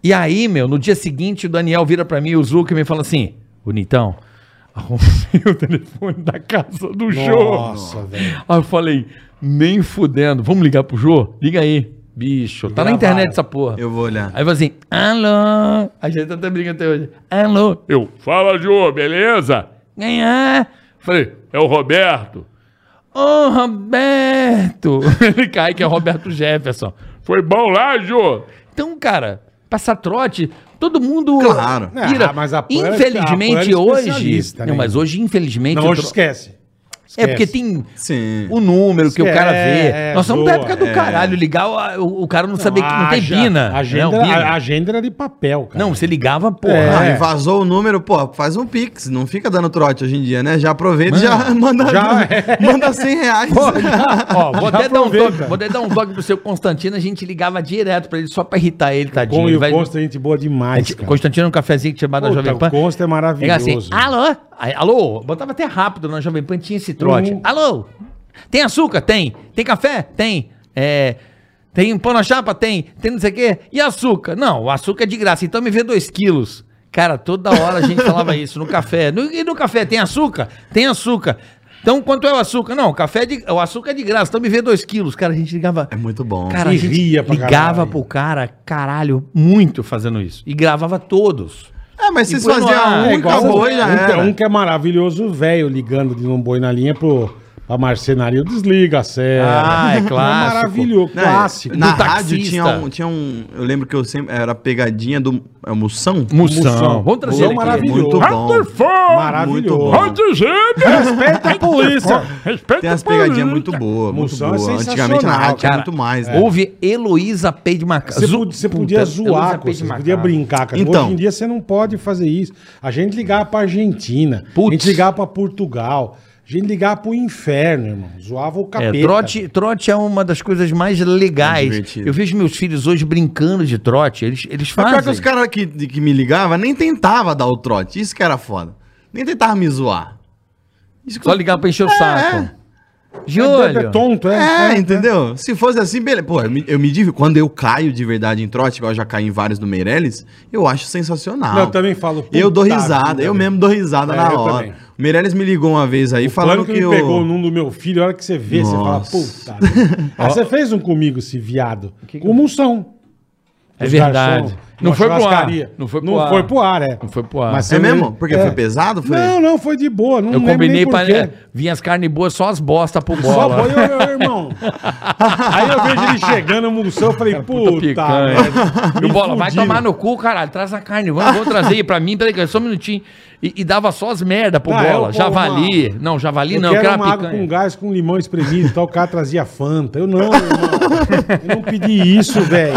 B: E aí, meu, no dia seguinte, o Daniel vira pra mim e o Zuckerman e fala assim: Bonitão, arrumei *laughs* o telefone da casa do Jô.
C: Nossa, velho.
B: Aí eu falei, nem fudendo, vamos ligar pro Jô? Liga aí. Bicho, tá na
C: Gravaram.
B: internet essa porra.
D: Eu vou olhar.
B: Aí eu falei assim, alô. A gente até briga até hoje. Alô. Eu, fala Jô, beleza? Ganhar. Falei, é o Roberto. Ô, Roberto. *laughs* Ele cai que é o Roberto Jefferson. Foi bom lá, Jô? Então, cara, passar trote, todo mundo...
D: Claro.
B: Pira.
C: Ah, mas a Pan- a Pan
B: infelizmente
C: é
B: hoje...
C: especialista, né?
B: Não, mas hoje, infelizmente...
C: Não,
B: eu
C: hoje
B: tro-
C: esquece.
B: É
C: Esquece.
B: porque tem
D: Sim.
B: o número que o cara vê.
C: É,
B: Nós somos da
C: zoa,
B: época do
D: é.
B: caralho, ligar o, o- o cara não, sabia que não tem
C: Haja-
B: bina. né?
C: Ah, Agenda,
B: O bina.
C: a- agenda era de papel, cara.
B: Não, você ligava, porra.
C: É.
D: Ah, e vazou o número, pô, faz um pix, não fica dando trote hoje em dia, né? Já aproveita e já *laughs* manda,
C: já
B: é.
D: manda 100 reais.
C: *laughs*
B: Ó, vou
C: Já
B: até, dar um toque,
C: aproveita.
B: vou até dar um toque pro seu Constantino, a gente ligava direto pra ele só pra irritar ele, tadinho.
C: Com
B: ele
C: e o
B: vai-
C: Consta, gente boa
B: a
C: demais,
B: gente-
C: cara.
B: Constantino é um cafezinho que tinha chamado na
C: Puta,
B: Jovem
C: o
B: Pan.
C: Consta é
B: Era assim,
C: maravilhoso.
B: alô? Aí, alô? Botava até rápido na Jovem Pan, tinha esse trote.
C: Uhum.
B: Alô? Tem açúcar? Tem. Tem café? Tem. É, Tem pão na chapa? Tem. Tem não sei o quê. E açúcar? Não, o açúcar é de graça, então me vê dois quilos. Cara, toda hora a
C: *laughs*
B: gente falava isso no café. No- e no café tem açúcar? Tem açúcar. Então quanto é o açúcar? Não, o café é de, o açúcar é de graça, então me vê dois quilos. Cara, a gente ligava.
D: É muito bom.
B: Cara, a
C: E
B: gente
C: ria pra
B: ligava
C: caralho.
B: pro cara, caralho, muito fazendo isso. E gravava todos.
D: é, mas vocês
B: E põe no
D: faziam
B: ar,
D: um,
B: é
D: e
B: igual então,
D: acabou,
C: um,
D: já
C: um que-
B: né?
D: era.
C: um que é maravilhoso, o velho, ligando de um boi na linha pro, pra marcenaria. Desliga a série. *laughs*
B: Ah, é clássico.
C: Maravilhoso,
D: Não, é,
C: clássico.
D: Na
B: do
D: rádio
B: taxista.
D: tinha um, tinha um. Eu lembro que eu sempre. Era a pegadinha do. É o Moção?
B: Moção.
C: Moção.
B: Vamos trazer
C: Moção
B: ele aqui.
C: maravilhoso.
D: Muito bom. Muito
C: Maravilhoso.
D: bom.
C: Respeita a polícia.
B: é
D: Tem as
B: né?
D: pegadinhas muito boas. Muito
C: Moção é
D: boa.
C: sensacional,
D: Antigamente na rádio tinha
B: Cara,
D: muito mais, né?
B: Houve Heloísa Pei de Macaco.
C: É. Você, podia, você podia zoar, com
B: Pei
C: isso, você podia brincar, cara.
D: Então.
C: Hoje em dia você não pode fazer isso. A gente ligava pra Argentina,
B: Putz.
C: a gente ligava pra Portugal, a gente ligava pro inferno, irmão. Zoava o
B: É,
C: capeta.
B: trote, trote é uma das coisas mais legais.
C: É
D: Mais divertido.
B: eu vejo meus filhos hoje brincando de trote. Eles, eles
D: Mas pior que
B: fazem.
D: os caras que, que me ligavam nem tentava dar o trote. Isso que era foda. Nem tentava me zoar. Isso que
B: Só
D: eu-
B: ligar pra encher o
D: É.
B: saco.
C: É, é
B: Júlio.
C: tonto, é?
B: né?
D: É, entendeu? Se fosse assim, beleza. Pô, eu me, eu me div- Quando eu caio de verdade em trote, igual eu já caí em vários do Meirelles, eu acho sensacional.
C: Eu também falo,
D: Eu dou
C: puta
D: risada,
C: vida, velho.
D: eu mesmo dou risada
C: É,
D: na
C: eu
D: hora.
C: também.
D: O Meirelles me ligou uma vez aí
C: E
D: falando
C: falando
D: que,
C: que
D: eu.
C: pegou o num do meu filho, a hora que você vê, você
D: Nossa.
C: fala, puta. merda. Ah, você fez um comigo, esse viado. Com o Munção.
B: É
C: Os
B: verdade.
C: garçom.
G: Não
C: Uma
G: foi pro ar.
C: churrascaria.
G: Não foi pro
C: não
G: ar.
C: Foi pro ar, é.
G: Não foi pro ar.
C: Mas
D: É
C: eu-
D: mesmo? Porque
C: é.
D: foi pesado? Foi...
C: Não, não, foi de boa. Não
G: Eu
C: lembro nem
G: combinei
C: por
G: pra.
C: quê.
B: é,
G: Vinha as carnes boas, só as bostas pro
C: Só
G: bola.
C: foi, eu, eu, irmão. *laughs* Aí eu vejo ele chegando, almoçou, eu falei, puta,
G: picanha.
C: merda,
G: E
C: me
G: o bola, vai
C: fudiram.
G: tomar no cu, caralho. Traz a carne, vamos, vou trazer aí pra mim. Peraí, só um minutinho. E, e dava só as merda pro
C: Ah,
G: bola.
C: eu-
G: javali.
C: uma-
G: Não, javali
C: Eu
G: não, eu
C: quero
G: quero
C: uma
G: a
C: água com
G: picanha.
C: gás, com limão espremido e tal. O cara trazia Fanta. Eu não, irmão. Eu não pedi isso, velho.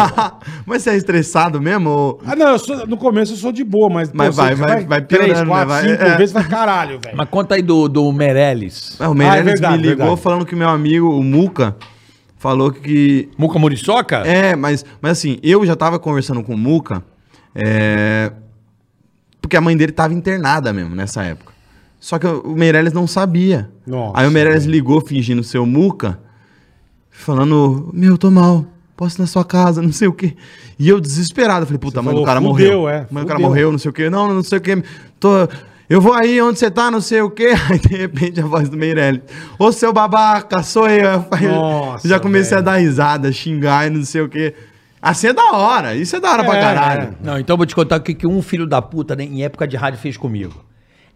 D: Mas você é estressado mesmo? ou-
C: Ah, não, eu sou- no começo eu sou de boa, mas...
D: Mas vai-
C: você
D: vai- vai
C: Três,
D: piorando, né?
C: quatro,
D: Vai-
C: cinco
D: é.
C: vezes, vai caralho, velho.
B: Mas conta aí do, do Meirelles.
D: Ah, o Meirelles
C: Ah, é verdade,
D: me ligou
C: verdade.
D: falando que meu amigo, o Muca, falou que
B: Muca Muriçoca?
D: É, mas, mas assim, eu já tava conversando com o Muca, é, porque a mãe dele tava internada mesmo nessa época. Só que o Meirelles não sabia.
C: Nossa,
D: Aí o Meirelles ligou fingindo ser o Muca, falando: Meu, eu tô mal, posso ir na sua casa, não sei o quê. E eu desesperado, falei: Puta, a mãe
C: falou,
D: do cara
C: "Fudeu,
D: morreu.
C: é,
D: mãe do cara
C: fudeu."
D: morreu, não sei o quê. Não, não sei o quê. Tô. Eu vou aí onde você tá, não sei o quê. *laughs* Aí de repente a voz do Meirelles. Ô seu babaca, sou eu. *laughs* Eu falei,
C: Nossa,
D: já comecei
C: velho.
D: a dar risada, xingar e não sei o quê. Assim é da hora, isso é da hora pra
C: É,
D: caralho.
B: Não, então eu vou te contar o que, que um filho da puta né, em época de rádio fez comigo.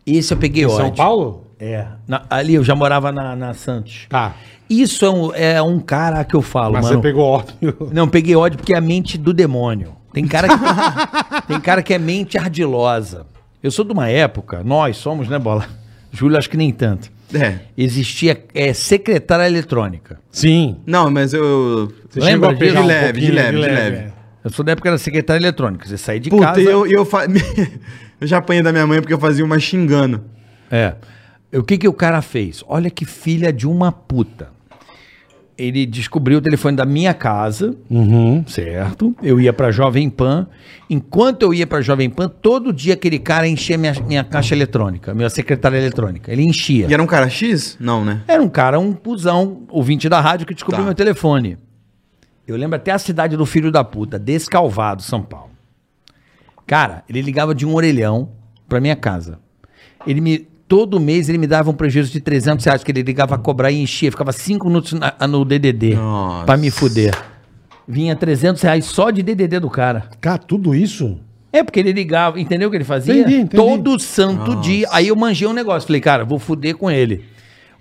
B: Esse eu peguei ódio.
C: São Paulo?
B: É. Na- ali eu já morava na, na Santos.
C: Tá.
B: Isso é um, é um cara que eu falo,
C: Mas
B: mano.
C: você pegou ódio.
B: Não, peguei ódio porque é a mente do demônio. Tem cara
D: *laughs*
B: que, tem cara que é mente ardilosa. Eu sou de uma época, nós somos, né, Bola? Júlio, acho que nem tanto.
D: É.
B: Existia é, secretária eletrônica.
C: Sim.
D: Não, mas eu.
C: Você
B: Lembra
C: chegou a pegar
B: disso?
C: um
D: De leve,
C: pouquinho,
D: de leve, de leve.
C: é.
B: Eu sou da época que era secretária eletrônica. Você saía de
D: Puta,
B: casa.
D: e eu, e eu, fa... *laughs* eu já apanhei da minha mãe porque eu fazia uma xingando.
B: É. O que que o cara fez? Olha que filha de uma puta. Ele descobriu o telefone da minha casa, certo? Eu ia pra Jovem Pan. Enquanto eu ia pra Jovem Pan, todo dia aquele cara enchia minha, minha caixa eletrônica, minha secretária eletrônica. Ele enchia.
D: E era um cara X? Não, né?
B: Era um cara, um cuzão, ouvinte da rádio, que descobriu
D: Tá.
B: meu telefone. Eu lembro até a cidade do filho da puta, Descalvado, São Paulo. Cara, ele ligava de um orelhão pra minha casa. Ele me. Todo mês ele me dava um prejuízo de 300 reais, que ele ligava a cobrar e enchia. Ficava cinco minutos na- no DDD
D: Nossa.
B: pra me fuder. Vinha 300 reais só de DDD do cara.
C: Cara, tudo isso?
B: É porque ele ligava, entendeu o que ele fazia?
C: Entendi, entendi.
B: Todo santo dia. Aí eu manjei um negócio. Falei, cara, vou fuder com ele.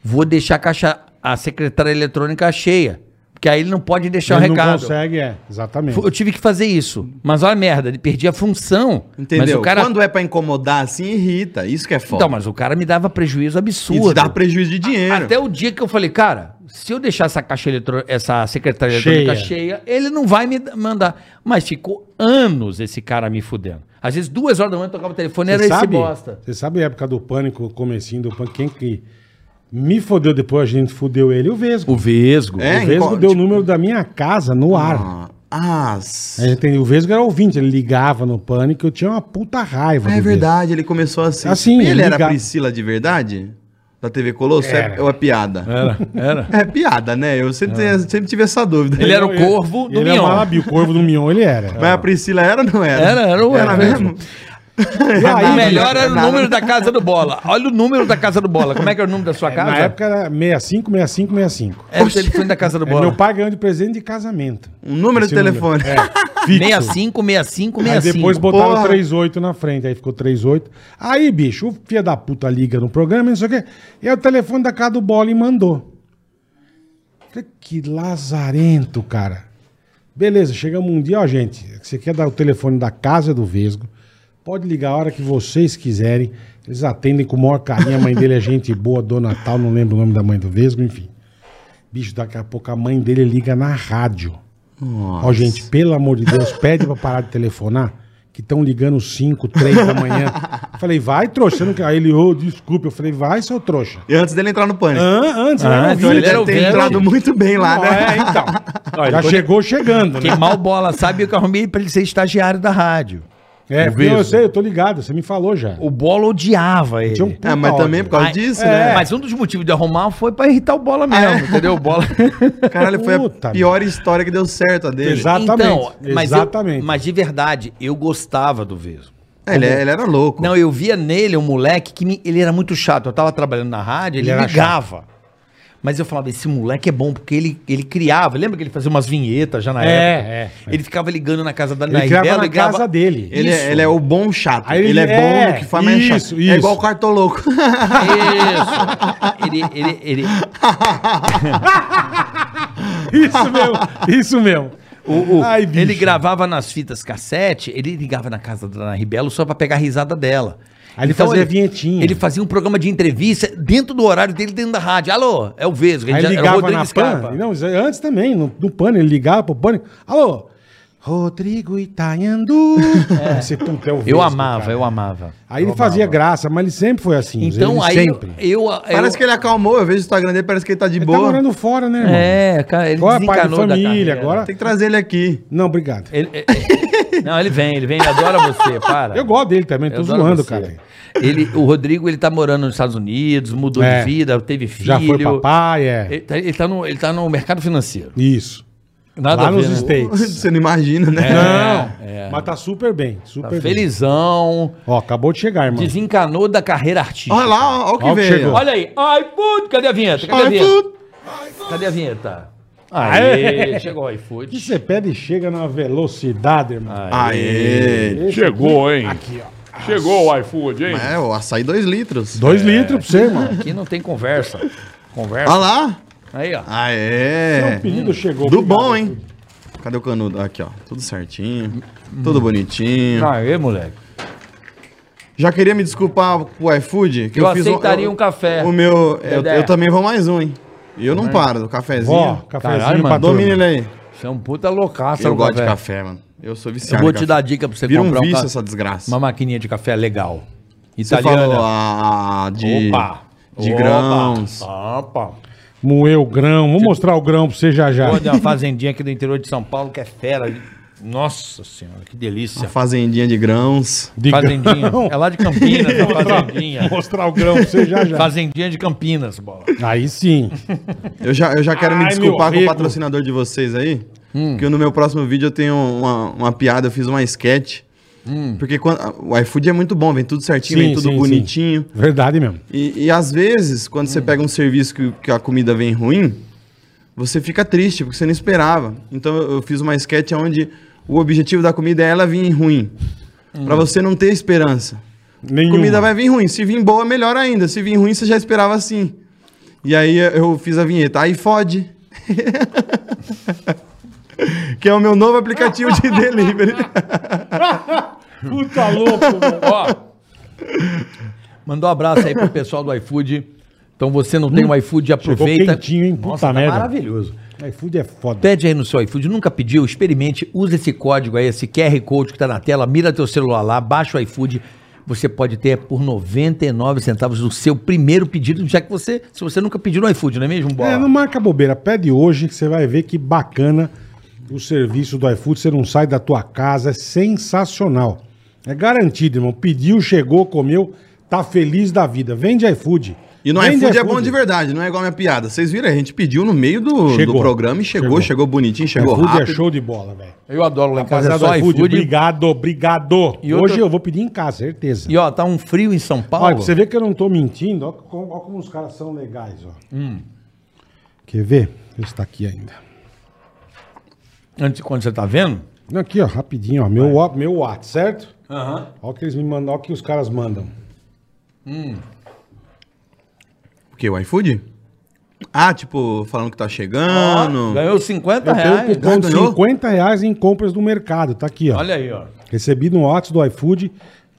B: Vou deixar a caixa, a secretária eletrônica cheia. Porque aí ele não pode deixar
G: um
C: Ele
B: o
C: Não
B: recado.
C: consegue, é. Exatamente.
B: Fu- Eu tive que fazer isso. Mas olha a merda, ele perdia a função. Mas
D: Entendeu?
B: o cara.
D: Quando é pra incomodar assim, irrita. Isso que é foda.
B: Então, mas o cara me dava prejuízo absurdo.
D: E dá prejuízo de dinheiro.
B: Até o dia que eu falei, cara, se eu deixar essa caixa eletrônica, essa secretária eletrônica cheia. ele não vai me mandar. Mas ficou anos esse cara me fudendo. Às vezes, duas horas da manhã, eu tocava o telefone e era
C: Você
B: esse
C: sabe,
B: bosta.
C: Você sabe a época do pânico, o comecinho do pânico, quem que me fodeu depois, a gente fudeu ele, o Vesgo.
B: O Vesgo.
D: É,
C: o Vesgo
D: enco-
C: deu o número da minha casa no ar.
D: Ah, ah,
C: A gente tem- o Vesgo era ouvinte, ele ligava no pânico, eu tinha uma puta raiva. do
D: Ah, é
C: Vesgo.
D: verdade, ele começou assim.
C: Assim,
D: ele era
C: ligar.
D: a Priscila de verdade? Da TV Colosso? É,
C: Era.
D: ou é piada?
B: Era, era.
D: É piada, né? Eu sempre,
B: É.
D: tenho- sempre tive essa dúvida. É.
B: Ele era o
C: Ele-
B: corvo do
C: ele era
B: Mion.
C: Malabi, o corvo do Mion ele era.
D: Mas a Priscila era ou não era?
B: Era, era ou era
D: mesmo? *laughs* É
C: E aí,
B: o melhor
D: não,
B: era o
D: não,
B: número
D: não.
B: da casa do Bola. Olha o número da casa do Bola. Como é que era o número da sua casa?
C: na época era 65, 65, 65.
B: Era o telefone da casa do
C: É,
B: Bola.
C: meu pai ganhou de presente de casamento.
D: Um número de
C: Esse
D: telefone.
C: É, fixo.
B: 65, 65, 65.
C: Aí depois botaram
D: Porra.
C: 38 na frente, aí ficou 38. Aí, bicho, o filho da puta liga no programa, não sei o quê. E aí o telefone da casa do Bola e mandou. Falei, Que lazarento, cara. Beleza, chegamos um dia, ó, gente. Você quer dar o telefone da casa do Vesgo? Pode ligar a hora que vocês quiserem. Eles atendem com o maior carinho. A mãe dele é gente boa, dona tal, não lembro o nome da mãe do Vesgo, enfim. Bicho, daqui a pouco a mãe dele liga na rádio.
D: Nossa.
C: Ó, gente, pelo amor de Deus, pede pra parar de telefonar, que estão ligando 5, 3 da manhã. Falei, vai, trouxa. você Não quer? Aí ele, ô, desculpa. Eu falei, vai, seu trouxa.
D: *laughs* E antes dele entrar no pânico.
C: Hã? antes né? eu era
B: então
D: Então
C: ouvinte.
D: ele
B: era
D: deve ter
B: ouvinte.
D: entrado muito bem lá,
C: Não,
D: né?
C: É, então. Já chegou chegando, né?
B: Quem mal bola sabe que eu arrumei pra ele ser estagiário da rádio.
C: É, não, eu sei, eu tô ligado, você me falou já.
B: O Bola odiava ele.
C: Tinha um puta
D: É, mas também
C: ódio.
D: por causa
B: Ai,
D: disso,
B: É.
D: né?
B: Mas um dos motivos de arrumar foi pra irritar o Bola mesmo,
D: Ah, é?
B: entendeu? O Bola...
D: *laughs* Caralho, foi
C: é? Puta
D: a pior história que deu certo a dele.
C: *laughs* Exatamente.
B: Então, mas eu-
C: exatamente.
B: mas de verdade, eu gostava do Vesgo.
D: É, Ele, ele era louco.
B: Não, eu via nele um moleque que me- ele era muito chato. Eu tava trabalhando na rádio, ele,
C: Ele era
B: ligava. Mas eu falava, esse moleque é bom, porque ele, ele criava. Lembra que ele fazia umas vinhetas já na
C: É,
B: época?
C: é, é.
B: Ele ficava ligando na casa da
C: Ele
B: na
C: criava
B: Ibela
C: na
B: e criava-
C: casa dele.
D: Ele é, ele é o bom chato.
C: Aí
D: ele,
C: ele-
D: é bom
C: é,
D: no que faz mais
C: isso,
D: chato.
C: isso.
D: É igual
B: *laughs*
D: o cartoloco.
B: Isso. Ele, ele, ele,
C: *laughs* Isso mesmo, isso mesmo.
B: o-
C: *laughs*
B: o-
C: Ai, bicho.
B: ele gravava nas fitas cassete, ele ligava na casa da Ana Ribelo só pra pegar a risada dela. Então,
C: Aí ele fazia vinhetinha.
B: Ele fazia um programa de entrevista dentro do horário dele, dentro da rádio. Alô, é o Vesgo. ele
C: Aí
B: já- era o
C: ligava
B: Rodrigo
C: na
B: Scarpa.
C: PAN. Não, isso é antes também, no, no pano, ele ligava pro pânico. Alô, Rodrigo
B: *laughs*
C: Itanhandu. Esse puta é o
B: Eu
C: Vesgo,
B: amava,
C: cara.
B: eu amava.
C: Aí ele fazia graça, mas ele sempre foi assim.
B: Então
C: ele
B: aí
C: Sempre.
B: eu, eu,
D: parece que é ele acalmou. Eu vejo o Instagram dele, parece que ele tá de
C: Ele tá
D: boa.
C: morando fora, né, irmão?
B: É, cara, ele
C: Agora é pai de
B: desencanou da
C: família,
B: carreira.
C: agora...
D: Tem que trazer ele aqui.
C: Não, obrigado.
B: Ele- é- é- não, ele vem, ele vem, ele adora você,
C: *laughs*
B: para.
C: Eu gosto dele também, tô
B: É. Eu adoro
C: zoando,
B: você.
C: cara.
B: Ele, o Rodrigo, ele tá morando nos Estados Unidos, mudou
C: É.
B: de vida, teve filho.
C: Já foi papai, é.
B: Ele tá, ele tá no, ele tá no mercado financeiro.
C: Isso.
B: Nada
C: Lá
B: a ver,
C: nos
B: né? É,
C: States.
D: *laughs* Você não imagina, né?
C: Não, mas tá super bem, super
B: Tá
C: bem.
B: felizão,
C: Ó, acabou de chegar, irmão.
B: desencanou da carreira artística.
D: Olha lá, ó, ó o que
C: Ó o que
D: veio.
C: chegou.
B: Olha aí. iFood, cadê a vinheta? Cadê a
D: Ai,
B: vinheta?
D: puta.
B: Cadê a vinheta? Aí, chegou o iFood.
C: Que *laughs* você pede e chega numa velocidade, irmão.
D: Aê.
A: Chegou, hein? Chegou o iFood, hein?
D: É, o açaí 2 litros.
C: Dois litros pra
B: É.
C: você, irmão.
B: Aqui não tem conversa. Conversa.
D: Olha lá.
B: Aí, ó.
D: Aê.
C: O pedido chegou.
D: É. Do
C: obrigado.
D: bom, hein? Cadê o canudo? Aqui, ó. Tudo certinho. Tudo bonitinho.
B: Aí, moleque.
D: Já queria me desculpar pro iFood. Que
B: Eu aceitaria um café.
D: O meu. Eu,
B: Dedé.
D: eu também vou mais um, hein? E eu não paro. O
C: Ó,
D: cafezinho.
C: cafezinho
B: Caralho,
C: pra né? turma.
B: mano.
D: Domina ele aí.
B: Você é um puta loucaço.
D: Eu
B: no
D: gosto de café, mano. Eu sou
B: Eu
D: viciado.
B: vou
D: em
B: te
D: café.
B: dar a dica pra você
D: Vira um
B: comprar um
D: vício
B: ca-
D: essa desgraça.
B: uma maquininha de café legal.
D: Você falou
B: Italiana.
D: a, a de,
B: Opa.
D: de
B: Opa.
D: grãos.
B: Opa.
C: Moeu o grão. Vou
B: Tipo,
C: mostrar o grão pra você já já.
B: Pô, de uma fazendinha aqui do interior de São Paulo que é fera. Nossa senhora, que
D: Uma
B: delícia.
D: fazendinha de grãos.
C: De
B: Fazendinha.
C: grão.
B: É lá de Campinas, a
D: *laughs*
B: fazendinha.
C: *laughs* Mostrar o grão pra você já já.
B: Fazendinha de Campinas, bola.
C: Aí sim.
D: Eu já, eu já quero me
C: Ai, meu
D: desculpar com o
C: rico.
D: patrocinador de vocês aí.
C: Hum.
D: Porque no meu próximo vídeo eu tenho uma, uma piada, eu fiz uma sketch. Porque quando, o iFood é muito bom, vem tudo certinho,
C: Hum. Sim,
D: vem tudo
C: sim, sim.
D: bonitinho.
C: Verdade mesmo.
D: E, e às vezes, quando
C: Hum.
D: você pega um serviço que, que a comida vem ruim, você fica triste, porque você não esperava. Então eu, eu fiz uma sketch onde o objetivo da comida é ela vir ruim.
C: Hum.
D: Pra você não ter esperança.
C: Nenhuma.
D: Comida vai vir ruim. Se vir boa, melhor ainda. Se vir ruim, você já esperava assim. E aí eu fiz a vinheta. Aí fode. *laughs* que é o meu novo aplicativo de delivery.
C: Puta
B: *laughs*
C: louco, velho.
B: Ó. Mandou um abraço aí pro pessoal do iFood. Então você não tem o iFood,
C: Ficou
B: aproveita.
C: quentinho, hein? Puta
B: Nossa, tá
C: merda.
B: maravilhoso.
C: iFood é foda.
B: Pede aí no seu iFood, nunca pediu? Experimente, usa esse código aí, esse QR Code que tá na tela, mira teu celular lá, baixa o iFood. Você pode ter por 99 centavos o seu primeiro pedido, já que você, se você nunca pediu no iFood, não é mesmo, Bola?
C: É, não marca bobeira. Pede hoje que você vai ver que bacana o serviço do iFood. Você não sai da tua casa. É sensacional. É garantido, irmão. Pediu, chegou, comeu, tá feliz da vida. Vende iFood.
D: E no
C: Vende
D: iFood é bom de verdade, não é igual a minha piada. Vocês viram, a gente pediu no meio do, do
C: Chegou.
D: programa e chegou,
C: Chegou.
D: chegou, bonitinho, chegou
C: iFood
D: rápido.
C: é show de bola, velho.
B: Eu adoro lá em casa, é
C: Rapaziada,
B: só
C: iFood,
B: iFood.
C: obrigado, obrigado.
B: E
C: Hoje
B: outra-
C: eu vou pedir em casa, certeza.
B: E ó, tá um frio em São Paulo.
C: Olha, pra você vê que eu não tô mentindo, ó, como, ó como os caras são legais, ó.
B: Hum.
C: Quer ver? Deixa eu está aqui ainda.
B: Antes quando você tá vendo?
C: Não, Aqui, ó, rapidinho, ó. Meu, wa- meu WhatsApp, certo? Ó o que eles me mandam, ó o que os caras mandam.
D: O quê? O iFood? Ah, tipo, falando que tá chegando.
B: Ganhou 50
C: Eu tenho um
B: reais.
C: cupom de
D: ganhou?
C: 50 reais em compras do mercado. Tá aqui, ó.
B: Olha aí, ó.
C: Recebi no WhatsApp do iFood.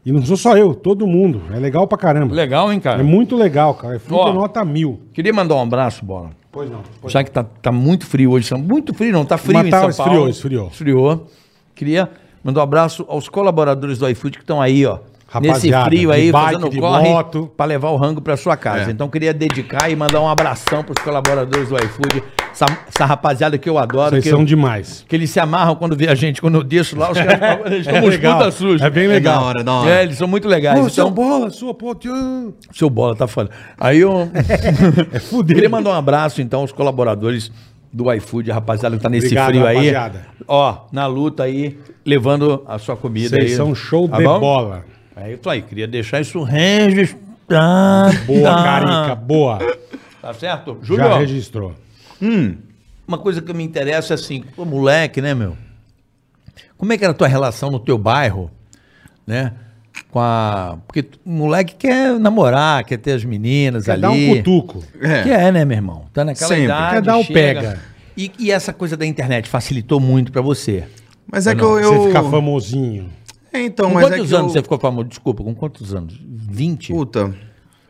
C: E não sou só eu, todo mundo. É legal pra caramba.
B: Legal, hein, cara?
C: É muito legal, cara. iFood
B: Ó.
C: é nota mil.
B: Queria mandar um abraço, Bola.
C: Pois não.
B: Já que tá, tá muito frio hoje. São- Muito frio não, tá frio
C: Mas
B: em
C: tá,
B: São
C: esfriou,
B: Paulo.
C: esfriou.
B: Esfriou. Queria mandar um abraço aos colaboradores do iFood que estão aí, ó.
C: Rapaziada,
B: nesse frio
C: de
B: aí,
C: bike,
B: fazendo
C: de
B: corre
C: moto.
B: pra levar o rango pra sua casa.
D: É.
B: Então queria dedicar e mandar um abração pros colaboradores do iFood. Essa, essa rapaziada que eu adoro,
C: Vocês
B: que,
C: são
B: eu-
C: demais.
B: que eles se amarram quando vê a gente. Quando eu desço lá,
C: *laughs*
B: os caras eles tomam uns
C: legal.
B: puta sujos.
C: É bem
D: É
C: legal.
D: da hora, da hora.
B: É, eles são muito legais.
C: Pô, seu
B: então,
C: bola, sua pô, tio.
B: seu bola tá falando. Aí
C: *laughs*
B: eu.
C: É fudido.
B: Queria mandar um abraço, então, aos colaboradores do iFood, a rapaziada, que tá nesse
C: Obrigado,
B: frio aí.
C: rapaziada.
B: Ó, na luta aí, levando a sua comida aí.
C: Vocês são show
B: Tá
C: de
B: bom? É
C: bola. Ah.
B: Aí eu falei, queria deixar isso registrado.
C: Boa, Carica, boa.
B: Tá certo?
C: Já
B: Júlio,
C: registrou.
B: uma coisa que me interessa é assim, pô, moleque, né, meu? Como é que era a tua relação no teu bairro, né? Com a. Porque tu- moleque quer namorar, quer ter as meninas
C: Quer
B: ali.
C: dar um cutuco.
D: É.
B: Que é, né, meu irmão? Tá naquela
D: Sempre.
B: idade.
C: Quer dar um
B: chega.
C: pega.
B: E, e essa coisa da internet facilitou muito pra você.
D: Mas é que eu. eu...
C: Você ficar famosinho.
D: É, então,
B: Com
D: mas é
B: quantos
D: que eu-
B: anos você ficou famoso? Desculpa, com quantos anos? 20?
D: Puta.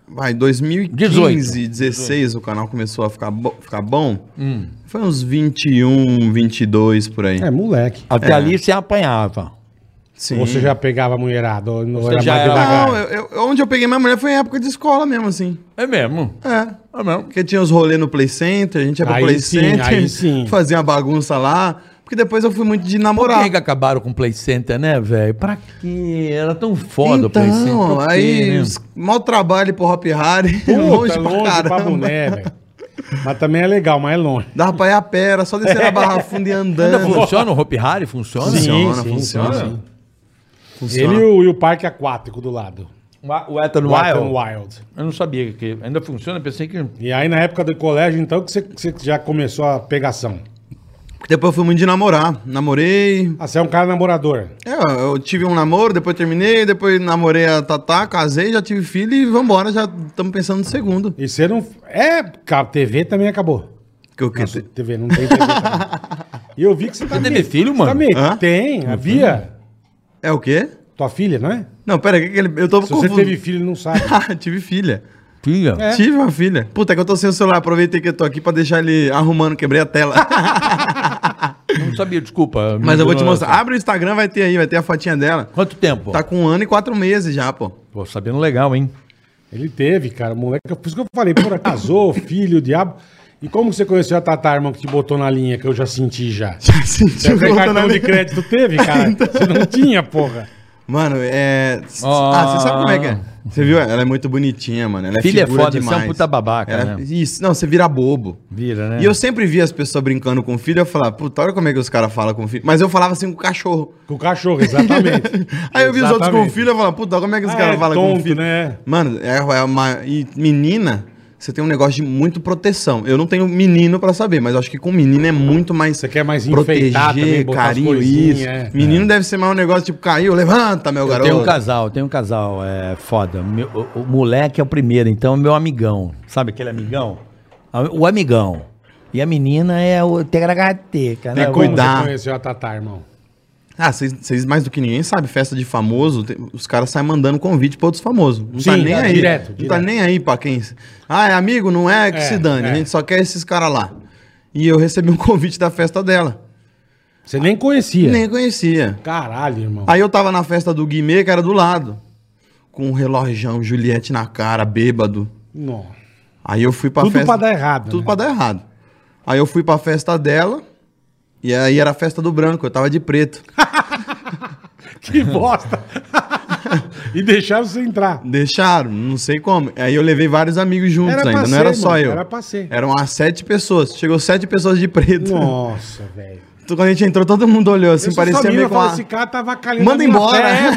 D: Vai, 2015,
B: 18.
D: 16 o canal começou a ficar, bo- ficar bom.
B: Hum.
D: Foi uns 21, 22 por aí.
C: É, moleque.
B: Até ali você apanhava.
D: Sim.
C: Ou você já pegava a mulherada, ou não era
B: já
C: mais
B: era-
D: um
C: devagar.
D: Não, eu- eu- onde eu peguei minha mulher foi em época de escola mesmo, assim.
B: É mesmo?
D: É.
B: É mesmo.
D: Porque tinha os rolês no Play Center, a gente ia pro
C: Aí
D: Play
C: sim,
D: Center,
C: aí sim.
D: *laughs* fazia uma bagunça lá. Porque depois eu fui muito de
B: Por
D: namorar.
B: que, que acabaram com o Play Center, né, velho? Pra quê? Era tão foda o Play Center.
D: então,
B: Por quê,
D: aí,
B: né?
D: os- mau trabalho pro Hop Harry, *laughs*
C: Puta,
D: longe, pra
C: longe pra
D: caramba.
C: boné, velho. Mas também é legal, mas é longe.
D: Dava pra ir a pé, era só descer na barra funda e
B: Ainda
D: andando.
B: funciona o Hopi Hari? Funciona?
C: Sim.
D: Funciona,
C: funciona.
D: funciona.
C: Ele e o, e o parque aquático do lado.
B: O Ethan
C: Wet n
B: Wild?
C: Wild.
B: Eu não sabia que ainda funciona, pensei que...
C: E aí, na época do colégio, então, que você, que você já começou a pegação.
D: Porque Depois eu fui muito de namorar. Namorei.
C: Ah, você é um cara namorador.
D: É, eu tive um namoro, depois terminei, depois namorei a Tatá, casei, já tive filho e vambora, já estamos pensando no segundo.
C: E você não. É, cara, TV também acabou.
D: Que eu que-
C: Nossa, TV, não tem TV. também. E eu vi que você tá.
B: Você teve filho, mano?
C: Tá meio-
D: Hã?
C: Tem, havia.
D: É o quê?
C: Tua filha, não é?
D: Não, pera, que que ele- eu tô
C: Se você
D: confuso. Ah,
C: teve
D: *laughs*
C: filho, ele não sabe.
D: tive filha.
B: Filha.
C: É.
D: Tive uma filha. Puta, é que eu tô sem o celular. Aproveitei que eu tô aqui pra deixar ele arrumando, quebrei a
C: *laughs*
D: tela.
B: Não sabia, desculpa.
D: Mas eu vou te
B: ignorância.
D: mostrar. Abre o Instagram, vai ter aí, vai ter a fotinha dela.
B: Quanto tempo?
D: Tá com um ano e quatro meses já, pô.
B: Pô, sabendo legal, hein?
C: Ele teve, cara, moleque. Por isso que eu falei, porra, casou, *laughs* filho, diabo. E como você conheceu a Tatá, irmão, que te botou na linha, que eu já senti
D: *laughs*
C: já? Você
D: Sentiu
C: até
D: voltando
C: cartão
D: ali. *laughs*
C: de crédito teve, cara?
D: Então.
C: Você não tinha, porra.
D: Mano, é.
B: Ah.
D: Ah, você sabe como é que é? Você viu? Ela é muito bonitinha, mano. Ela é
B: Filha é
D: figura
B: foda,
D: demais.
B: você é um puta babaca,
D: Ela-
B: né?
D: Isso, não, você vira bobo.
B: Vira, né?
C: é.
D: E eu sempre via as pessoas brincando com o filho, eu falava, puta, olha como é que os caras falam com o filho. Mas eu falava assim com o cachorro. *laughs*
C: Com o cachorro, exatamente.
D: Aí eu vi os outros com o
C: Exatamente.
D: filho, eu falava, puta, olha como é que os
C: Ah,
D: caras
C: é
D: falam com o
C: tonto,
D: filho.
C: né?
D: Mano, é, é uma. E menina, você tem um negócio de muito proteção. Eu não tenho menino pra saber, mas eu acho que com menino é muito mais.
C: Você quer mais enfeitar também, botar as
D: carinho,
C: coisinhas,
D: isso.
C: é.
D: Menino deve ser mais um negócio tipo, caiu, levanta, meu
B: Eu
D: garoto.
B: tenho um casal, tenho um casal, é foda. Meu- o, o moleque é o primeiro, então é meu amigão. Sabe aquele amigão? A- O amigão. E a menina é o Tegragateca, né?
D: Tem
C: Como
B: O-
D: cuidado. Cuidar.
C: É, você conheceu a Tatá, irmão?
D: Ah, vocês- vocês mais do que ninguém sabe, festa de famoso, tem- os caras saem mandando convite pra outros famosos. Não tá
C: Sim,
D: nem
C: é,
D: aí.
C: direto,
D: não tá
C: direto.
D: nem aí pra quem. Ah, é amigo, não é que
C: É,
D: se dane.
C: é.
D: A gente só quer esses caras lá. E eu recebi um *laughs* convite da festa dela.
C: Você nem conhecia.
D: Nem conhecia.
C: Caralho, irmão.
D: Aí eu tava na festa do Guimê, que era do lado. Com um relojão, Juliette na cara, bêbado.
C: Não.
D: Aí eu fui pra
C: Tudo
D: festa.
C: pra dar errado,
D: Tudo
C: né?
D: pra dar errado. Aí eu fui pra festa dela. E aí era a festa do branco, eu tava de preto.
C: *laughs* Que bosta. e deixaram você entrar.
D: Deixaram, não sei como. Aí eu levei vários amigos juntos
C: Era pra
D: ainda,
C: ser,
D: não era só
C: mano,
D: eu.
C: era pra ser.
D: Eram as sete pessoas. Chegou sete pessoas de preto. *laughs* Então,
C: Nossa, velho.
D: Quando a gente entrou, todo mundo olhou assim,
C: Eu sou
D: parecia
C: sua mina,
D: meio
C: eu
D: com
C: falo,
D: uma...
C: Esse cara tava calhando
D: Manda
C: a minha
D: embora.
C: festa. É,
D: *laughs*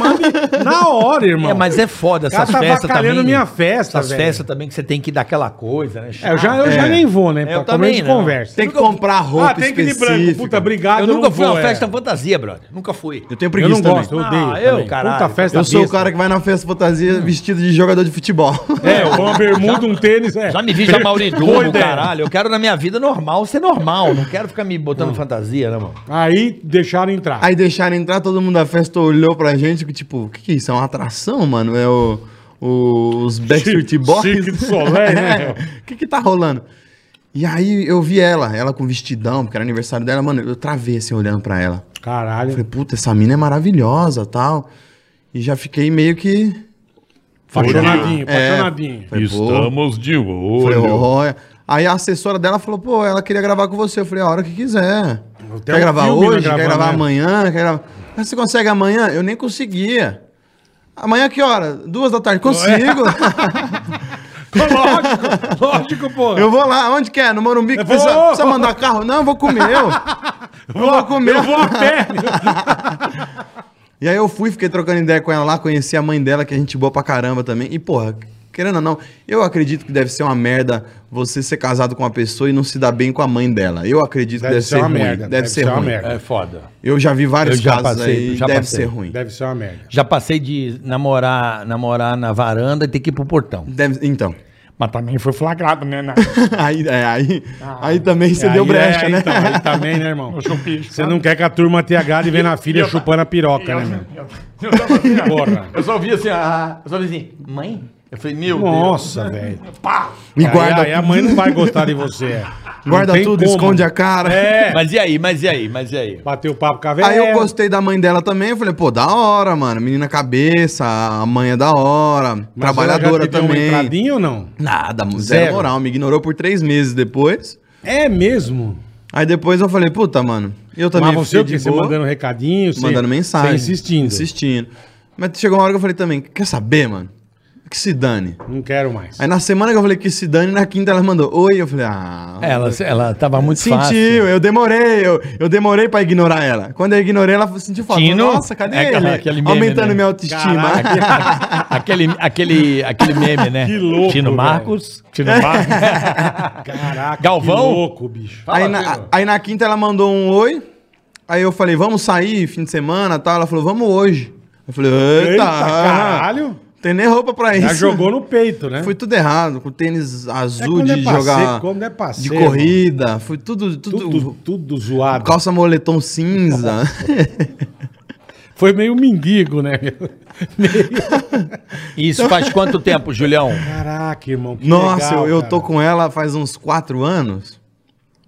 C: manda... Na hora, irmão.
B: É, mas é foda essas
C: Cara, tá
B: festas
C: avacalhando
B: também.
C: minha festa,
B: Essas
C: velho.
B: festas também que você tem que dar aquela coisa, né?
C: É, eu já, eu
D: É.
C: já nem vou, né?
B: Eu
C: como
B: também
C: a gente
B: não.
C: conversa.
D: Tem que comprar roupa
C: Ah, tem que ir de branco.
D: específica.
C: Puta, obrigado.
B: Eu nunca fui a uma
C: é.
B: festa fantasia, brother. Nunca fui.
D: Eu tenho
C: Eu
D: preguiça
C: não
D: também.
C: gosto, eu odeio.
B: Ah, eu,
C: também.
B: caralho.
C: Puta festa
D: Eu sou o
C: besta.
D: cara que vai na festa fantasia vestido de jogador de futebol.
C: É,
D: *laughs*
C: eu vou uma bermuda, um tênis. É.
B: Já
C: *laughs*
B: me vi já
C: Boa
B: Mauridumo,
C: ideia.
B: caralho. Eu quero na minha vida normal ser normal. Não quero ficar me botando
C: Hum.
B: fantasia, né, mano?
C: Aí deixaram entrar.
D: Aí deixaram entrar, todo mundo da festa olhou pra gente, que tipo, o que que é isso? É uma atração, mano? É o, o- os Backstreet Boys?
C: Cirque du Soleil,
D: *laughs*
C: né?
D: O que que tá rolando? E aí eu vi ela, ela com vestidão, porque era aniversário dela, mano, eu travei assim olhando pra ela.
C: Caralho.
D: Falei, puta, essa mina é maravilhosa tal. E já fiquei meio que.
C: Apaixonadinho,
D: É.
C: apaixonadinho.
D: Falei, pô.
A: de
D: Falei,
A: olho.
D: olha. Aí a assessora dela falou, pô, ela queria gravar com você. Eu falei, a hora que quiser.
C: Até
D: Quer
C: um
D: gravar
C: filme
D: hoje,
C: vai gravar
D: quer gravar
C: amanhã.
D: amanhã, quer gravar... Mas você consegue amanhã? Eu nem conseguia. Amanhã que hora? Duas da tarde.
C: é?
D: Consigo.
C: lógico, lógico, pô.
D: eu vou lá. Onde quer? No Morumbi?
C: Eu
D: Precisa,
C: vou.
D: precisa mandar carro? Não, eu vou com o
C: *laughs*
D: meu.
C: vou,
D: vou comer.
C: Eu vou a pé.
D: E aí eu fui, fiquei trocando ideia com ela lá, conheci a mãe dela, que é gente boa pra caramba também. E, porra, Querendo ou não, eu acredito que deve ser uma merda você ser casado com uma pessoa e não se dar bem com a mãe dela. Eu acredito que
C: Deve
D: deve
C: ser
D: ser
C: uma
D: ruim.
C: merda,
D: Deve ser
C: uma
D: ruim.
C: merda.
B: É foda.
D: Eu já vi vários
B: Eu já
D: casos
B: passei,
D: aí,
B: já
D: *laughs* deve
B: passei.
D: ser ruim.
C: Deve ser uma merda.
B: Já passei de namorar, namorar na varanda e ter que ir pro portão.
D: Deve- então. *laughs*
C: Mas também foi flagrado, né? Na...
D: aí, é, aí, aí também você
C: Aí
D: deu brecha,
C: Ah, é,
D: né?
C: então,
D: *laughs*
C: aí também, né, irmão? Você não quer que a turma tenha gado e vem na filha chupando a piroca, né, meu?
H: Eu só ouvi assim,
C: Porra.
H: eu só ouvi assim, ah, eu só ouvi assim, mãe? Eu falei, meu
C: Nossa, velho.
D: E
C: então. Aí-
D: guarda,
C: aí, a mãe não vai gostar de você.
D: guarda tudo, esconde a cara.
C: É.
D: *laughs*
B: Mas e aí, mas e aí, mas e aí?
C: Bateu o papo com a velha.
D: *laughs* Aí eu gostei da mãe dela também, eu falei, pô, da hora, mano. Menina cabeça, a mãe é da hora,
C: Mas ela
D: trabalhadora
C: já te deu Uma
D: também.
C: entradinha ou não?
D: Nada, zero,
C: Zero.
D: moral. Me ignorou por três meses depois.
C: É mesmo.
D: Aí depois eu falei, puta, mano, eu também
C: Mas você,
D: fiquei
C: o quê? você mandando recadinho, você-
D: mandando mensagem.
C: Você insistindo.
D: Insistindo. Mas chegou uma hora que eu falei também, quer saber, mano? Que se dane.
C: Não quero mais.
D: Aí na semana que eu falei que se dane, na quinta ela mandou, oi, eu falei, ah...
C: É,
B: Ela, ela tava muito *laughs*
D: Sentiu,
B: fácil.
D: eu demorei, eu, eu demorei pra ignorar ela. Quando eu ignorei, ela sentiu falta.
B: Tino?
D: Nossa, cadê
B: É
D: ele?
B: aquela- aquele meme,
D: Aumentando
B: né?
D: minha autoestima.
B: aquele, aquele, aquele meme, né?
C: Que louco,
B: Tino
C: velho.
B: Marcos.
C: Tino Barros. Caraca,
B: Galvão?
C: que louco, bicho.
D: aí, na, aí na quinta ela mandou um oi. Aí eu falei, vamos sair, fim de semana tal. Ela falou, vamos hoje. Eu falei, eita,
C: Eita,
D: caralho.
C: caralho.
D: Tem nem roupa pra isso.
C: Já jogou no peito, né?
D: Foi tudo errado, com tênis azul
C: quando é
D: de
C: passeio,
D: jogar.
C: quando é passeio,
D: de corrida. Foi tudo, tudo,
C: tudo, tudo zoado.
D: Calça moletom cinza. *laughs*
C: Foi meio mendigo, né? meu?
B: Isso faz quanto tempo, Julião?
C: Caraca, irmão. que
D: Nossa,
C: legal,
D: eu, eu
C: cara.
D: tô com ela faz uns quatro anos.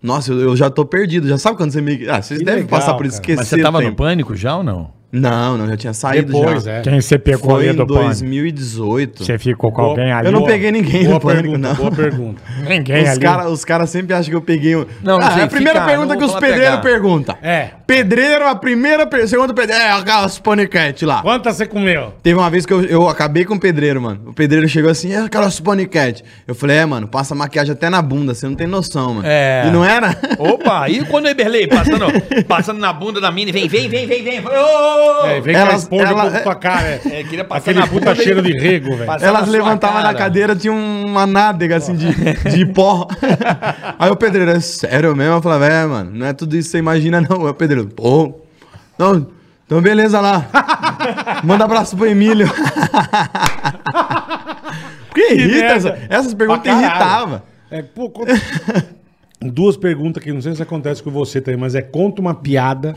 D: Nossa, eu, eu já tô perdido. Já sabe quando você me. Ah, vocês
C: Que
D: devem
C: legal,
D: passar por
C: cara.
D: esquecer.
B: Mas você tava
D: o
B: no
D: tempo.
B: pânico já ou não?
D: Não, não, já tinha saído
C: Depois,
D: já.
C: é.
A: Quem você pegou
D: Foi
A: ali
D: em
A: do pânico?
D: 2018.
A: Você ficou com
C: Boa-
A: alguém ali?
D: eu não peguei ninguém
C: boa
D: no pânico,
C: pergunta,
D: não.
C: Boa pergunta.
A: ninguém
D: Os
A: ali.
D: caras os cara sempre acham que eu peguei um.
B: Não, não
D: Ah, é
B: sei,
D: a primeira
B: fica,
D: pergunta
B: não
D: que os
B: vou
D: pedreiros
B: pegar.
D: perguntam.
C: É.
D: Pedreiro, a primeira pergunta. Segunda pedreiro. É, aquelas paniquete lá.
C: Quantas você comeu?
D: Teve uma vez que eu, eu acabei com o pedreiro, mano. O pedreiro chegou assim, é aquela Cat. Eu falei, é, mano, passa maquiagem até na bunda, você não tem noção, mano.
B: É.
D: E não era?
B: Opa, e quando o Eberlei passando, passando na bunda da mina, e vem, vem, vem, vem, vem. Ô!
C: É, vem
D: Elas-
C: com a esponja
D: ela-
C: pra tua
D: *laughs*
C: cara. É,
B: É, queria passar
C: Aquele
B: na
C: puta
B: bunda dele.
C: cheiro de rego, velho.
B: Passa- na
D: Elas
B: sua
D: levantavam da
B: cara.
D: cadeira, tinha uma nádega assim de, *laughs* de pó. Aí o pedreiro, é sério mesmo? Eu falava, é, mano, não é tudo isso que você imagina, não. Aí o pedreiro, pô. Não, então beleza lá. Manda abraço pro Emílio. *laughs* Porque irrita,
C: merda.
D: essa- tá essas perguntas
C: Pra caralho.
D: irritavam.
C: É, pô, conta- *laughs* Duas perguntas que não sei se acontece com você também, mas é conta uma piada.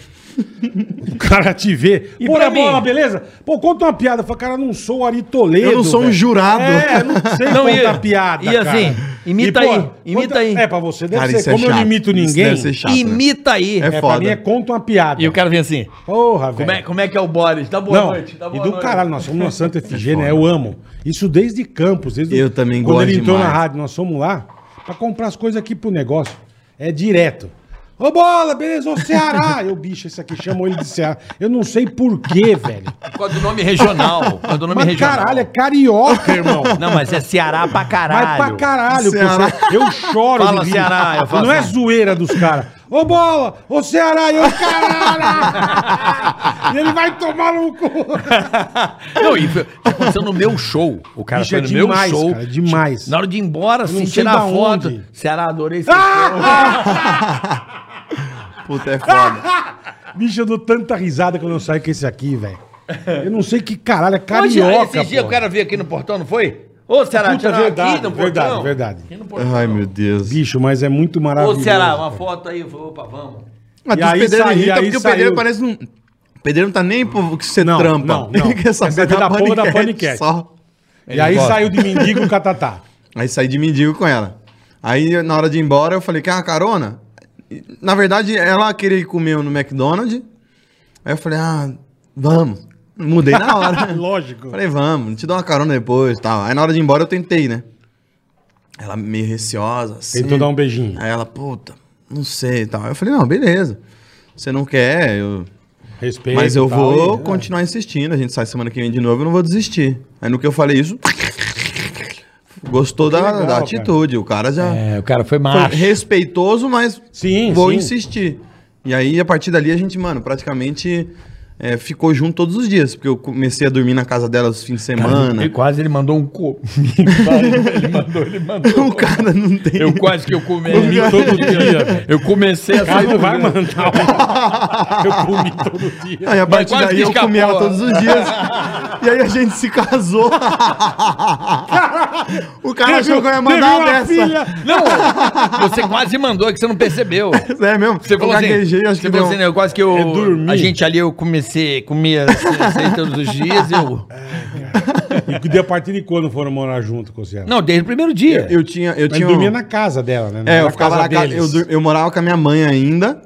C: o cara te vê.
B: E
C: Pô,
B: pra
C: na bola,
B: mim?
C: beleza? Pô, conta uma piada. Fala, cara, eu não sou o Ari Toledo.
D: Eu não sou um
C: velho.
D: jurado.
C: É, eu não sei
B: Não,
C: contar
B: e-
C: piada.
B: e assim, imita aí, imita
C: conta-
B: aí.
C: É, pra você deve
D: Cara,
C: ser.
D: isso é
C: Como eu não
D: chato.
C: imito
D: Isso
C: ninguém.
D: deve ser chato.
B: Imita aí.
D: É
C: É, pra
D: foda.
C: mim é conta uma piada.
B: E o cara vem assim.
C: Porra, velho.
B: Como é, como é que é o Boris? Dá boa
C: não,
B: noite, dá boa
C: e do
B: noite. É
C: caralho, nós somos na Santa
B: *laughs*
C: Efigênia, né? eu amo. Isso desde Campos. Desde
D: Eu também
C: Quando
D: gosto
C: ele entrou na
D: demais.
C: rádio, nós fomos lá pra comprar as coisas aqui pro negócio. É direto. Ô bola, beleza, ô
B: *laughs*
C: Ceará. Eu, bicho, esse aqui chamou ele de Ceará. Eu não sei porquê, velho.
B: Por causa do nome regional. Por causa do nome
C: Mas
B: regional.
C: caralho, é carioca,
B: *laughs*
C: irmão.
B: Não, mas é Ceará pra caralho.
C: Mas pra caralho,
D: Ceará.
C: pô, eu choro
B: Fala, Ceará, eu faço
C: Não é
B: assim.
C: zoeira dos caras. Ô bola, ô Ceará, eu
B: *laughs*
C: caralho. E ele vai tomar no cu. *laughs*
B: Não, e foi- aconteceu no meu show. O cara
C: Bicho,
B: foi
C: é
B: no
C: demais,
B: meu show.
C: cara, é demais.
B: Na hora de ir embora, assim,
C: sei da
B: tirar foto. Ah,
C: onde.
B: Ceará, adorei seu
D: Puta, é foda.
C: Bicho, eu dou tanta risada quando eu saio com esse aqui, velho. Eu não sei que caralho, é
B: show. Hoje,
C: carioca,
B: Esses dias
C: pô.
B: o cara veio aqui no portão, não foi? Ô, Ceará,
C: Puta,
B: tirar
C: verdade,
B: aqui no
C: verdade,
B: portão.
C: verdade.
B: Aqui no portão.
D: Ai, meu Deus.
C: Bicho, mas é muito
B: Ô,
C: maravilhoso.
B: Ceará, uma
C: cara.
B: foto aí. Eu falei, opa, vamos.
D: Mas
C: E
D: dos
C: aí
D: pedreiros
C: saiu-
D: irrita
C: aí
D: porque o
C: saiu-
D: pedreiro parece um. O pedreiro não tá nem pro que você
C: Não,
D: trampa.
C: não, não.
D: *laughs* Ele quer saber,
C: saber da
D: da,
C: porra da
D: paniquete
C: paniquete.
D: só.
C: E aí
B: Ele gosta.
C: saiu de mendigo o catatá.
D: Aí saí de mendigo com ela. Aí na hora de ir embora eu falei, quer uma carona? E, Na verdade, ela queria ir comer no McDonald's. Aí eu falei, ah, vamos. Mudei na hora.
C: *laughs* Lógico.
D: Falei, vamos, te dou uma carona depois e tal. Aí na hora de ir embora eu tentei, né? Ela meio receosa, assim.
C: Tentou dar um beijinho.
D: Aí ela, puta, não sei e tal. Aí eu falei, não, beleza. Você não quer, eu,
C: Respeito.
D: Mas eu
C: e tal,
D: vou
C: e- né?
D: continuar insistindo. A gente sai semana que vem de novo, eu não vou desistir. Aí no que eu falei isso. Gostou da,
C: legal,
D: da
C: cara.
D: atitude. O cara já.
B: É, o cara foi
D: Foi
B: macho.
D: respeitoso, mas
C: Sim,
D: vou
C: sim.
D: insistir. E aí, a partir dali, a gente, mano, praticamente é, ficou junto todos os dias, porque eu comecei a dormir na casa dela os fins de semana.
B: Ele quase ele mandou um co. ele mandou, ele mandou.
D: *laughs* o cara não tem.
B: Eu quase *laughs* que eu comi
C: *laughs*
B: todo dia. Eu comecei a
C: Aí
B: um sair
C: não vai
B: mano.
C: mandar. um- Eu comi todo dia.
D: Aí a partir
B: quase
D: daí
B: que
D: eu comi ela
B: escapou.
D: todos os
C: *laughs*
D: dias. e aí a gente se casou. *laughs* o cara
C: um-
D: achou que eu ia mandar uma dessa.
B: Não, você quase mandou, é que você não percebeu.
D: *laughs* É mesmo?
B: Você falou
D: eu
B: assim,
D: gaguejei, acho
B: você
D: que
B: falou
D: deu.
B: assim, né, eu quase que eu,
C: Eu dormi.
B: a gente ali eu comecei, comia *laughs* sei, todos os dias, eu,
C: E de a partir de quando foram morar junto com você? Não,
B: não, um- desde o primeiro dia.
D: um- Eu tinha, eu
C: Mas
D: tinha. um-
C: dormia na casa dela, né? Não
D: É,
C: era
D: eu ficava na casa. Eu,
C: deles.
D: dur- eu morava com a minha mãe ainda.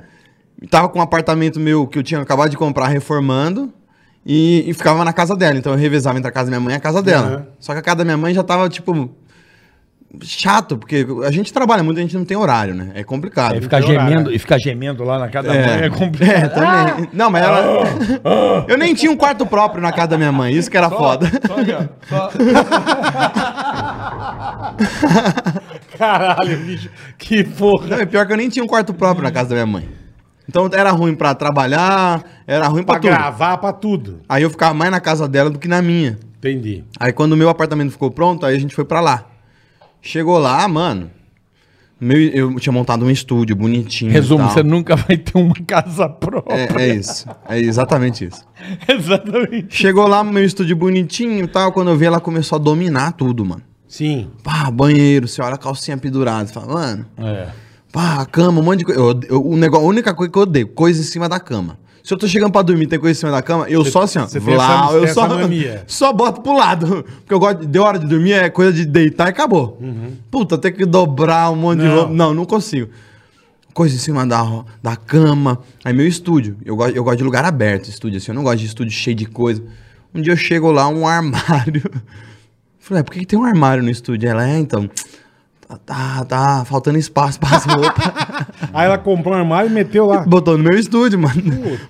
D: Tava com um apartamento meu que eu tinha acabado de comprar, reformando. E, e ficava na casa dela. Então eu revezava entre a casa da minha mãe e a casa dela.
C: Aham.
D: Só que a casa da minha mãe já tava, tipo. Chato, porque a gente trabalha muito, a gente não tem horário, né? É complicado.
B: E ficar
C: Pior,
B: gemendo,
C: cara.
B: e ficar gemendo lá na casa da mãe
D: É,
B: é complicado.
D: *laughs* é, também. Não, mas ela. *laughs* Eu nem tinha um quarto próprio na casa da minha mãe, isso que era foda.
C: Caralho, bicho. Que
D: Não,
C: porra.
D: é pior que eu nem tinha um quarto próprio na casa da minha mãe. Então era ruim pra trabalhar, era ruim
C: Pra
D: pra tudo.
C: gravar pra tudo.
D: Aí eu ficava mais na casa dela do que na minha.
C: Entendi.
D: Aí quando o meu apartamento ficou pronto, aí a gente foi pra lá. Chegou lá, mano. meu- eu tinha montado um estúdio bonitinho. e
B: Resumo,
D: tal.
B: você nunca vai ter uma casa própria.
D: É,
B: *laughs*
D: é isso. É exatamente isso.
B: É. Exatamente.
D: Chegou lá, meu estúdio bonitinho e tal. Quando eu vi, ela começou a dominar tudo, mano.
C: Sim.
D: Pá, banheiro, você olha a calcinha pendurada. Você fala, mano,
B: É.
D: pá, cama, um monte de coisa. Eu ode- eu- o negócio, a única coisa que eu odeio, coisa em cima da cama. Se eu tô chegando pra dormir e tem coisa em cima da cama, eu só assim, ó.
C: você tem
D: Vlá,
C: essa-
D: eu
C: essa
D: só,
C: mania.
D: *laughs* só boto pro lado. Porque eu gosto de. Deu hora de dormir, é coisa de deitar e acabou. Puta, tem que dobrar um monte de
C: Uhum. Não.
D: roupa. Não, não consigo. Coisa em cima da, ro- da cama. Aí meu estúdio. Eu, gosto- eu gosto de lugar aberto, estúdio, assim. Eu não gosto de estúdio cheio de coisa. Um dia eu chego lá, um *laughs* armário. Falei, é, por que, que tem um armário no estúdio? Ela, é, então. Tá, tá, tá faltando espaço para as roupas.
C: *laughs* Aí ela comprou um armário e meteu lá.
D: Botou no meu estúdio, mano.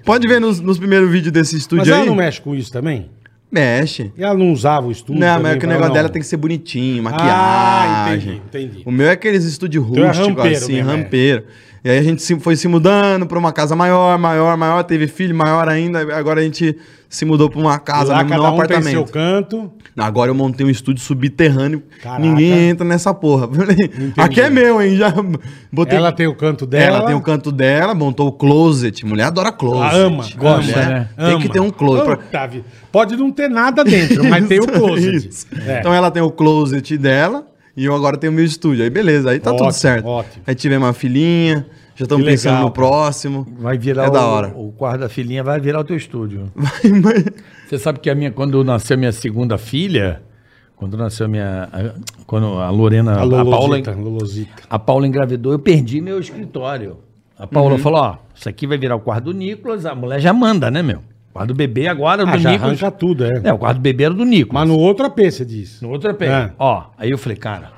D: Pode ver nos, nos primeiros vídeos desse
C: Mas
D: estúdio
C: ela
D: aí.
C: não mexe com isso também?
D: Mexe.
C: E ela não usava o estúdio?
D: não,
C: também
D: mas é que o
C: pra-
D: negócio
C: não.
D: dela tem que ser bonitinho,
C: Ah, entendi,
D: maquiagem.
C: entendi.
D: O meu é aqueles estúdios
C: Então é
D: rústicos,
C: rampeiro
D: assim,
C: mesmo, é.
D: rampeiro. E aí a gente se- foi se mudando pra uma casa maior, maior, maior. Teve filho maior ainda. Agora a gente se mudou pra uma casa,
C: Lá
D: mesmo,
C: cada
D: não
C: um tem seu
D: apartamento.
C: canto.
D: Agora eu montei um estúdio subterrâneo.
C: Caraca.
D: Ninguém entra nessa porra. *laughs* Aqui é meu, hein? Já botei...
C: Ela tem o canto dela.
D: Ela tem o canto dela, montou o closet. Mulher adora closet.
C: Ela ama, gosta,
D: Mulher
B: né?
D: Tem que ter um closet. pra-
C: closet. Pode não ter nada dentro, mas tem o closet.
D: *laughs* Isso.
C: É.
D: Então ela tem o closet dela e eu agora tenho o meu estúdio. Aí beleza, aí tá
C: Ótimo,
D: tudo certo.
C: ótimo.
D: Aí tivemos uma filhinha, já
C: Que
D: estamos pensando
C: legal,
D: no próximo.
B: Vai virar
D: É
B: o,
D: da hora. *laughs*
B: o quarto da filhinha, vai virar o teu estúdio.
D: Vai, mãe.
B: Você sabe que a minha, quando nasceu minha segunda filha, quando nasceu minha. a- Quando a Lorena.
C: A
B: A, é Paula,
C: Lolosita, Lolosita.
B: a Paula engravidou, eu perdi meu escritório. A
C: Uhum.
B: Paula falou: ó, isso aqui vai virar o quarto do Nicolas, a mulher já manda, né, meu? O quarto do bebê agora, o
C: Ah,
B: do
C: já
B: Nicolas.
C: arranca tudo, é.
B: É, o quarto do bebê era do Nicolas.
C: Mas no outro AP você diz.
B: No outro EP.
C: É.
B: Ó, aí eu falei, cara,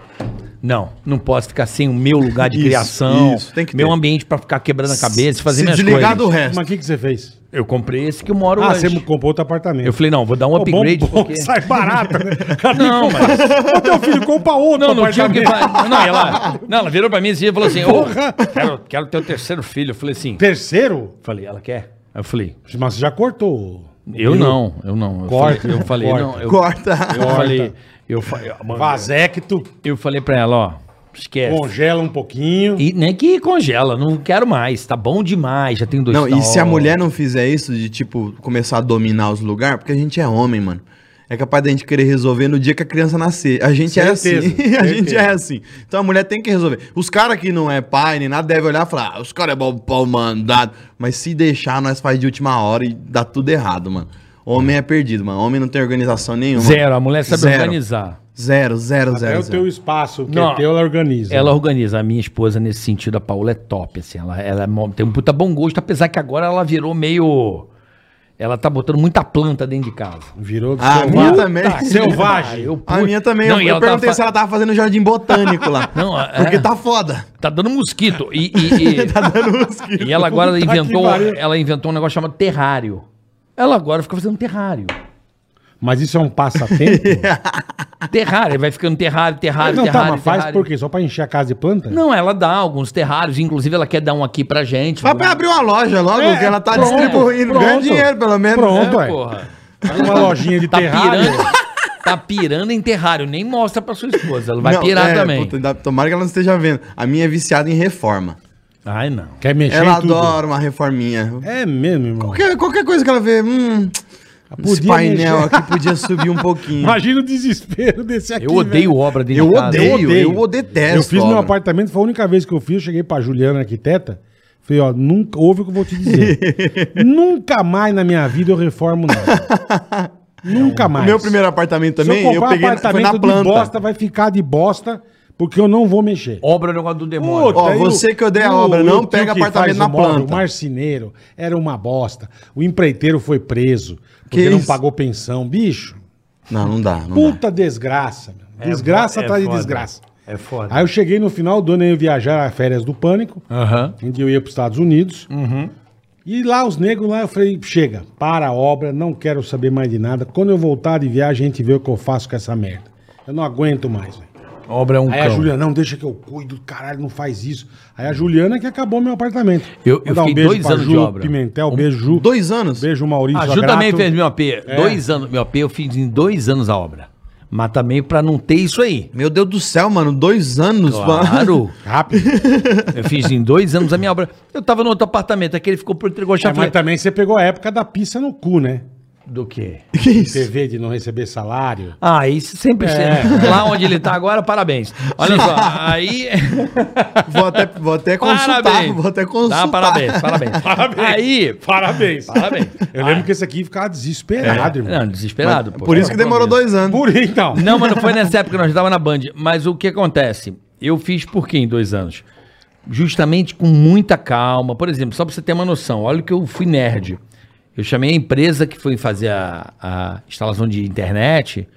B: não, não posso ficar sem o meu lugar de
D: Isso,
B: criação,
D: isso, tem que
B: meu
D: ter.
B: ambiente pra ficar quebrando a cabeça, fazer
D: Se
B: minhas
D: desligar
B: coisas.
D: do resto.
C: Mas o que, que você fez?
B: Eu comprei esse que eu moro
C: Ah,
B: hoje.
C: você comprou outro apartamento.
B: Eu falei, não, vou dar um
C: Pô, bom,
B: upgrade.
C: bom,
B: porque...
C: sai barato. né?
B: *laughs*
C: *laughs*
B: Não, mas...
C: Ô, teu filho, compra outro
B: Não, não tinha o que
C: apartamento.
B: fazer. Não,
C: *laughs*
B: ela, não, ela virou pra mim esse dia e falou assim, ô, quero, quero ter o terceiro filho. Eu falei assim,
C: Terceiro?
B: falei, ela quer? Aí eu falei,
C: Mas você já cortou.
B: eu não, eu não. Eu
C: Corta,
B: falei, eu falei
C: corta.
B: não, eu,
D: Corta.
B: eu falei, eu, fa- eu,
C: Vasecto,
B: eu falei pra ela, ó, esquece.
C: congela um pouquinho.
B: É. E nem que congela, não quero mais, tá bom demais, já tenho dois
D: Não, e se a
B: tal.
D: mulher não fizer isso, de tipo, começar a dominar os lugares, porque a gente é homem, mano. É capaz da gente querer resolver no dia que a criança nascer. A gente é
C: Certeza,
D: assim. *laughs* a
C: certeza.
D: gente é assim. Então a mulher tem que resolver. Os caras que não é pai nem nada devem olhar e falar, ah, os caras é bom pau mandado. Mas se deixar, nós faz de última hora e dá tudo errado, mano. Homem é perdido, mano. Homem não tem organização nenhuma.
B: Zero, a mulher sabe
D: Zero.
B: organizar.
D: Zero, zero,
C: Até
D: zero.
C: o
D: zero.
C: teu espaço, que
B: Não.
C: é teu, ela organiza.
B: Ela organiza. A minha esposa, nesse sentido, a Paula é top, assim. Ela, ela é mó- tem um puta bom gosto, apesar que agora ela virou meio. Ela tá botando muita planta dentro de casa.
C: Virou Tá,
D: Ah, a minha também.
C: selvagem.
B: Ah, Eu-
D: A minha também.
B: Não,
D: eu
B: e
D: eu
B: ela
D: perguntei
B: tava
D: se
B: fa-
D: ela tava fazendo jardim botânico lá.
B: Não, é.
D: Porque tá foda.
B: Tá dando mosquito. E, *laughs*
D: *laughs*
B: e- e-
D: Tá dando mosquito.
C: *laughs*
B: e ela agora
C: Puta que
B: inventou.
I: um
C: pariu.
B: Ela inventou um negócio chamado terrário. Ela agora fica fazendo terrário.
C: Mas isso é um
B: *laughs*
C: passatempo?
I: Terrário, vai ficando terrário, terrário,
C: não, tá,
I: terrário,
C: mas faz
I: terrário.
C: por quê? Só pra encher a casa de planta?
I: Não, ela dá alguns terrários, inclusive ela quer dar um aqui pra gente.
D: Vai pra abrir uma loja logo, que ela tá
C: É, pronto,
D: distribuindo.
C: pronto.
D: Ganha dinheiro, pelo menos. né?
C: Pronto,
I: É,
C: ué.
I: porra.
C: Uma lojinha de
I: Tá
C: terrário.
I: pirando, tá pirando em terrário, nem mostra pra sua esposa, ela vai
D: Não,
I: pirar
D: é,
I: também.
D: puta, ainda- tomara que ela não esteja vendo. A minha é viciada em reforma.
I: Ai, não.
C: Quer mexer
D: ela
C: em tudo?
D: adora uma reforminha.
C: É mesmo, irmão.
D: Qualquer, qualquer coisa que ela vê, hum, esse
C: Podia
D: painel
C: mexer.
D: aqui podia subir um pouquinho.
C: Imagina o desespero desse aqui.
B: Eu odeio
C: velho.
B: obra dentro
D: Eu
B: de casa.
D: odeio, eu odeio, detesto.
C: Eu fiz meu
D: obra.
C: apartamento, foi a única vez que eu fiz. Eu cheguei pra Juliana, arquiteta. Falei, ó, nunca ouve o que eu vou te
D: *laughs*
C: dizer. nunca mais na minha vida eu reformo nada.
D: *laughs*
C: nunca mais.
D: É um Meu primeiro apartamento também,
C: Se eu
D: eu,
C: comprar
D: peguei foi
C: apartamento
D: na
C: de
D: planta.
C: bosta, vai ficar de bosta, porque eu não vou mexer.
B: Obra é um negócio do demônio.
D: Ó, você que odeia a obra, não
C: tio
D: pega
C: que
D: apartamento
C: faz
D: na
C: o móvel,
D: planta.
C: O marceneiro era uma bosta. O empreiteiro foi preso porque
D: Que
C: não
D: isso?
C: pagou pensão. Bicho,
D: Não, não dá, não dá. É,
C: puta desgraça. meu.
I: É
C: Desgraça atrás de desgraça.
B: É foda.
C: Aí eu cheguei no final do ano, eu ia viajar às férias do pânico,
B: Aham.
C: onde eu ia para os Estados Unidos.
B: Uhum.
C: E lá os negros, lá eu falei, chega, para a obra, não quero saber mais de nada. Quando eu voltar de viagem, a gente vê o que eu faço com essa merda. Eu não aguento mais, velho.
B: Obra é um
C: Aí a
B: cão.
C: Juliana, não, deixa que eu cuido, caralho, não faz isso. Aí a Juliana que acabou meu apartamento.
B: Eu- eu
C: Mandar um
B: fiquei dois
C: pra
B: anos
C: Ju
B: de obra. Um,
C: Pimentel, beijo, Ju.
D: Dois anos?
C: Beijo, Maurício.
B: A Ah, Ju também
C: Agrato.
B: fez meu AP. Dois anos. Meu AP eu fiz em dois anos a obra. Mas também pra não ter isso aí.
D: Meu Deus do céu, mano, dois anos,
C: *laughs*
B: Claro.
D: mano.
B: *laughs*
C: Rápido.
B: eu fiz em dois anos a minha obra. Eu tava no outro apartamento, aquele ficou por entregou a
C: É,
B: chave.
C: mas também você pegou a época da pizza no cu, né?
B: Do quê?
D: *laughs* Que isso?
C: TV de não receber salário.
B: Ah, isso sempre. Lá onde ele tá agora, parabéns. Olha só, aí.
D: Vou até, vou até consultar, vou até consultar.
B: Tá, parabéns,
C: *laughs*
B: parabéns. Aí.
C: Parabéns.
B: Parabéns. Ah. É.
C: Eu lembro que esse aqui ficava desesperado, irmão.
B: Não, desesperado. pô.
D: Por isso que demorou dois anos.
C: Por então.
B: Não, mas não foi nessa época, nós estava na Band. Mas o que acontece? Eu fiz por quê em dois anos? Justamente com muita calma. Por exemplo, só para você ter uma noção, olha que eu fui nerd. Eu chamei a empresa que foi fazer a, a instalação de internet.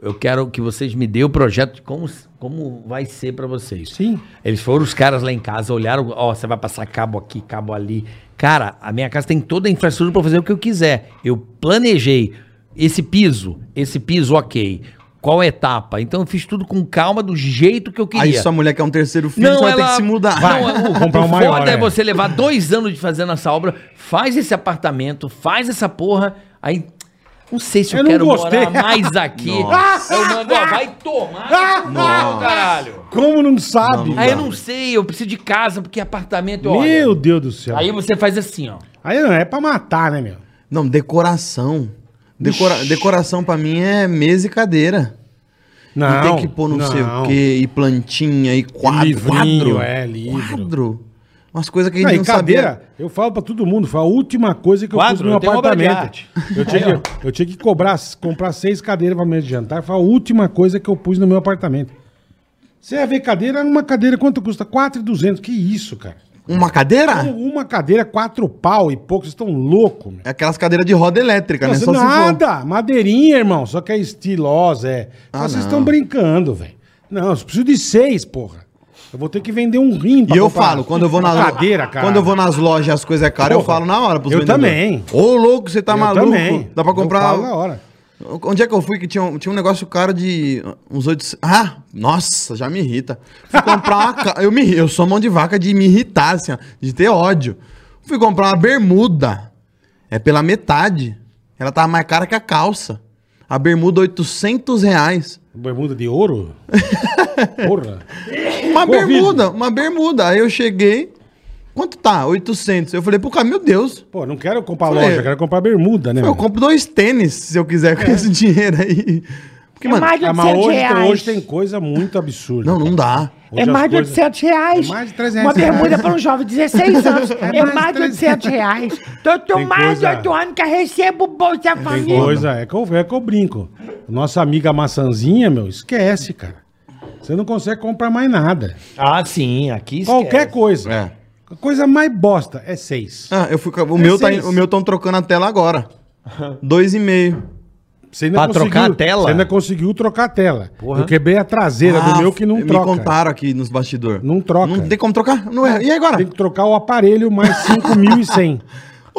B: Eu quero que vocês me dêem o projeto de como, como vai ser para vocês.
C: Sim.
B: Eles foram os caras lá em casa, olharam, ó, você vai passar cabo aqui, cabo ali. Cara, a minha casa tem toda a infraestrutura pra fazer o que eu quiser. Eu planejei esse piso, esse piso ok. Qual etapa? Então eu fiz tudo com calma, do jeito que eu queria.
D: Aí sua mulher quer um terceiro filho, você
B: Não,
D: vai
B: ela...
D: ter que se mudar.
B: Não, o,
C: comprar um
B: o
C: maior,
B: foda é
C: é.
B: você levar dois anos de fazer nessa obra, faz esse apartamento, faz essa porra, aí... Não sei se eu,
C: Eu não
B: quero
C: gostei.
B: morar mais aqui. Eu mando, ó, vai tomar. Não, caralho.
C: Como não sabe?
B: Aí eu não sei, eu preciso de casa, porque é apartamento, olha.
C: Meu Deus do céu.
B: Aí
C: Aí,
B: você faz assim, ó.
C: não, é pra matar, né, meu?
D: Não, decoração. Decora- Decoração pra mim é mesa e cadeira.
C: Não.
D: e tem que pôr não, sei o quê, e plantinha, e quadro.
C: livrinho,
D: quadro.
C: é, livro.
D: Quadro. Umas coisas que a gente
C: Não,
D: não,
C: e
D: sabia.
C: cadeira, eu falo pra todo mundo, foi a última coisa que eu
B: Quadro,
C: fiz no meu
B: eu tenho obra de
C: apartamento. Eu tinha, que, eu tinha que cobrar, comprar seis cadeiras pra mesa de jantar, foi a última coisa que eu pus no meu apartamento. Você ia ver cadeira, uma cadeira quanto custa? 4,200. Que isso, cara?
D: Uma cadeira?
C: Uma cadeira, quatro pau e pouco, vocês estão loucos, meu.
D: É aquelas cadeiras de roda elétrica, né?
C: Nossa,
D: Só se for.
C: nada, madeirinha, irmão. Só que é estilosa, é.
D: Ah,
C: Mas vocês estão brincando, velho. Não, eu preciso de seis, porra. Eu vou ter que vender um rim
D: E eu falo, quando eu vou na
C: cadeira, cara.
D: Quando eu vou nas lojas e as coisas é cara, eu
C: Porra.
D: falo na hora pros
C: Eu
D: vendedores.
C: também.
D: Ô, louco, você tá
C: Eu
D: maluco.
C: também.
D: Dá pra
C: Eu
D: comprar. um-
C: falo na hora.
D: Onde é que eu fui que tinha um, tinha um negócio caro de uns 800. Ah, nossa, já me irrita. Fui comprar uma. ca- eu, me, irri- eu sou mão de vaca de me irritar, assim, ó, de ter ódio. Fui comprar uma bermuda. É pela metade. Ela tava mais cara que a calça. A bermuda, 800 reais.
C: Bermuda de
D: *laughs*
C: ouro? Porra.
D: Uma
C: Corrido.
D: bermuda, uma bermuda. Aí eu cheguei. Quanto tá? 800. Eu falei pro cara, meu Deus.
C: Pô, não quero comprar
D: Falei.
C: loja, quero comprar bermuda, né?
D: Eu
C: mano?
D: compro dois tênis se eu quiser com esse dinheiro aí.
F: É
D: Porque, mano.
C: Ah, mas hoje, hoje tem coisa muito absurda.
D: Não, não dá.
F: É mais de 800 reais.
C: É mais de 300
F: Uma bermuda
C: reais.
F: para um jovem
C: *laughs*
F: de 16 anos. É,
C: mais de
F: mais de 800 reais. Então, eu tô
C: Tem
F: mais de
C: coisa-
F: 8 anos que eu recebo o Bolsa
C: Tem
F: Família.
C: coisa, é que, eu, é que eu brinco. Nossa amiga maçãzinha, meu, esquece, cara. Você não consegue comprar mais nada.
B: Ah, sim, aqui
C: Qualquer coisa.
D: É.
C: A coisa mais bosta é seis.
D: Ah, eu fui. com- O meu, tá,
C: seis.
D: o meu estão trocando a tela agora. Dois e meio.
C: Você ainda
B: Pra
C: conseguiu-
B: trocar a tela?
C: Você ainda conseguiu trocar a tela.
B: Porra.
C: Eu quebrei a traseira do
D: Ah,
C: meu que não
D: me
C: troca.
D: contaram aqui nos bastidores.
C: Não troca.
D: Não tem como trocar? Não é. E agora?
C: Tem que trocar o aparelho mais 5.100.
D: Ô,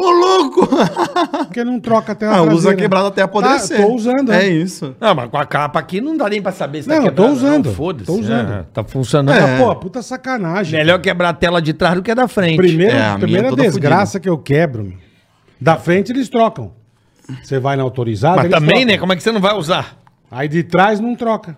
C: *laughs*
D: louco!
C: Porque não troca até
D: Ah, usa
C: traseira.
D: quebrada até apodrecer.
C: né? Tá, tô usando,
D: É
C: é.
D: isso.
B: Não, mas com a capa aqui não dá nem pra saber se tá
C: Não, eu tô
B: quebrada,
C: usando,
B: Foda-se.
C: tô usando.
B: É, tá funcionando.
C: Ah,
D: É.
C: Pô, puta sacanagem.
B: Melhor quebrar a tela de trás do que a da frente.
C: Primeiro,
D: É, a minha é
C: primeira
D: toda
C: desgraça que eu quebro, meu. da frente eles trocam. Você vai na autorizada.
B: Mas
C: eles
B: também, né?
C: trocam.
B: Como é que você não vai usar?
C: Aí de trás não troca.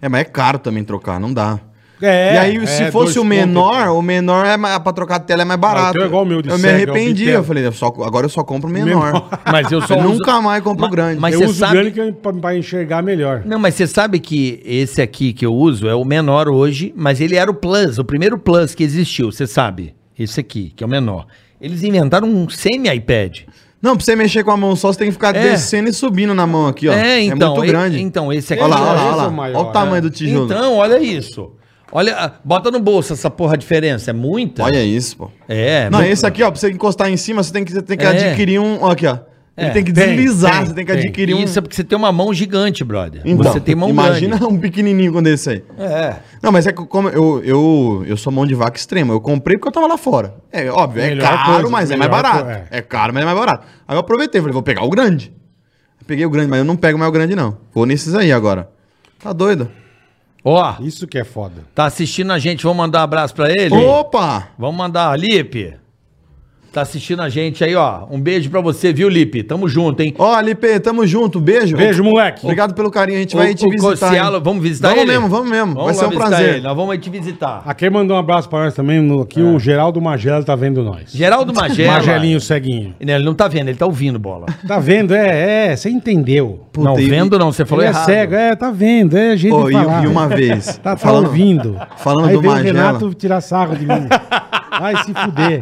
D: É, mas é caro também trocar, não dá.
C: É,
D: e aí,
C: é,
D: se fosse
C: dois
D: o menor, o menor é mais, pra trocar a tela é mais barato.
C: teu é igual o meu de
D: eu me
C: Sega, é o
D: arrependi.
C: Bitelo.
D: Eu falei, eu só, agora eu só compro o menor.
C: *laughs*
B: Mas eu só
D: Eu
B: uso-
D: nunca mais compro
B: Ma-
D: o grande.
B: mas-
C: eu
B: você
C: uso
B: sabe-
C: grande que eu, pra, pra enxergar melhor.
B: Não, mas você sabe que esse aqui que eu uso é o menor hoje, mas ele era o Plus, o primeiro Plus que existiu, você sabe. Esse aqui, que é o menor. Eles inventaram um semi-iPad.
D: *laughs* Não, pra você mexer com a mão só, você tem que ficar
B: É.
D: descendo e subindo na mão aqui, ó.
B: É, então,
D: É muito
B: e-
D: grande.
B: então, esse aqui-
D: Olha lá, olha
C: Esse
D: lá,
C: é o
D: olha lá.
C: maior,
D: Olha o tamanho
C: é.
D: do tijolo.
B: Então, olha isso. Olha, ah, bota no bolso essa porra a diferença, é muita.
D: Olha isso, pô.
B: É,
D: Não,
B: muito-
D: esse aqui, ó, pra você encostar em cima, você tem que, você tem que
B: É.
D: adquirir um. ó, Aqui, ó. Ele
B: É,
D: tem que
B: tem,
D: deslizar,
B: tem,
D: você tem que
B: tem.
D: adquirir um.
B: Isso é porque você tem uma mão gigante, brother.
D: Então,
B: você tem mão
D: imagina
B: grande.
D: um pequenininho com desse aí.
B: É.
D: Não, mas é que como eu, eu, eu sou mão de vaca extrema. Eu comprei porque eu tava lá fora. É óbvio, é
C: Melhor
D: caro,
C: coisa,
D: mas é
C: melhor
D: mais barato.
C: co- é.
D: É caro, mas é mais barato. Aí eu aproveitei, falei, vou pegar o grande. Eu peguei o grande, mas eu não pego mais o grande, não. Vou nesses aí agora. Tá doido?
B: Ó,
C: Isso que é foda.
B: tá assistindo a gente, vamos mandar um abraço pra ele?
D: Opa!
B: Vamos mandar, Lipe. Tá assistindo a gente aí, ó. Um beijo pra você, viu, Lipe? Tamo junto, hein?
D: Ó, Lipe, tamo junto. Beijo.
C: Beijo, moleque.
D: Obrigado pelo carinho. A gente vai te visitar.
B: Cossielo,
D: hein?
B: vamos visitar
D: vamos
B: ele?
D: mesmo, vamos mesmo.
B: Vamos
D: vai
B: lá
D: ser um
B: visitar
D: prazer.
B: ele, Nós vamos aí te visitar.
C: Aqui mandou um abraço pra nós também. no-
D: É.
C: aqui o Geraldo Magela tá vendo nós.
D: *laughs*
B: Geraldo Magela.
C: Magelinho ceguinho.
B: Não, Ele não tá vendo, ele tá ouvindo
C: *laughs*
B: bola.
C: Tá vendo? É, é, você entendeu.
D: Puta,
B: não,
D: e-
B: vendo não, você falou
C: Ele
B: errado.
C: é cego, é, tá vendo, é jeito
D: Ô,
C: de
D: e,
C: falar.
D: e uma vez.
C: Tá, tá ouvindo.
D: falando
C: Aí
D: do
C: veio o
D: Magela.
C: Renato tirar sarro de mim. Vai se fuder.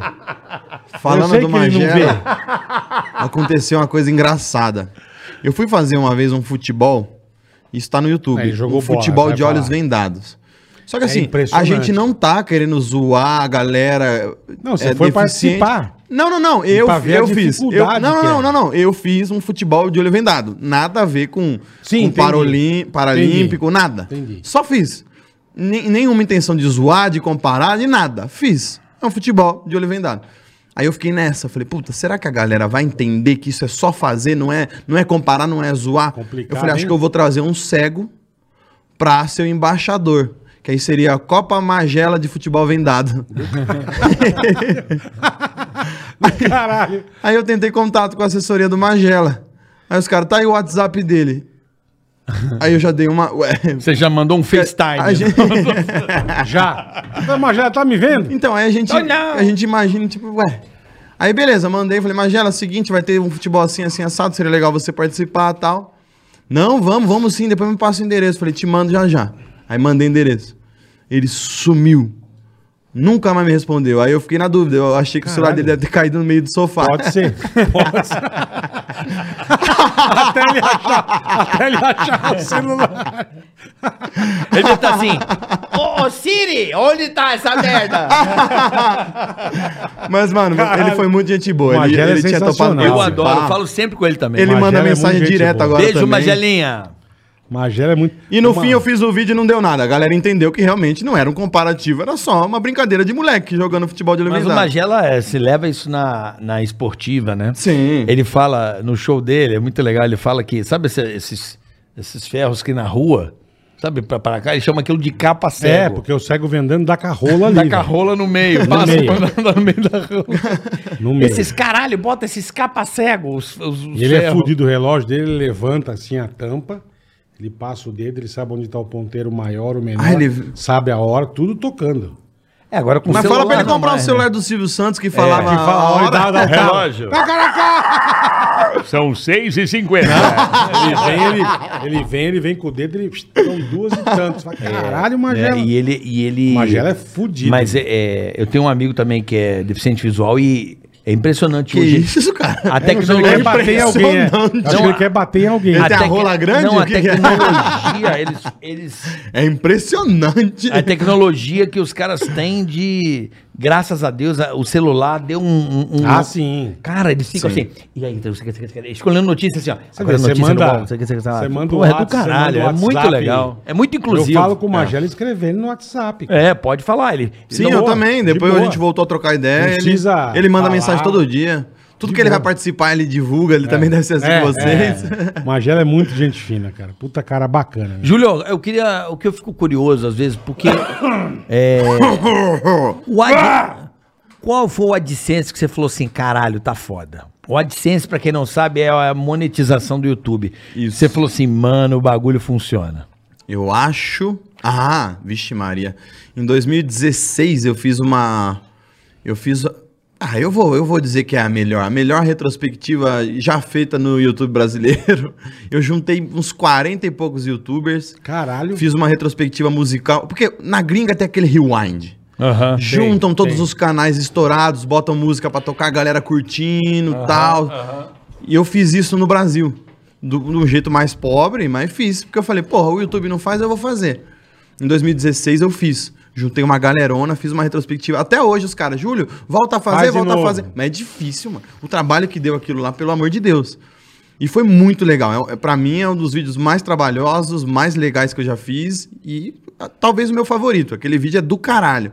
C: Eu
D: Falando
C: sei
D: do
C: que ele não
D: Magela, aconteceu uma coisa engraçada. Eu fui fazer uma vez um futebol, isso tá no YouTube,
C: É, ele jogou
D: um
C: bola,
D: futebol
C: vai
D: de olhos
C: falar.
D: vendados. Só que assim, a
C: impressionante.
D: gente não tá querendo zoar a galera. é,
C: Não, você foi
D: deficiente.
C: participar.
D: Não, não, não. Eu,
C: pra ver a
D: eu fiz. Eu,
C: dificuldade
D: não, não,
C: que é.
D: não, não, não. Eu fiz um futebol de olho vendado. Nada a ver com,
C: Sim,
D: com
C: entendi.
D: parolim- paralímpico, nada.
C: Entendi.
D: Só fiz. Nem- nenhuma intenção de zoar, de comparar, de nada. Fiz. É um futebol de olho vendado. Aí eu fiquei nessa, falei, puta, será que a galera vai entender que isso é só fazer, não é, não é comparar, não é zoar?
C: Complicado,
D: eu falei, acho
C: hein?
D: que eu vou trazer um cego pra ser o embaixador. Que aí seria a Copa Magela de Futebol
C: *laughs*
D: Vendado.
C: Caralho.
D: Aí eu tentei contato com a assessoria do Magela. Aí os caras, tá aí o
C: *laughs*
D: WhatsApp dele. Aí eu já dei uma. Ué.
B: Você já mandou um FaceTime. né?
C: *laughs*
D: A gente-
C: Já. Mas Magela tá me vendo?
D: Então, aí a gente, a gente imagina, tipo, ué. Aí beleza, mandei, falei, Magela, seguinte, vai ter um futebol assim, assim, assado, seria legal você participar e tal. Não, vamos, vamos sim, depois me passa o endereço. Falei, te mando já já. Aí mandei o endereço. Ele sumiu. Nunca mais me respondeu. Aí eu fiquei na dúvida, eu achei que o celular
C: Caralho.
D: dele deve ter caído no meio do sofá.
C: Pode ser. Pode ser. até ele achar, até ele achar o celular.
B: Ele tá assim.
F: Ô, ô, Siri, onde tá essa
C: *laughs*
F: merda?
D: *laughs* Mas, mano, ele foi muito gente boa. Ele,
C: Magela é
D: ele tinha topado
C: sensacional.
B: Eu
C: Nossa,
B: adoro,
D: participar.
B: eu falo sempre com ele também.
D: Ele
C: Magela
D: manda
C: é muito
D: mensagem
C: gente
D: direto
C: boa.
D: agora
B: Beijo,
D: também.
B: Magelinha.
C: Magela é muito.
D: E no
C: Uma-
D: fim eu fiz o vídeo e não deu nada. A galera entendeu que realmente não era um comparativo, era só uma brincadeira de moleque jogando futebol de
B: Mas o
D: elementar.
B: Magela é, se leva isso na, na esportiva, né?
D: Sim.
B: Ele fala, no show dele, é muito legal, ele fala que, sabe esse- esses, esses ferros que na rua, sabe, pra, pra cá, ele chama aquilo de capa cego.
C: É, porque eu cego vendendo da carrola ali.
B: Taca a rola no meio, passa
C: meio.
B: andando no meio da rola.
C: velho, No meio.
B: Esses caralho, bota esses capa cego, os, os, os
C: E ele é
B: ferros.
C: fudido, o relógio dele ele levanta assim a tampa, ele passa o dedo, ele sabe onde tá o ponteiro maior, o menor,
D: Ah, ele-
C: sabe a hora, tudo tocando.
B: É, agora com
D: Mas é. fala pra ele
B: não
D: comprar
B: mais, né?
D: o celular do Silvio Santos que
C: É,
D: falava. a hora. *laughs* Tá.
E: Relógio. São 6 e
D: *laughs*
E: 50
C: Ele vem, ele, ele vem, ele vem com o dedo, ele são duas e tantos. Fala, Caralho, Magela.
D: né,
B: É, e ele, e ele.
C: Magela é fudido.
B: Mas é, é, eu tenho um amigo também que é deficiente visual e é impressionante
D: Que
B: hoje.
D: isso, cara?
B: A
C: Ele
B: tecnologia
C: quer bater em alguém. É. Acho que ele quer bater em alguém.
D: Ele
B: a
D: tem a
B: tec-
D: rola grande?
B: Não,
D: O
B: a
D: que que é?
B: tecnologia, eles, eles.
D: É impressionante.
B: A tecnologia que os caras têm de. Graças a Deus, a- o celular deu um. um- um-
C: Ah, sim.
B: Cara, eles ficam assim. E aí, então, você quer- você quer- você quer- escolhendo notícia assim, ó.
C: Você vê, você manda-
B: no bolo, você quer- você quer- você quer-
C: você manda
B: Pô,
C: o
B: é do
C: WhatsApp, você manda
B: caralho. É
C: o
B: muito
C: WhatsApp.
B: legal. É muito inclusivo.
C: Eu falo com o
B: É.
C: Magela escrevendo no WhatsApp. cara.
B: É, pode falar. Ele,
D: Sim,
C: De
D: eu
C: boa,
D: também.
C: de
D: Depois a
C: boa.
D: gente voltou a trocar ideia.
C: Não
D: Ele,
C: precisa
D: ele manda
C: falar.
D: mensagem todo dia. Tudo que ele vai participar, ele divulga, ele também deve ser assim
C: É,
D: com vocês.
C: é. Magela é muito gente fina, cara. Puta cara bacana. né?
E: Júlio, eu queria. O que eu fico curioso às vezes, porque. é,
C: *laughs*
E: o Ad- Qual foi o AdSense que você falou assim, caralho, tá foda? O AdSense, pra quem não sabe, é a monetização do YouTube.
D: Isso.
E: Você falou assim, mano, o bagulho funciona.
D: Eu acho. Ah, vixe Maria. Em 2016 eu fiz uma. Eu fiz. Ah, eu vou, eu vou dizer que é a melhor. A melhor retrospectiva já feita no YouTube brasileiro. *laughs* Eu juntei uns 40 e poucos youtubers.
C: Caralho.
D: Fiz uma retrospectiva musical. Porque na gringa tem aquele rewind.
E: Aham.
D: Juntam
C: tem,
D: todos
C: tem.
D: os canais estourados, botam música pra tocar, a galera curtindo e tal. E eu fiz isso no Brasil. Do, do jeito mais pobre, mas fiz. Porque eu falei, porra, o YouTube não faz, eu vou fazer. Em 2016 eu fiz. Juntei uma galerona, fiz uma retrospectiva. Até hoje os caras, Júlio, volta a fazer,
C: Faz de
D: volta a
C: novo.
D: fazer. Mas é difícil, mano. O trabalho que deu aquilo lá, pelo amor de Deus. E foi muito legal. É, é- pra mim é um dos vídeos mais trabalhosos, mais legais que eu já fiz. E ah, talvez o meu favorito. Aquele vídeo é do caralho.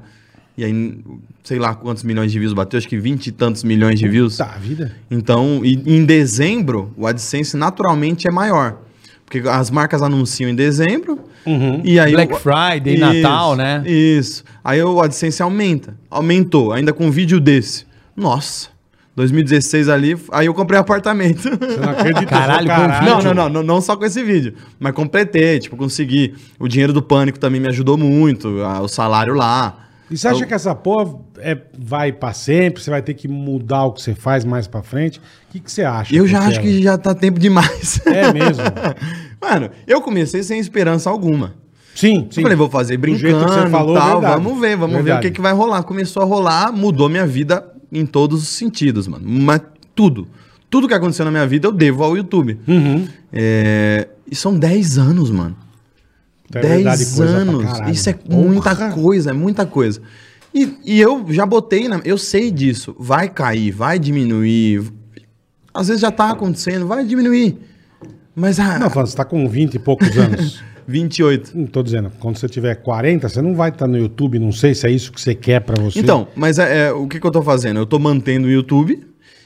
D: E aí, sei lá quantos milhões de views bateu, acho que vinte e tantos milhões de views.
C: Puta vida.
D: Então, e- em dezembro, o AdSense naturalmente é maior. Porque as marcas anunciam em dezembro.
C: Uhum.
D: E aí
E: Black
D: o-
E: Friday,
D: Isso,
E: Natal, né?
D: Isso. Aí o AdSense aumenta. Aumentou, ainda com um vídeo desse. Nossa. 2016 ali, aí eu comprei apartamento.
C: Eu não acredito.
E: Caralho,
C: eu sou
E: Ah,
D: Não, não, não, não, não só com esse vídeo. Mas completei, tipo, consegui. O dinheiro do pânico também me ajudou muito, a- o salário lá.
C: E você acha que essa porra é, vai pra sempre? Você vai ter que mudar o que você faz mais pra frente? O que, que você acha?
D: Eu já acho
C: Marcelo?
D: que já tá tempo demais. *laughs*
C: É mesmo.
D: Mano, eu comecei sem esperança alguma.
C: Sim, sim.
D: Eu falei, vou fazer
C: jeito que você
D: brincando
C: falou,
D: e Um tal,
C: verdade.
D: vamos ver, vamos ver o
C: Verdade.
D: que, que vai rolar. Começou a rolar, mudou minha vida em todos os sentidos, mano. Mas tudo. Tudo que aconteceu na minha vida eu devo ao YouTube.
C: Uhum.
D: É, E são 10 anos, mano.
C: Então é
D: 10
C: coisa pra
D: anos.
C: caralho. né?
D: Isso é
C: Porra.
D: muita coisa, é muita coisa. E, e eu já botei, na, eu sei disso. Vai cair, vai diminuir. Às vezes já tá acontecendo, vai diminuir. Mas ah,
C: Não, falando, você tá com 20 e
D: *laughs*
C: poucos anos.
D: 28.
C: não tô dizendo, quando você tiver 40, você não vai estar no YouTube, não sei se é isso que você quer pra você.
D: Então, mas é, é, o que, que eu tô fazendo? Eu tô mantendo o YouTube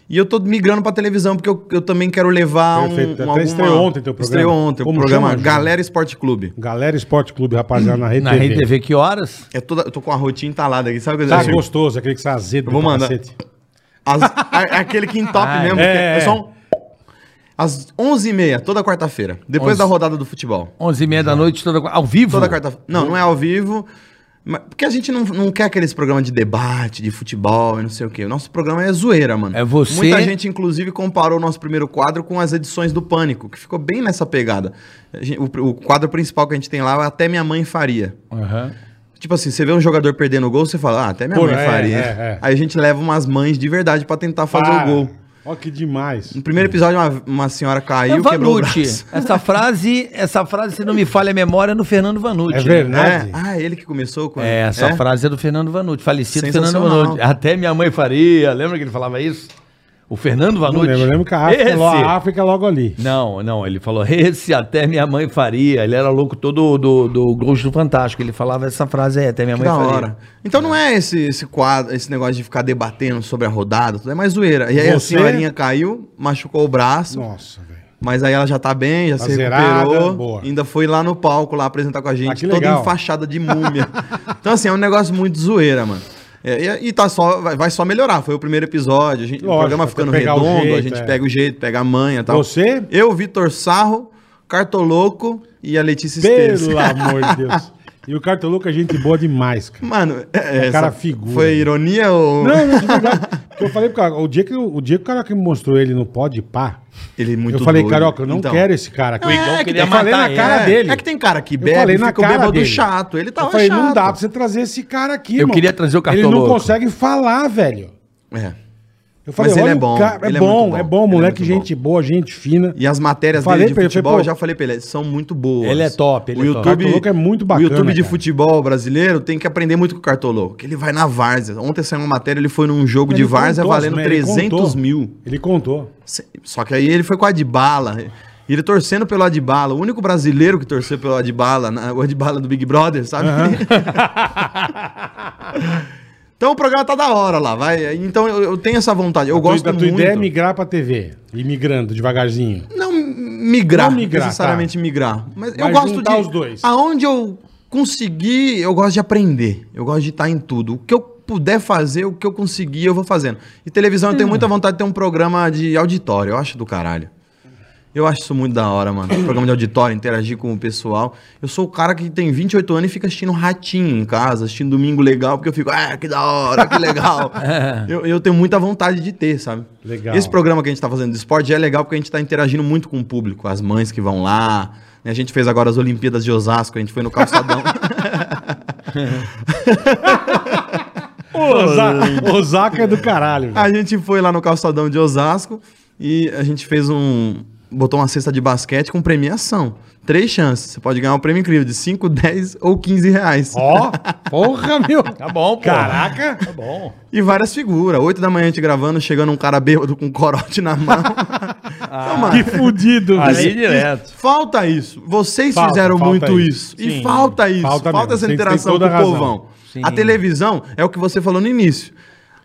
D: e eu tô migrando pra televisão, porque eu, eu também quero levar
C: Perfeito. Até
D: um. alguma-
C: estreou ontem teu programa.
D: Estreou ontem,
C: Como
D: o programa
C: chama, Ju?
D: Galera Esporte Clube.
C: Galera Esporte Clube, rapaziada, na Rede
E: Na
C: TV.
E: Rede TV, que horas?
D: É toda, eu tô com a rotina entalada aqui, sabe o que
C: Tá
D: eu digo?
C: gostoso, aquele que você é azedo
D: Eu vou
C: pra
D: mandar.
C: cacete.
D: As- a- é aquele que
C: *laughs*
D: entope
E: Ah,
D: mesmo.
C: é,
D: que é,
C: é.
D: só um- Às 11h30, toda quarta-feira, depois da rodada do futebol.
E: 11 e meia da noite, toda, ao vivo?
D: Toda quarta-feira. Não, não é ao vivo. mas- Porque a gente não, não quer aqueles programas de debate, de futebol e não sei o quê. O nosso programa é zoeira, mano.
E: É você-
D: Muita gente, inclusive, comparou o nosso primeiro quadro com as edições do Pânico, que ficou bem nessa pegada. A gente- O, o quadro principal que a gente tem lá é Até Minha Mãe Faria.
E: Aham.
D: Tipo assim, você vê um jogador perdendo o gol, você fala, ah, até minha
C: Pô,
D: mãe
C: é,
D: faria.
C: é, é.
D: Aí a gente leva umas mães de verdade pra tentar fazer o gol.
C: Ó que demais.
D: No primeiro episódio, uma, uma senhora
E: É
D: caiu,
E: o
D: um quebrou o
E: Vanucci.
D: braço.
E: *laughs* Essa frase, essa frase, se não me falha a memória, é do Fernando Vanucci.
C: É
E: né?
C: verdade.
D: É. Ah, ele que começou com...
E: É, essa frase é do Fernando Vanucci, falecido Fernando
D: Sensacional.
E: Vanucci. Até minha mãe faria, lembra que ele falava isso? O Fernando
C: Não
E: Vanucci.
C: lembro, eu lembro que a África,
E: Esse.
C: falou, a África é logo ali.
E: Não, não, ele falou, esse até minha mãe faria. Ele era louco todo do, do Gosto Fantástico, ele falava essa frase aí, até minha
D: Que
E: mãe
D: da
E: faria.
D: hora. Então não é esse, esse quadro, esse negócio de ficar debatendo sobre a rodada, tudo é mais zoeira. E aí a
C: Você-
D: senhorinha caiu, machucou o braço,
C: Nossa, velho.
D: mas aí ela já tá bem, já
C: Tá
D: se
C: zerada,
D: recuperou.
C: boa.
D: Ainda foi lá no palco lá apresentar com a gente,
C: Ah, que
D: toda
C: legal.
D: enfaixada de múmia.
C: *laughs*
D: então assim, é um negócio muito zoeira, mano. É, e, e tá só, vai, vai só melhorar. Foi o primeiro episódio, a gente,
C: Lógico,
D: o programa
C: até
D: ficando
C: pegar o
D: redondo, a
C: jeito,
D: gente
C: é.
D: pega o jeito, pega a manha e tal.
C: Você?
D: Eu, Vitor Sarro, Cartoloco e a Letícia Esteves.
C: Pelo
D: *laughs*
C: amor de Deus. E o Cartoluca é gente boa demais, cara.
D: Mano, é,
C: O cara
D: essa
C: figura. né?
D: Foi ironia ou.
C: Não, não, de verdade. Porque eu falei pro cara, o dia que, o dia que o cara que me mostrou ele no pó de pá,
D: Ele é muito
C: eu falei,
D: doido.
C: Carioca, eu não
D: Então,
C: quero esse cara aqui.
E: O Igão
C: É, que
E: queria
C: eu falei
E: matar
C: na
E: ele.
C: cara
D: é,
C: dele.
D: É que tem cara que bebe,
C: eu falei na
D: fica o
C: cara
D: bêbado
C: dele.
D: chato. Ele tava
C: eu falei,
D: chato.
C: não dá pra você trazer esse cara aqui,
E: Eu queria trazer o
C: Ele não
E: Cartoloco.
C: consegue falar, velho.
D: É.
C: Eu falei,
D: ele
C: olha
D: é
C: o
D: bom,
C: cara- é
D: ele é
C: bom,
D: muito
C: é
D: bom,
C: bom,
D: ele é
C: moleque,
D: muito
C: gente boa, gente fina.
D: E as matérias
C: Falei
D: dele
C: pra
D: de
C: ele, falei,
D: futebol,
C: pô,
D: eu já falei pra ele, são muito boas.
E: Ele é top, ele
D: o
E: é top.
D: YouTube,
C: Cartoloco é muito bacana,
D: O YouTube de
C: cara.
D: futebol brasileiro tem que aprender muito com o Cartoloco, que ele vai na várzea. Ontem saiu uma matéria, ele foi num jogo de
C: Ele
D: várzea
C: contou,
D: valendo
C: né? Ele
D: 300
C: contou.
D: mil.
C: Ele contou.
D: Se- Só que aí ele foi com a Adbala. E ele torcendo pelo Adbala. O único brasileiro que torceu pelo Adbala, na- o Adbala do Big Brother, sabe? *laughs* Então o programa tá da hora lá, vai. Então eu, eu tenho essa vontade. Eu
C: A tua-
D: gosto
C: a tua
D: muito.
C: ideia é migrar pra TV. Ir migrando devagarzinho.
D: Não migrar,
C: Não migrar,
D: necessariamente migrar. Mas, eu
C: Mas
D: gosto
C: juntar
D: de.
C: os dois.
D: Aonde eu conseguir, eu gosto de aprender. Eu gosto de estar em tudo. O que eu puder fazer, o que eu conseguir, eu vou fazendo. E televisão, eu
C: Hum.
D: tenho muita vontade de ter um programa de auditório. Eu acho do caralho. Eu acho isso muito da hora, mano. Programa de auditório, interagir com o pessoal. Eu sou o cara que tem 28 anos e fica assistindo ratinho em casa, assistindo domingo legal, porque eu fico, ah, que da hora, que legal. eu, eu tenho muita vontade de ter, sabe?
C: Legal.
D: Esse programa que a gente tá fazendo de esporte é legal porque a gente tá interagindo muito com o público, as mães que vão lá. né? A gente fez agora as Olimpíadas de Osasco, a gente foi no calçadão.
C: Osaka, Osaka é do caralho. velho.
D: A gente foi lá no calçadão de Osasco e a gente fez um. Botou uma cesta de basquete com premiação. Três chances. Você pode ganhar um prêmio incrível de 5, 10 ou 15 reais.
C: Ó, porra, meu. Tá
E: bom, pô.
C: Caraca. Tá bom.
D: E várias figuras. 8 da manhã a gente gravando, chegando um cara bêbado com um corote
C: *laughs*
D: na mão. Então, mano,
C: Ah. Que fudido,
E: Aí
C: velho.
E: direto.
D: Falta isso. Vocês
C: Falta,
D: fizeram
C: falta
D: muito
C: isso.
D: isso.
C: Sim.
D: E falta isso.
C: Falta
D: Falta,
C: mesmo. Tem-
D: essa
C: tem
D: interação
C: toda
D: com
C: a
D: o
C: razão.
D: povão. A televisão é o que você falou no início.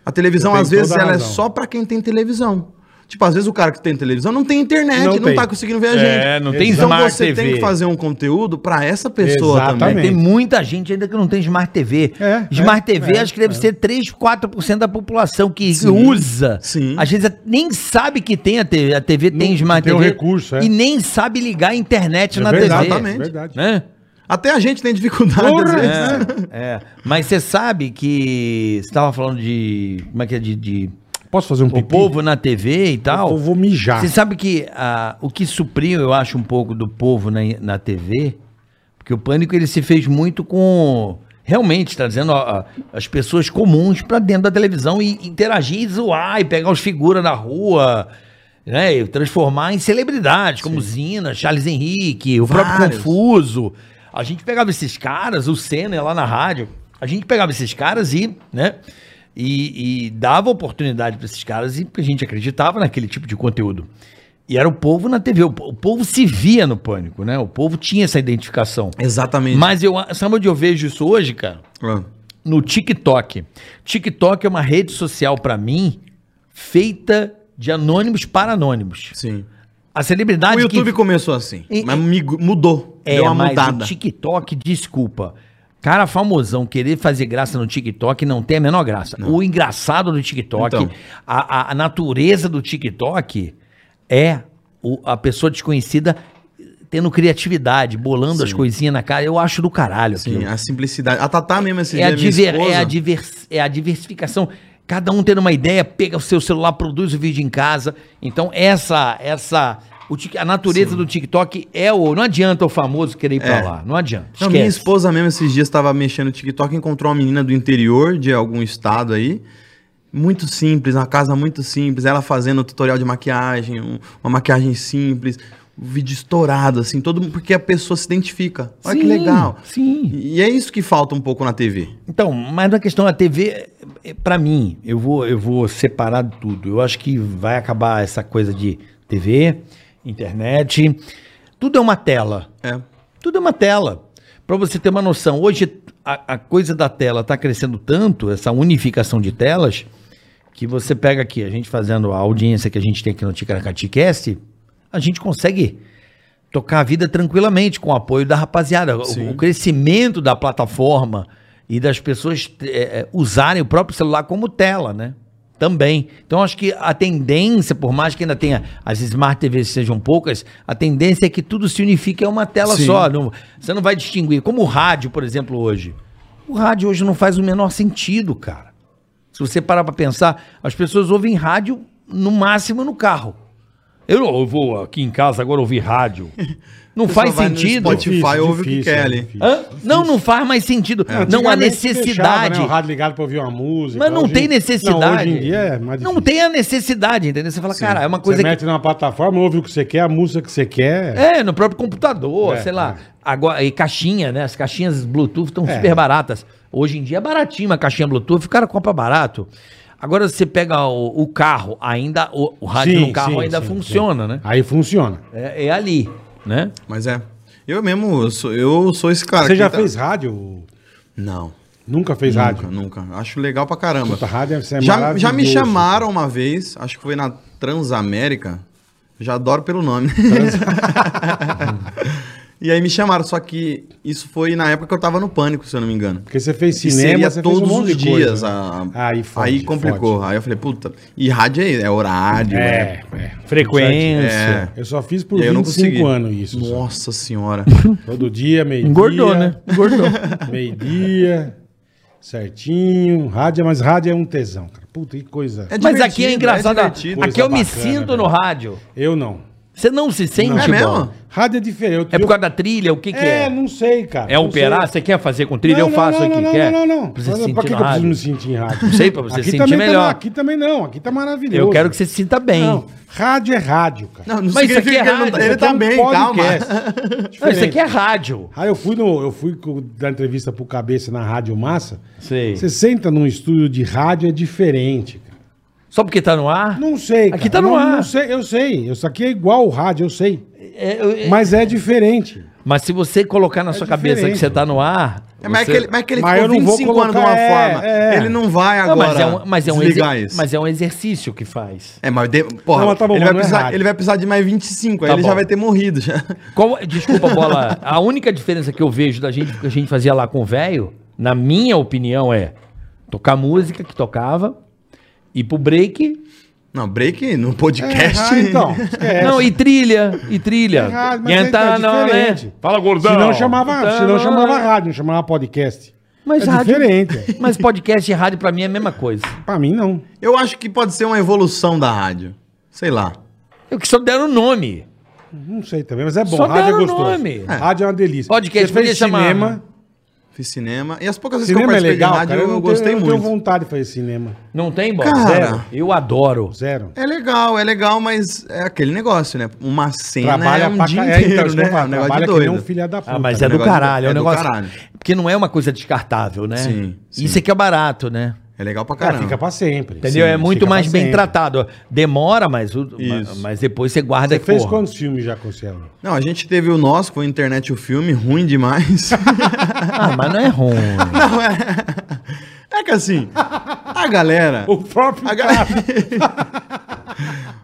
D: A televisão,
C: Tem
D: às vezes,
C: toda a
D: ela é
C: razão.
D: só pra quem tem televisão. Tipo, às vezes o cara que tem televisão não tem internet,
C: Não
D: não,
C: tem.
D: tá conseguindo ver a gente.
E: É, não tem
D: então
E: Smart
D: você tem
E: TV.
D: que fazer um conteúdo pra essa pessoa
C: Exatamente.
D: também.
B: Tem muita gente ainda que não tem Smart TV.
C: É,
B: Smart
C: é,
B: TV
C: é,
B: acho que deve ser 3, 4% da população que usa.
D: sim.
B: Às vezes nem sabe que tem a TV. A TV tem Smart
C: tem o
B: TV.
C: recurso, é.
B: E nem sabe ligar a internet na
C: verdade, é
B: TV.
D: Exatamente.
C: verdade.
B: Né?
D: Até a gente tem dificuldade. às
C: Porra,
D: vezes.
C: é.
B: É. Mas você sabe que. Você estava falando de. Como é que é? De, de-
C: Posso fazer um
B: o
C: pipi?
B: povo na TV e tal.
C: Eu vou mijar.
B: Você sabe que ah, o que supriu, eu acho, um pouco do povo na, na TV, porque o pânico ele se fez muito com. Realmente, está dizendo ó, ó, as pessoas comuns pra dentro da televisão e interagir e zoar e pegar os figuras na rua. Né, e transformar em celebridades, como Zina, Charles Henrique, o próprio
D: Vários.
B: Confuso. A gente pegava esses caras, o Senna lá na rádio, a gente pegava esses caras e, né? E, e dava oportunidade pra esses caras e porque a gente acreditava naquele tipo de conteúdo. E era o povo na TV, o, po- o povo se via no pânico, né? O povo tinha essa identificação.
D: *laughs* Exatamente.
B: Mas eu, sabe onde eu vejo isso hoje, cara?
D: Ah.
B: no TikTok. TikTok é uma rede social pra mim feita de anônimos para anônimos.
D: Sim.
B: A celebridade
D: O
B: que-
D: YouTube começou assim,
B: E-
D: mas mig- mudou.
B: é,
D: deu uma
B: mas
D: mudada.
B: o TikTok, desculpa. Cara famosão querer fazer graça no TikTok não tem a menor graça. O engraçado do TikTok,
D: Então.
B: a, a- a natureza do TikTok é o- a pessoa desconhecida tendo criatividade, bolando as coisinhas na cara. Eu acho do caralho aquilo.
D: Sim, a simplicidade. A Tatá mesmo, esse
B: é a,
D: minha
B: diver-
D: esposa-
B: é, a divers- é a diversificação. Cada um tendo uma ideia, pega o seu celular, produz o vídeo em casa. Então, essa. essa o tic- a natureza do TikTok é o. Não adianta o famoso querer ir pra
D: É.
B: lá. Não adianta.
D: Não,
B: Esquece.
D: minha esposa mesmo esses dias estava mexendo no TikTok e encontrou uma menina do interior de algum estado aí. Muito simples, uma casa muito simples. Ela fazendo um tutorial de maquiagem, um- uma maquiagem simples, um vídeo estourado, assim, todo mundo- porque a pessoa se identifica. Olha que
B: Sim,
D: legal.
B: Sim.
D: E é isso que falta um pouco na TV.
B: Então, mas na questão da TV, é, pra mim, eu vou, eu vou separar de tudo. Eu acho que vai acabar essa coisa de TV, internet. Tudo é uma tela.
D: É.
B: Tudo é uma tela. Pra você ter uma noção, hoje a, a coisa da tela tá crescendo tanto, essa unificação de telas, que você pega aqui, a gente fazendo a audiência que a gente tem aqui no Ticaracati Cast, a gente consegue tocar a vida tranquilamente com o apoio da rapaziada. O, o crescimento da plataforma e das pessoas eh, eh, usarem o próprio celular como tela, né? Também. Então, acho que a tendência, por mais que ainda tenha as smart TVs sejam poucas, a tendência é que tudo se unifique é uma tela
D: Sim.
B: só. Não- você não vai distinguir. Como o rádio, por exemplo, hoje. O rádio hoje não faz o menor sentido, cara. Se você parar pra pensar, as pessoas ouvem rádio no máximo no carro. Eu, não- eu vou aqui em casa agora
C: *laughs*
B: ouvir rádio. Não
D: Pessoa
B: faz
D: vai no
B: sentido.
D: Spotify. ouve o que quer ali.
B: Hã? Não, não faz mais sentido. Não há
C: É, Antigamente deixava,
B: necessidade.
C: né, o rádio ligado pra ouvir uma música.
B: Mas não
C: Hoje-
B: tem necessidade.
C: Não, hoje em dia é mais
B: não tem a necessidade, entendeu? Você fala, cara, é uma coisa
C: Você
B: que.
C: mete numa plataforma, ouve o que você quer, a música que você quer.
B: É, no próprio computador,
C: É,
B: sei lá. Agora, e caixinha, né? As caixinhas Bluetooth estão
C: É.
B: super baratas. Hoje em dia é baratinho uma caixinha Bluetooth, o cara compra barato. Agora você pega o, o carro, ainda o, o rádio
C: Sim,
B: no carro
C: sim,
B: ainda
C: sim,
B: funciona,
C: sim.
B: né?
C: Aí funciona.
B: É, é ali, né?
D: Mas é. Eu mesmo, eu sou, eu sou esse cara.
C: você
D: que
C: já
D: tá-
C: fez rádio?
D: Não.
C: Nunca fez rádio.
D: Nunca, nunca. Acho legal pra caramba.
C: Puta, rádio é
D: já, já me
C: maravilhoso.
D: chamaram uma vez, acho que foi na Transamérica. Já adoro pelo nome. *laughs* e aí me chamaram, só que isso foi na época que eu tava no pânico, se eu não me engano.
C: Porque você fez
D: E
C: cinema,
D: seria
C: você
D: todos
C: fez um monte
D: os
C: de coisa,
D: dias.
C: né?
D: a-
C: Aí
D: Aí,
C: fode,
D: complicou. Aí eu falei, puta. E rádio é, é horário.
C: É, é.
D: é.
E: Frequência.
C: Eu só fiz por
D: E aí eu não
C: 25
D: consegui.
C: anos isso. só. *laughs*
D: Nossa senhora.
C: Todo dia, meio-dia.
E: Engordou, né?
B: é,
C: *laughs*
E: Engordou.
C: Meio-dia, certinho. Rádio, mas rádio é um tesão, cara. Puta, que coisa.
D: É
B: Mas aqui é engraçado.
D: divertido.
B: aqui é eu me
C: Coisa bacana,
B: sinto no
C: velho.
B: rádio.
C: Eu não.
B: Você não se sente
D: É
B: bom?
D: mesmo?
C: Rádio é diferente.
B: É por causa da trilha? O que, que
C: É,
B: é?
C: não sei, cara.
B: É
C: Não
B: operar?
C: sei.
B: Você quer fazer com trilha?
C: Não,
B: eu
C: não,
B: faço
C: não,
B: aqui.
C: não,
B: quer?
C: Não, não, não.
B: Pra você
C: Mas
B: sentir
C: pra que,
B: no
C: que eu preciso
B: rádio.
C: me sentir em rádio?
B: Não sei, pra você sentir
C: também tá-
B: melhor.
C: aqui também não, aqui tá maravilhoso.
B: Eu quero que você se sinta bem.
C: Não, rádio é rádio, cara.
D: Não,
B: Mas
D: não
B: isso aqui
D: significa
B: é
D: que ele, não
B: rádio,
D: tá- ele
B: isso
D: tá bem, calma.
B: Não, isso aqui é rádio.
C: Aí eu fui, no, eu fui co- dar entrevista pro Cabeça na Rádio Massa.
B: Sei.
C: Você senta num estúdio de rádio, é diferente, cara.
B: Só porque tá no ar?
C: Não sei,
B: Aqui tá no
C: não,
B: ar.
C: Não sei, eu sei. Isso aqui é igual o rádio, eu sei.
B: É, eu- é-
C: Mas é diferente.
B: Mas se você colocar na sua cabeça que
C: É diferente.
B: você tá no ar.
D: É, mas, é
B: você-
D: que ele, mas é que ele
C: Mas eu
D: ficou
C: não vou
D: 25 anos de uma
C: colocar, é,
D: forma.
C: é.
D: Ele não vai
B: Não,
D: agora
B: mas, é um, mas, é um
D: desligar
B: exer-
D: isso.
B: mas é um exercício que faz.
D: É, mas de- porra,
C: Não, mas tá bom,
D: ele,
C: mas
D: vai
C: não é
D: precisar,
C: rádio.
D: ele vai precisar de mais 25, aí
B: Tá
D: ele
B: bom.
D: já vai ter morrido já. *laughs*
B: Qual- desculpa,
C: *laughs*
B: bola. A única diferença que eu vejo da gente que a gente fazia lá com o velho, na minha opinião, é tocar música que tocava, ir pro break.
D: Não, break no podcast.
C: ah, então. esquece.
B: Não, e trilha, e trilha.
C: É rádio, mas
B: E
C: é- é
B: entrar na-
C: diferente.
B: Fala, gordão.
C: Senão chamava,
B: Então,
C: senão chamava rádio, não chamava podcast.
B: Mas
C: é
B: rádio-
C: diferente.
B: Mas podcast e rádio pra mim é a mesma coisa.
C: pra mim, não.
D: *laughs* Eu acho que pode ser uma evolução da rádio. Sei lá.
B: Eu que só deram o nome.
C: Não sei também, mas é bom.
B: Só
C: rádio é
B: deram
C: gostoso.
B: nome.
C: Rádio é uma delícia.
B: Podcast
C: Você fez
B: podia chamar.
C: cinema.
D: Fiz cinema. E as poucas vezes que eu
C: Cinema é
D: participei
C: legal,
D: de rádio,
C: cara.
D: eu,
C: não tenho-
D: gostei
C: Eu não tenho
D: muito.
C: vontade de fazer cinema.
B: Não tem, bola?
D: Cara.
B: Zero. Eu adoro.
C: Zero.
D: É legal, é legal, mas é aquele negócio, né? Uma cena é um
C: pra
D: dia
C: ca- é,
D: inteiro,
C: isso que eu
D: né? É
C: falo,
D: um negócio de
C: Trabalha que nem um
D: doido.
C: filho da puta.
B: Ah, mas
D: É
B: é
D: um
B: do
D: negócio-
B: caralho, é
D: é
B: um
D: do
B: negócio.
D: caralho.
B: Porque não é uma coisa descartável, né?
D: Sim, sim.
B: Isso é que é barato, né?
D: É legal pra
C: Cara,
D: caramba.
C: fica pra sempre.
B: Entendeu?
C: Sim,
B: é muito
C: fica
B: mais
C: pra
B: bem
C: sempre.
B: tratado. Demora, mas, o- ma-
D: Isso.
B: mas depois você guarda
C: Você
B: que,
C: fez
B: porra,
C: quantos filmes já, Cossielo?
D: Não, a gente teve o nosso, que foi internet o filme, ruim demais.
C: *laughs*
B: Ah, mas não é
D: *laughs*
B: ruim.
D: Não, é... é que assim, a galera...
C: O próprio
D: A
C: *laughs*
D: galera...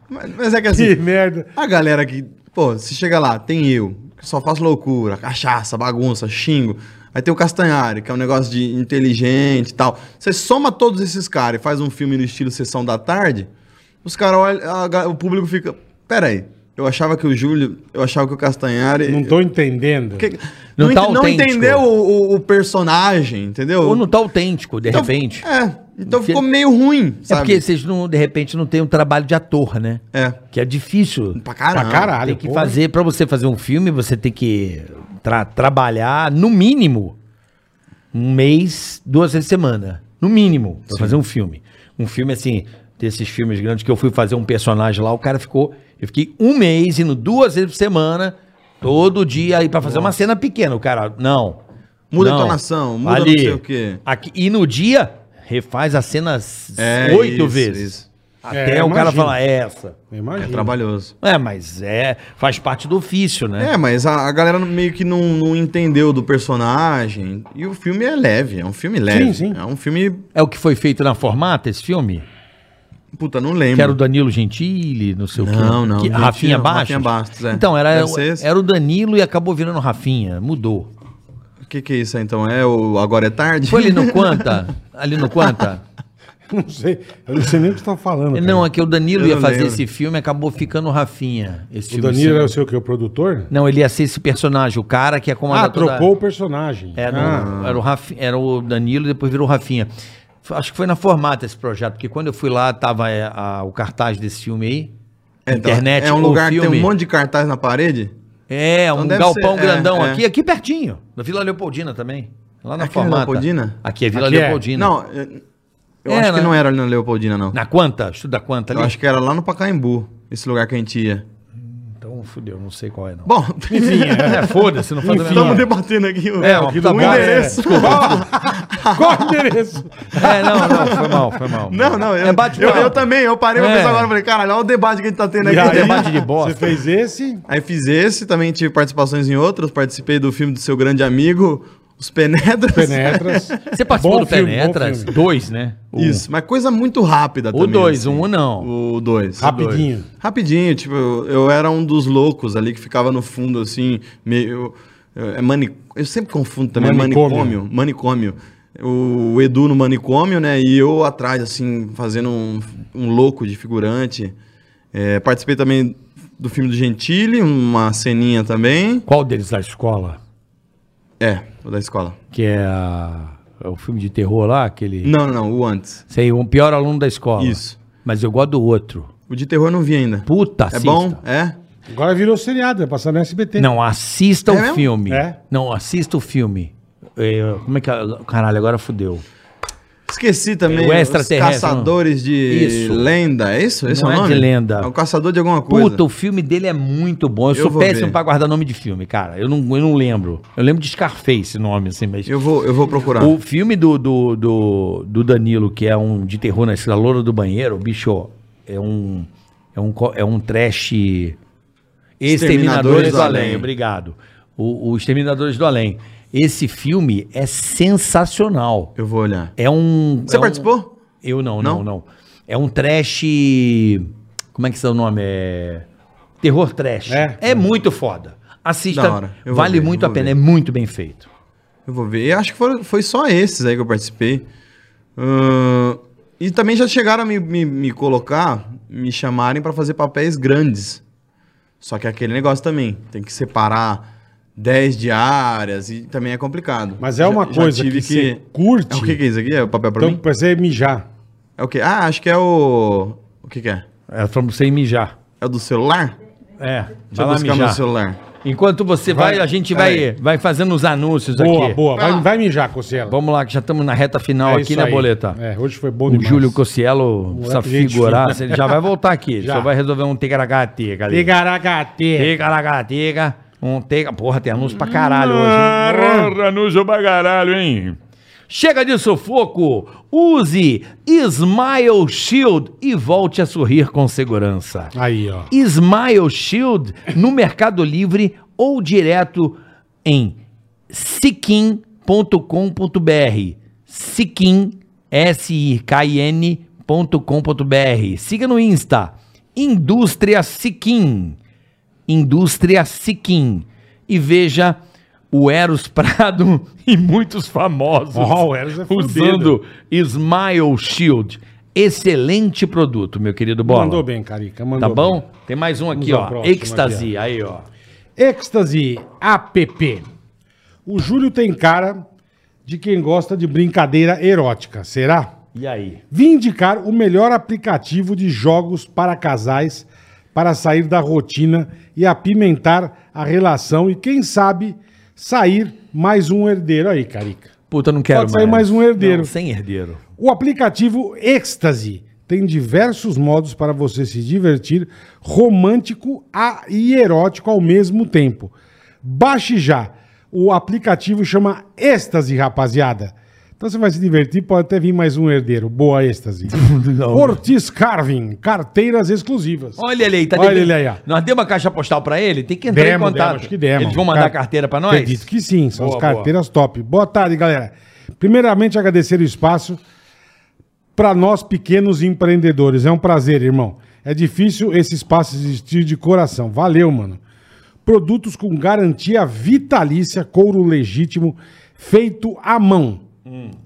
D: mas, mas é que assim,
C: Que merda.
D: a galera que... Pô, se chega lá, tem eu, que só faço loucura, cachaça, bagunça, xingo. Aí tem o Castanhari, que é um negócio de inteligente e tal. Você soma todos esses caras e faz um filme no estilo Sessão da Tarde, os caras olham, a ga- o público fica... Pera aí, eu achava que o Júlio, eu achava que o Castanhari...
C: Não tô entendendo.
D: Que-
B: Não
D: não
B: tá
D: ent- não
B: autêntico.
D: entendeu o, o- o personagem, entendeu?
B: Ou não tá autêntico, de
D: Então-
B: repente. É,
D: É, então ficou meio ruim, sabe?
B: porque vocês, não, de repente, não têm um trabalho de ator, né?
D: É,
B: Que é difícil.
D: pra caralho.
C: Pra caralho.
B: Tem que
C: porra.
B: fazer, pra você fazer um filme, você tem que tra- trabalhar, no mínimo, um mês, duas vezes semana. No mínimo, pra fazer um filme. Um filme assim, desses filmes grandes que eu fui fazer um personagem lá, o cara ficou. Eu fiquei um mês indo duas vezes por semana, todo dia aí pra fazer uma cena pequena. O cara, não.
D: Muda a
B: não,
D: entonação, muda
B: ali,
D: não sei o quê.
B: Aqui, e no dia, refaz as cenas
D: É,
B: oito
D: isso,
B: vezes.
D: isso.
B: Até
C: É,
B: o cara
C: imagino.
B: falar, "É essa.
D: É
C: Imagina.
D: trabalhoso.
B: É, mas é, faz parte do ofício, né?
D: É, mas a, a galera meio que não, não entendeu do personagem. E o filme é leve, é um filme leve.
C: sim.
D: É um filme.
B: É, o que foi feito na formata, esse filme?
D: Puta, não lembro.
B: Que era o Danilo Gentili, não sei o quê.
D: Não, não,
B: Que,
D: não
B: Rafinha
D: tinha-
B: Bastos?
D: Rafinha Bastos, é.
B: Então, era,
D: Deve ser esse.
B: era o Danilo e acabou virando Rafinha, mudou.
D: O que, que é isso aí, então? É o Agora é Tarde?
B: Foi ali
D: *laughs*
B: no Quanta? ali no Quanta?
C: *laughs* Não sei. Eu não sei nem o que você tá falando. cara.
B: Não, é que o Danilo
D: Eu
B: ia
D: não
B: fazer
D: lembro.
B: esse filme e acabou ficando Rafinha. Esse
C: O
B: filme
C: Danilo é
B: assim.
C: o seu que? O produtor?
B: Não, ele ia ser esse personagem, o cara que é ia comandar
C: Ah,
B: toda-
C: trocou o personagem.
B: É,
C: ah,
B: não, era, o Rafi- era o Danilo e depois virou o Rafinha. F- Acho que foi na formata esse projeto, porque quando eu fui lá, tava é, a- o cartaz desse filme aí.
D: É, então,
B: internet,
D: é um
B: o
D: lugar que tem
B: filme.
D: um monte de cartaz na parede?
B: É, um
D: deve
B: galpão
D: ser, é,
B: grandão
D: é.
B: aqui, aqui pertinho. Na Vila Leopoldina também. Lá na
D: Aqui na
B: formata.
D: Leopoldina?
B: Aqui é Vila
C: Aqui é.
B: Leopoldina.
D: Não, eu, eu
B: É,
D: acho
B: né?
D: que não era ali na Leopoldina, não.
B: Na Quanta? Estuda Quanta ali?
D: Eu acho que era lá no Pacaembu, esse lugar que a gente ia.
B: Então fudeu, não sei qual é não.
D: Bom,
B: *laughs*
D: *laughs*
B: Enfim, é, foda-se, não faz a
C: Enfim,
B: menor-
D: estamos debatendo aqui o,
B: É, uma
D: o
B: puta bosta,
D: endereço.
C: *laughs* Qual o endereço?
B: É, não, não, foi mal, foi mal.
D: *laughs* *laughs* Não, não, eu,
B: É bate
D: eu, eu também, eu parei pra
B: É.
D: pensar agora, falei, caralho, olha o debate que a gente tá tendo aqui.
C: E aí,
D: *laughs*
B: debate de bosta.
C: Você fez esse?
D: Aí fiz esse, também tive participações em outros, participei do filme do seu grande amigo, Os
B: *laughs*
D: penetras.
C: Penetras.
J: Você participou
C: Bom
J: do
C: filme, bom
J: Penetras?
C: filme.
J: Dois, né?
D: Isso, mas coisa muito rápida
J: O
D: também.
J: dois,
D: assim.
J: um não.
D: O dois.
C: Rapidinho.
D: Rapidinho, tipo, eu, eu era um dos loucos ali que ficava no fundo, assim, meio. eu- É mani, eu sempre confundo também,
C: Manicômio.
D: manicômio. manicômio. O, o Edu no manicômio, né? E eu atrás, assim, fazendo um, um louco de figurante. É, participei também do filme do Gentili, uma ceninha também.
B: Qual deles da escola?
D: É, o da escola.
B: Que é, a- é o filme de terror lá, aquele.
D: Não, não, não, o antes.
B: Sei, um pior aluno da escola.
D: Isso.
B: Mas eu gosto do outro.
D: O de terror eu não vi ainda.
B: Puta,
D: é
B: assista.
D: bom? É?
C: Agora virou seriado, vai passar no SBT.
B: Não, assista
D: É
B: o
D: mesmo?
B: filme.
C: É?
B: Não, assista o filme. É, como é que. é? Caralho, agora fudeu.
D: Esqueci também.
B: É O extraterrestre,
D: Os caçadores de
B: Isso.
D: lenda, é isso? Esse
B: Não
D: é
B: é
D: o nome?
B: de lenda.
D: É o caçador de alguma coisa.
B: Puta, o filme dele é muito bom. Eu,
D: Eu
B: sou
D: vou
B: péssimo
D: ver.
B: pra guardar nome de filme, cara. Eu não, eu não lembro. Eu lembro de Scarface, nome assim, mas.
D: Eu vou, eu vou procurar.
B: O filme do, do, do, do Danilo, que é um de terror na escola, Loura do Banheiro, bicho, é um, é um, co- é um trash. Exterminadores do Além, obrigado. O, o Exterminadores do Além. Esse filme é sensacional.
D: Eu vou olhar.
B: É um.
D: Você
B: é um-
D: participou?
B: eu não, não, não,
D: Não?
B: É um trash. Como é que é o nome? É. Terror trash.
C: É.
B: É, muito foda.
D: Da
B: Assista.
D: hora. Eu vou
B: Vale
D: ver,
B: muito
D: eu
B: a
D: vou
B: pena.
D: ver.
B: É muito bem feito.
D: Eu vou ver. Eu acho que foram, foi só esses aí que eu participei. Ahn, e também já chegaram a me, me, me colocar, me chamarem pra fazer papéis grandes. Só que é aquele negócio também. Tem que separar 10 diárias e também é complicado.
C: Mas é
D: Já-
C: uma
D: já
C: coisa que,
D: tive
C: você
D: É,
C: curte.
D: o que, que é isso aqui? É o papel pra
C: então,
D: mim?
C: pra você mijar.
D: É o quê? Ah, acho que é o. O que, que é?
B: É pra você ir mijar.
D: É o do celular?
B: É,
D: Deixa
B: vai
D: eu
B: lá
D: buscar meu
B: mijar.
D: celular.
B: Enquanto você vai,
C: Vai,
B: a gente
D: peraí.
B: vai, vai fazendo os anúncios
C: Boa,
B: aqui.
C: boa. Vai, vai mijar, Cocielo.
B: Vamos lá, que já estamos na reta final
C: É
B: aqui,
C: isso
B: né,
C: aí.
B: Boleta?
C: É, hoje foi bom
B: O
C: demais.
B: Júlio Cossielo, essa
C: gente *laughs*
B: figuraça,
C: fina.
B: ele já vai voltar aqui. Ele
C: Já.
B: Só vai resolver um tigaragatiga ali.
C: Tigaragate.
B: Tigaragatiga. Um tiga. Porra, tem anúncio pra caralho hoje. hein?
A: Porra, anúncio pra caralho, hein?
B: Chega de sufoco, use Smile Shield e volte a sorrir com segurança.
C: Aí, ó.
B: Smile Shield no Mercado Livre ou direto em siquim.com.br. Siquim, S-I-K-I-N .com.br. Siga no Insta, Indústria Siquim. Indústria Siquim. E veja o Eros Prado *laughs* e muitos famosos
C: Ó, o Eros é fudido.
B: usando Smile Shield. Excelente produto, meu querido Bola.
C: Mandou bem, Carica. Mandou
B: Tá bom?
C: bem.
B: Tem mais um aqui,
C: Vamos ao
B: ó.
C: próximo
B: Ecstasy. Aí, ó.
C: Ecstasy App. O Júlio tem cara de quem gosta de brincadeira erótica, será?
B: E aí?
C: Vim indicar o melhor aplicativo de jogos para casais para sair da rotina e apimentar a relação e, quem sabe, sair mais um herdeiro aí, Carica.
B: Puta, eu não quero
C: Pode sair mais um herdeiro.
B: Não, sem herdeiro.
C: O aplicativo Ecstasy tem diversos modos para você se divertir, romântico a- e erótico ao mesmo tempo. Baixe já. O aplicativo chama Ecstasy, rapaziada. Então você vai se divertir, pode até vir mais um herdeiro. Boa Ecstasy. Ortiz Carvin, carteiras exclusivas.
B: Olha ele aí, tá
C: Olha
B: devendo-
C: ele aí, ó.
B: Nós demos a caixa postal pra ele? Tem que entrar
C: Demo,
B: em contato.
C: demo, acho que demo.
B: Eles vão mandar
C: Car-
B: a carteira pra nós?
C: Acredito que sim, são
B: Boa,
C: as carteiras top. Boa tarde, galera. Primeiramente, agradecer o espaço para nós pequenos empreendedores. É um prazer, irmão. É difícil esse espaço existir de coração. Valeu, mano. Produtos com garantia vitalícia, couro legítimo, feito à mão.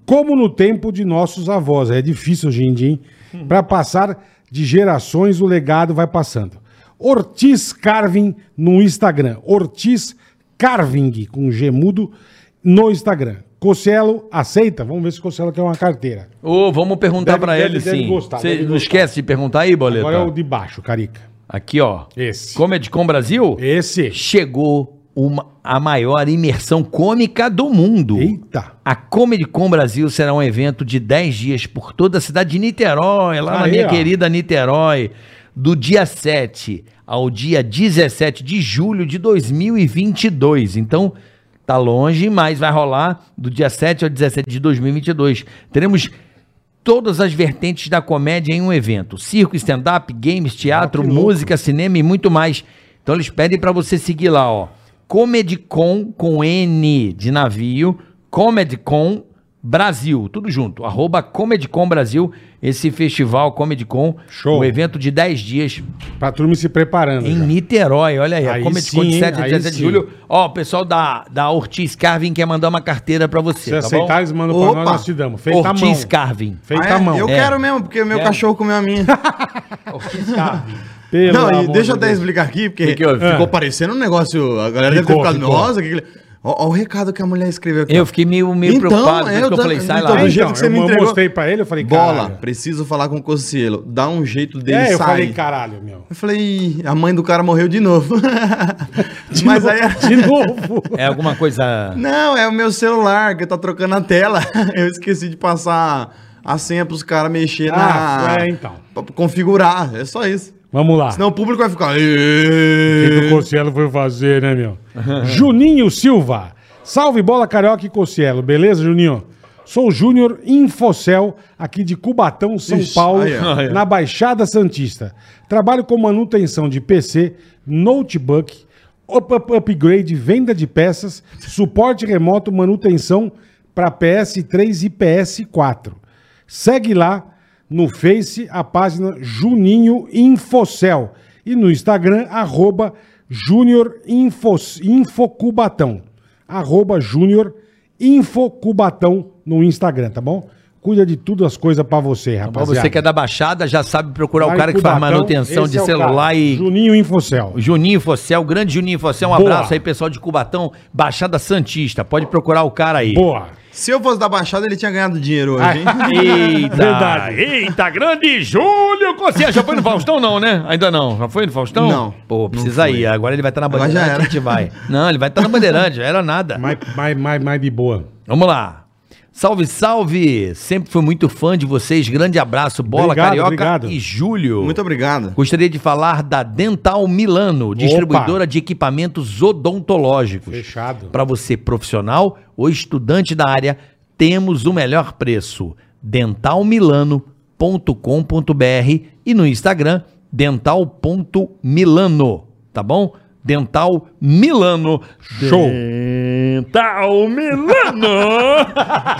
C: Como no tempo de nossos avós. É difícil hoje em dia, hein? Para passar de gerações, o legado vai passando. Ortiz Carving no Instagram. Ortiz Carving, com G mudo, no Instagram. Cocielo aceita? Vamos ver se o Cocielo quer uma carteira.
B: Ô, vamos perguntar
C: Deve-
B: pra
C: deve-
B: ele
C: deve
B: sim.
C: gostar,
B: Você
C: deve
B: não
C: gostar.
B: esquece de perguntar aí, Boleta?
C: Agora é o de baixo, Carica.
B: Aqui, ó.
C: Esse.
B: Comedy Com Brasil?
C: Esse.
B: Chegou uma- a maior imersão cômica do mundo.
C: Eita.
B: A Comedy Con Brasil será um evento de 10 dias por toda a cidade de Niterói, lá na
C: Aí,
B: minha
C: ó.
B: querida Niterói, do dia 7 ao dia 17 de julho de 2022. Então, tá longe, mas vai rolar do dia 7 ao 17 de 2022. Teremos todas as vertentes da comédia em um evento: circo, stand-up, games, teatro,
C: Ah, que louco.
B: música, cinema e muito mais. Então eles pedem pra você seguir lá, ó. Comedicon com N de navio, Comedy Con Brasil, tudo junto, arroba Comedy Con Brasil, esse festival Comedy Con,
C: Show.
B: um evento de 10 dias
C: Pra turma se preparando.
B: em
C: já.
B: Niterói, olha aí, a
C: Aí
B: Comedy
C: sim,
B: Con de
C: hein?
B: 7 a
C: Aí
B: 17 de
C: sim.
B: julho. Ó, o pessoal da, da Ortiz Carvin quer mandar uma carteira pra você,
C: Se
B: tá
C: aceitar, eles mandam pra
D: Opa!
C: nós, nós te damos.
B: bom?
C: Feita a mão.
B: Ortiz Carvin.
C: Feita
D: Ah, é?
C: a mão.
D: Eu
B: É.
D: quero mesmo, porque meu cachorro comeu a minha.
C: Pelo
D: Não, e
C: amor
D: deixa eu
C: de
D: até
C: Deus.
D: explicar aqui, porque
B: Que que houve?
D: ficou parecendo um negócio. A galera deve ter
C: Ficou,
D: ficado,
C: ficou.
D: nossa, que. que- Ó, ó o recado que a mulher escreveu aqui. ó.
B: Eu fiquei meio, meio
D: Então,
B: preocupado, por
D: é,
B: isso que eu
D: eu
B: falei,
D: tam-
B: sai
D: então,
B: lá.
C: Então,
D: do jeito que você
C: eu
D: me
C: eu
D: entregou.
C: mostrei pra ele, eu falei,
D: Bola,
C: caralho.
D: preciso falar com o Cossielo. Dá um jeito dele
C: É, eu
D: sair.
C: falei, caralho,
D: *laughs*
C: meu.
D: Eu falei, "Ih, a mãe do cara morreu de novo. Mas aí.
C: *laughs* De
D: *laughs*
C: novo.
B: É alguma coisa...
D: Não, é o meu celular que tá trocando a tela. *laughs* Eu esqueci de passar a senha pros caras mexer
C: Ah,
D: na.
C: é, então.
D: Pra configurar. É só isso.
C: Vamos lá.
D: Senão o público vai ficar.
C: que que o Cossielo foi fazer, né,
D: *laughs*
C: meu? Juninho Silva. Salve bola carioca e Cossielo, beleza, Juninho? Sou o Júnior Infocel, aqui de Cubatão, São
D: Ixi,
C: Paulo,
D: aí, ó.
C: na Baixada Santista. Trabalho com manutenção de PC, notebook, up- up- upgrade, venda de peças, suporte remoto, manutenção para PS3 e PS4. Segue lá no Face a página Juninho Infocel e no Instagram, arroba Júnior Infos- Infocubatão. Arroba Júnior Infocubatão no Instagram, tá bom? Cuida de tudo as coisas pra você,
B: Pra
C: rapaziada.
B: você que é da Baixada, já sabe procurar
C: Lá
B: É o
C: em
B: cara que faz
C: Cubatão,
B: manutenção
C: esse
B: de
C: é o
B: celular
C: cara,
B: e...
C: Juninho Infocel.
B: Juninho Fossel, grande Juninho Fossel, um
C: Boa.
B: abraço aí, pessoal de Cubatão, Baixada Santista. Pode procurar o cara aí.
C: Boa.
D: Se eu fosse da Baixada, ele tinha ganhado dinheiro hoje, hein? *laughs*
B: Eita!
C: Verdade.
B: Eita, grande Júlio Cossiel. Já foi no Faustão, não, né? Ainda não. Já foi no Faustão?
D: Não.
B: Pô, precisa ir. Agora ele vai estar na
D: Agora
B: Bandeirante,
D: já era.
B: a gente *laughs* vai. Não, ele vai estar na Bandeirante, já era nada.
C: Mais, mais, mais, mais de boa.
B: Vamos lá. Salve, salve! Sempre fui muito fã de vocês. Grande abraço, Bola
C: Obrigado,
B: Carioca
C: obrigado.
B: e Júlio.
D: Muito obrigado.
B: Gostaria de falar da Dental Milano, distribuidora de equipamentos odontológicos.
C: Fechado.
B: Para você profissional ou estudante da área, temos o melhor preço. dentalmilano.com.br e no Instagram dental.milano, tá bom? Dental Milano.
C: Show.
A: Dental Tá Milano!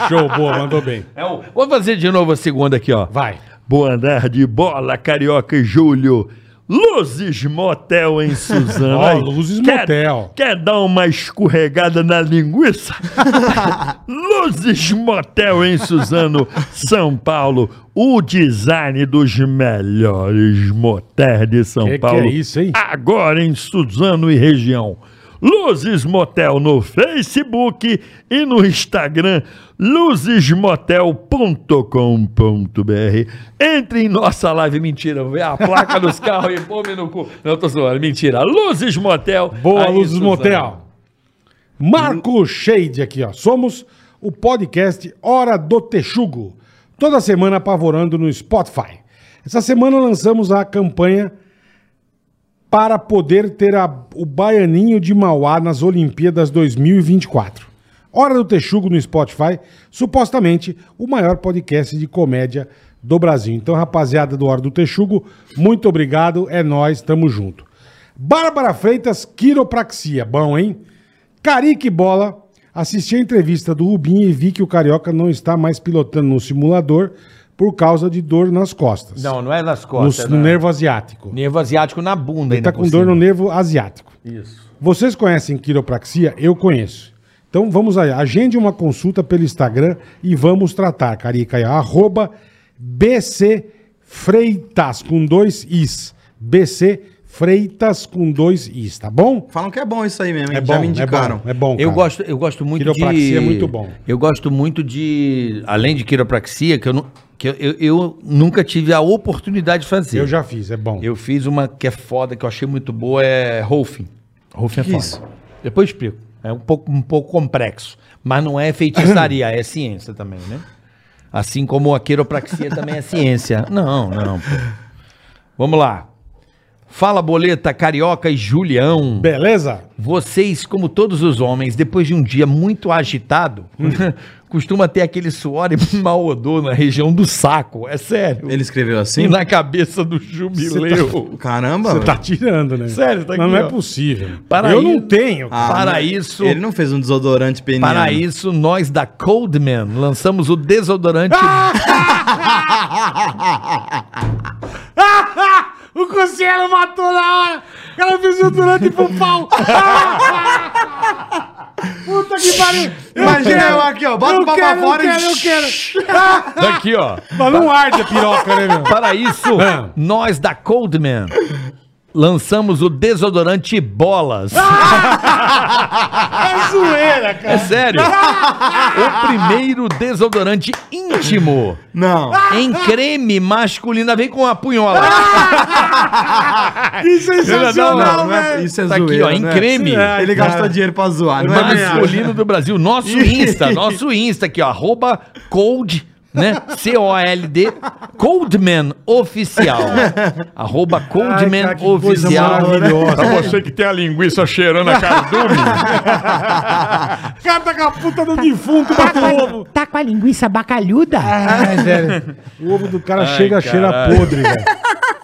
C: Show, boa, mandou bem.
B: É o- Vou fazer de novo a segunda aqui, ó.
C: Vai.
A: Boa andar de bola, Carioca e Júlio. Luzes Motel em Suzano.
C: Ó,
A: Ai,
C: Luzes Motel.
A: Quer dar uma escorregada na linguiça? Luzes Motel em Suzano, São Paulo. O design dos melhores motéis de São
C: Que que
A: Paulo.
C: é isso, hein?
A: Agora em Suzano e região. Luzes Motel no Facebook e no Instagram luzesmotel.com.br. Entre em nossa live, mentira, vê a placa dos carros e pome no cu. Não tô zoando, mentira. Luzes Motel.
C: Boa,
A: aí,
C: Luzes
A: Suzano.
C: Motel. Marco Shade aqui, ó. Somos o podcast Hora do Texugo. Toda semana apavorando no Spotify. Essa semana lançamos a campanha para poder ter a- o Baianinho de Mauá nas Olimpíadas 2024. Hora do Texugo no Spotify, supostamente o maior podcast de comédia do Brasil. Então, rapaziada do Hora do Texugo, muito obrigado, é nós, tamo junto. Bárbara Freitas, quiropraxia, bom, hein? Carique Bola, assisti a entrevista do Rubinho e vi que o Carioca não está mais pilotando no simulador por causa de dor nas costas.
B: Não, não é nas
C: no,
B: costas.
C: no
B: né?
C: nervo asiático.
B: Nervo asiático na bunda,
C: Ele tá com dor no nervo asiático. Isso. Vocês conhecem quiropraxia? Eu conheço. Então vamos aí, agende uma consulta pelo Instagram e vamos tratar, Carica. aí, ó, Arroba BC Freitas com dois Is. BC Freitas com dois Is, tá bom?
D: Falam que é bom isso aí mesmo, hein?
C: É bom,
D: Já me indicaram.
C: é bom. É bom
B: Eu
C: cara.
B: gosto, eu gosto muito de.
C: Quiropraxia é muito bom.
B: Eu gosto muito de. Além de quiropraxia, que eu, nu- que eu, eu- eu nunca tive a oportunidade de fazer.
C: Eu já fiz, é bom.
B: Eu fiz uma que é foda, que eu achei muito boa, é Rolfing. Rolfing é
D: Que
B: foda.
D: isso?
B: Depois eu explico. É um pouco, um pouco complexo. Mas não é feitiçaria, é ciência também, né? Assim como a quiropraxia *laughs* também é ciência. Não, não. pô. Vamos lá. Fala, boleta, carioca e Julião.
C: Beleza?
B: Vocês, como todos os homens, depois de um dia muito agitado, *laughs* costuma ter aquele suor e *laughs* mau odor na região do saco. É sério.
D: Ele escreveu
B: E
D: assim?
B: na cabeça do
C: tá *laughs*
B: jubileu.
D: Caramba,
C: Você
D: velho.
C: tá tirando, né?
B: Sério, tá aqui,
C: Mas não
B: ó.
C: é possível.
B: Para
C: eu
B: aí-
C: não tenho.
D: Ah,
B: Para
D: mas
B: isso-
D: Ele não fez um desodorante peniano.
B: *laughs* Para isso, nós da Coldman lançamos
C: *laughs*
B: o desodorante
C: O Cossielo matou na hora. O cara fez o durante pro pau. Puta *laughs* que pariu.
D: Imagina eu é, aqui, ó. Bota o papo pra fora e.
C: Eu quero, eu quero.
B: daqui, ó.
C: Mas não arde a piroca, *laughs* né, meu?
B: Para isso,
C: Ah.
B: nós da Coldman lançamos o desodorante Bolas.
C: *laughs* É zoeira, cara.
B: É
C: *laughs*
B: sério. o primeiro desodorante íntimo
D: Não.
C: Ah,
B: em creme masculino. Vem com a punhola.
C: Que Ah, é sensacional, né?
D: não, não é-
C: velho.
D: isso é
B: Tá aqui,
D: zoeira,
B: ó, em
D: né?
B: creme.
C: É,
D: Ele
C: cara.
D: gastou dinheiro pra zoar, não é mesmo?
B: masculino do Brasil. Nosso Insta, nosso Insta aqui, ó, arroba cold, né? C-O-L-D, Coldman
C: *laughs*
B: Oficial. Arroba Coldman
C: cara, que coisa
B: Oficial.
C: maravilhosa.
A: Pra você que tem a linguiça cheirando *laughs* a cardume,
C: O cara tá com a puta do defunto bate o ovo.
F: Tá com a linguiça bacalhuda?
C: Ai, velho. *laughs* O ovo do cara chega, cheira podre,
B: *laughs*
C: velho.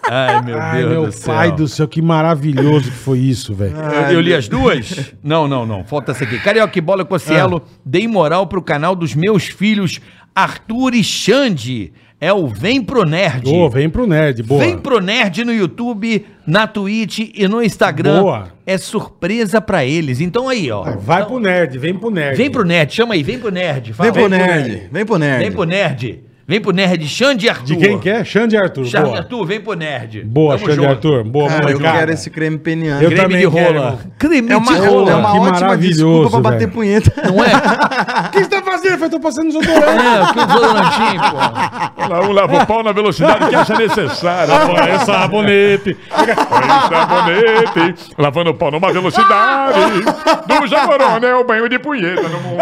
B: Ai, meu
C: Ai,
B: Deus
C: meu
B: do céu.
C: pai do céu, que maravilhoso que foi isso, velho.
B: Eu, eu li as duas? Não, não, não. Falta essa aqui. Carioca e Bola Cocielo,
C: Ah.
B: dei moral pro canal dos meus filhos, Arthur e Xande. É o Vem Pro Nerd.
C: Ô, vem pro Nerd, boa.
B: Vem pro Nerd no YouTube, na Twitch e no Instagram.
C: Boa.
B: É surpresa pra eles. Então aí, ó.
C: Vai pro Nerd, vem pro Nerd.
B: Vem pro Nerd, chama aí, vem pro Nerd. fala.
D: Vem pro nerd. Vem pro nerd.
B: Vem pro Nerd. Vem pro Nerd, Xande e Arthur.
C: De quem que é? Xande Arthur,
B: Xande e
C: boa.
B: Arthur, vem pro Nerd.
C: Boa,
B: Tamo
C: Xande
B: junto.
C: Arthur, boa,
D: Cara, eu
C: molecada.
D: quero esse creme peniano.
C: Eu
B: Creme
C: também
B: de
C: quero,
B: rola.
C: irmão.
B: Creme
D: É uma,
B: de rola.
D: é uma
C: Que
D: ótima desculpa pra
C: maravilhoso,
D: bater
C: velho.
D: punheta. *laughs*
B: Não é?
C: O que você tá fazendo? Eu falei, tô passando
B: *laughs*
C: desodorante.
B: É, que o Dorantinho, pô.
A: lá um lava o pau na velocidade que acha necessária. Olha esse sabonete, olha esse sabonete, lavando o pau numa velocidade. Do Jacorona é o banho de punheta no mundo.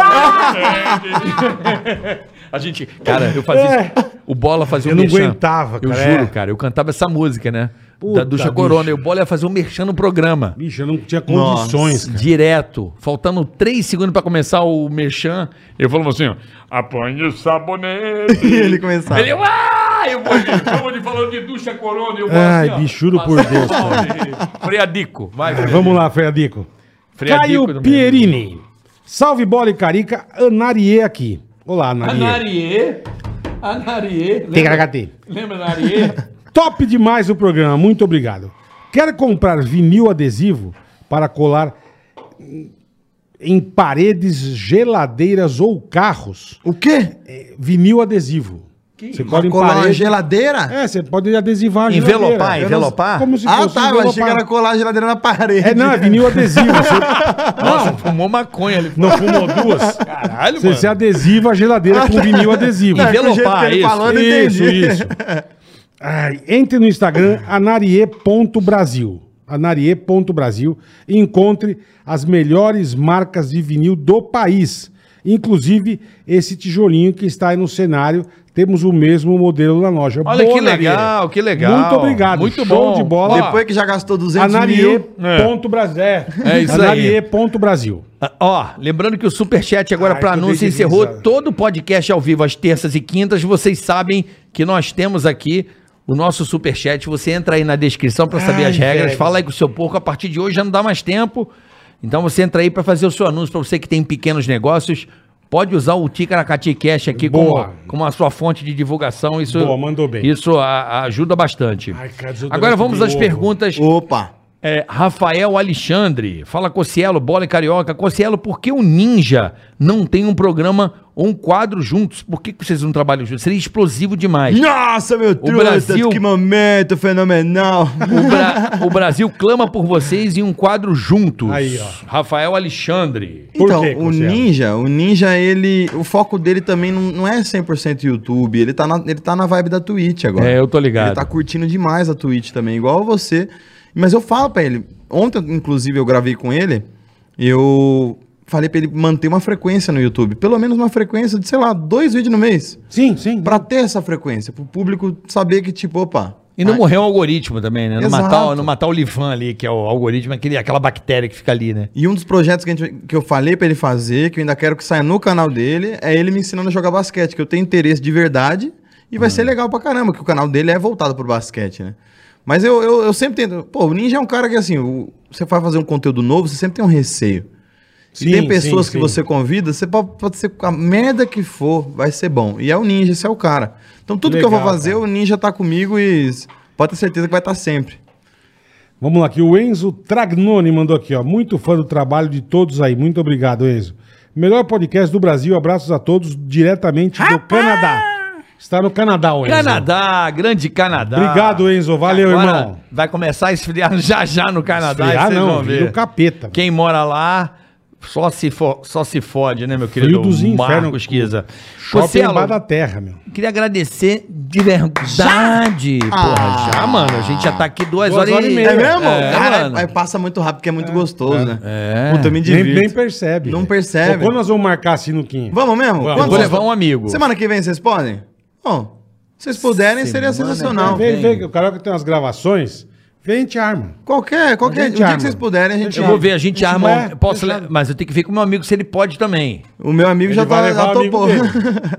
B: A gente, cara, eu fazia
C: É.
B: isso. O Bola fazia
C: Eu
B: um
C: não
B: merchan.
C: aguentava,
B: Eu
C: cara,
B: juro,
C: é.
B: cara. Eu cantava essa música, né?
C: Puta,
B: da, do Chacorona.
C: bicho.
B: E o Bola ia fazer um merchan no programa.
C: Bicho, eu não tinha condições, cara.
B: Direto. Faltando três segundos pra começar o merchan.
A: Eu falava assim, ó, apanha o sabonete.
D: E ele começava.
B: *laughs* Ele, ah! Eu vou de
A: Estamos de falando de ducha corona e o
C: Ai, bicho, juro por Deus. cara.
B: Freadico. Vai, Freadico.
C: Vamos lá, Freadico.
B: Freadico
C: Caio
B: do
C: Pierini. Salve, bola e carica. Anarie aqui. Olá, Anarie.
K: Anarie. Anarie.
C: Tem
K: Lembra,
C: HT.
K: lembra Anarie?
C: Top demais o programa, muito obrigado. Quer comprar vinil adesivo para colar em paredes, geladeiras ou carros?
D: O quê?
C: É, Vinil adesivo. você cola em
D: Colar uma
C: parede.
D: geladeira?
C: É, você pode adesivar a
B: Envelopar,
C: geladeira. Eu não-
B: envelopar?
C: Como se
D: Ah,
C: fosse
D: tá.
C: envelopar.
D: Eu achei que era colar a geladeira na parede.
C: É, não, é
D: *laughs*
C: vinil adesivo. Você
B: Nossa, fumou maconha ali.
C: não fumou duas.
B: Caralho,
C: Você se adesiva a geladeira com vinil adesivo.
B: Envelopa.
D: é Do jeito que ele
B: isso,
D: falou, eu não
C: Isso,
D: entendi. *laughs*
C: isso. Ai, entre no Instagram anarie.brasil anarie.brasil e encontre as melhores marcas de vinil do país. Inclusive, esse tijolinho que está aí no cenário, temos o mesmo modelo na loja.
B: Olha que
C: Anarie.
B: legal, que legal.
C: Muito obrigado.
B: Muito
C: Show
B: bom.
C: de bola.
B: Ó,
D: Depois que já gastou 200 mil.
C: Anarie.brasil. É.
B: É isso aí.
C: Anarie.brasil.
B: Ah, Ó, lembrando que o Superchat agora
C: Ai,
B: para
C: que
B: anúncio
C: delícia.
B: encerrou todo o podcast ao vivo às terças e quintas. Vocês sabem que nós temos aqui o nosso Superchat. Você entra aí na descrição para saber
C: Ai,
B: as regras.
C: velho.
B: Fala aí com o seu porco. A partir de hoje já não dá mais tempo. Então você entra aí para fazer o seu anúncio. Para você que tem pequenos negócios, pode usar o Ticaracati Cash aqui como,
C: Boa.
B: como a sua fonte de divulgação. Isso,
C: Boa, mandou bem.
B: Isso a- ajuda bastante.
C: Ai, cara, desodorante
B: agora vamos
C: de
B: às
C: ovo.
B: perguntas.
D: Opa.
B: É, Rafael Alexandre, fala Cocielo, bola e carioca. Cocielo, por que o Ninja não tem um programa ou um quadro juntos? Por que, que vocês não trabalham juntos? Seria explosivo demais.
D: Nossa, meu
B: Brasil-
D: truta, que momento *laughs* fenomenal.
B: O, Bra- o Brasil clama por vocês em um quadro juntos.
C: Aí, ó.
B: Rafael Alexandre.
C: Por
D: Então,
C: quê,
D: o
C: Cossielo?
D: Ninja, o Ninja, ele. O foco dele também não, não é 100% YouTube. Ele tá, na, ele tá na vibe da Twitch agora.
B: É, eu tô ligado.
D: Ele tá curtindo demais a Twitch também, igual você. Mas eu falo pra ele. Ontem, inclusive, eu gravei com ele. Eu falei pra ele manter uma frequência no YouTube. Pelo menos uma frequência de, sei lá, dois vídeos no mês.
C: Sim, sim.
D: Pra ter essa frequência. Pro público saber que, tipo, opa.
B: E não morreu o algoritmo também, né? Não
D: Exato.
B: matar, o- não matar o Livan ali, que é o algoritmo, aquele, aquela bactéria que fica ali, né?
D: E um dos projetos que, a gente- que eu falei pra ele fazer, que eu ainda quero que saia no canal dele, é ele me ensinando a jogar basquete, que eu tenho interesse de verdade e vai
C: Uhum.
D: ser legal pra caramba, que o canal dele é voltado pro basquete, né? Mas eu, eu, eu sempre tento. Pô, o Ninja é um cara que assim, o- você vai fazer um conteúdo novo, você sempre tem um receio. Se
C: Sim,
D: tem pessoas
C: sim,
D: que
C: sim.
D: você convida, você pode, pode ser a merda que for, vai ser bom. E é o Ninja, esse é o cara. Então tudo que eu vou
C: Legal,
D: fazer,
C: cara.
D: o Ninja tá comigo e s- pode ter certeza que vai estar sempre.
C: Vamos lá, que o Enzo Tragnoni mandou aqui, ó. Muito fã do trabalho de todos aí. Muito obrigado, Enzo. Melhor podcast do Brasil. Abraços a todos diretamente do Canadá. Está no Canadá, o Enzo.
B: Canadá, grande Canadá.
C: é. Obrigado, Enzo. Valeu, irmão.
B: Vai começar a esfriar *laughs* já já no Canadá.
C: Esfriar
B: e vocês
C: Ah, não,
B: vão
C: vira
B: ver.
C: o capeta, mano.
B: Quem mora lá só se, fo- só se fode, né, meu
C: Frio
B: querido?
C: dos infernos.
B: Marcos é Kiza.
C: Shopping
B: Marcelo,
C: embaixo da terra, meu.
B: Queria agradecer de verdade. Já? Porra, já, mano. A gente já tá aqui duas,
C: Duas
B: horas,
C: horas e
B: e
C: meia.
D: É mesmo?
B: É,
D: Cara,
B: mano.
D: aí passa muito rápido, porque é muito gostoso, né?
B: É.
D: Puta, eu me
C: Nem,
D: divirto.
C: nem percebe.
D: Não percebe.
C: Pô, quando nós vamos marcar assim no Quinho?
D: Vamos mesmo?
C: Vamos.
D: Quando
B: Vou
D: vocês-
B: levar um amigo.
D: Semana que vem vocês podem? Bom, se vocês puderem,
B: né?
D: seria sensacional.
C: Vem, vem, que o Carioca tem umas gravações. Vem, te arma.
D: Qualquer,
C: A
D: qualquer
C: gente
D: o dia
C: arma.
D: que vocês puderem, a gente.
B: Eu vou ver, a gente
C: Isso
B: arma.
C: não é-
B: um- posso le- Mas eu tenho que ver com meu amigo se ele pode também.
D: O meu amigo
C: Ele
D: já,
C: vai
D: tá,
C: levar
D: já
C: o amigo Um
D: topou. *laughs*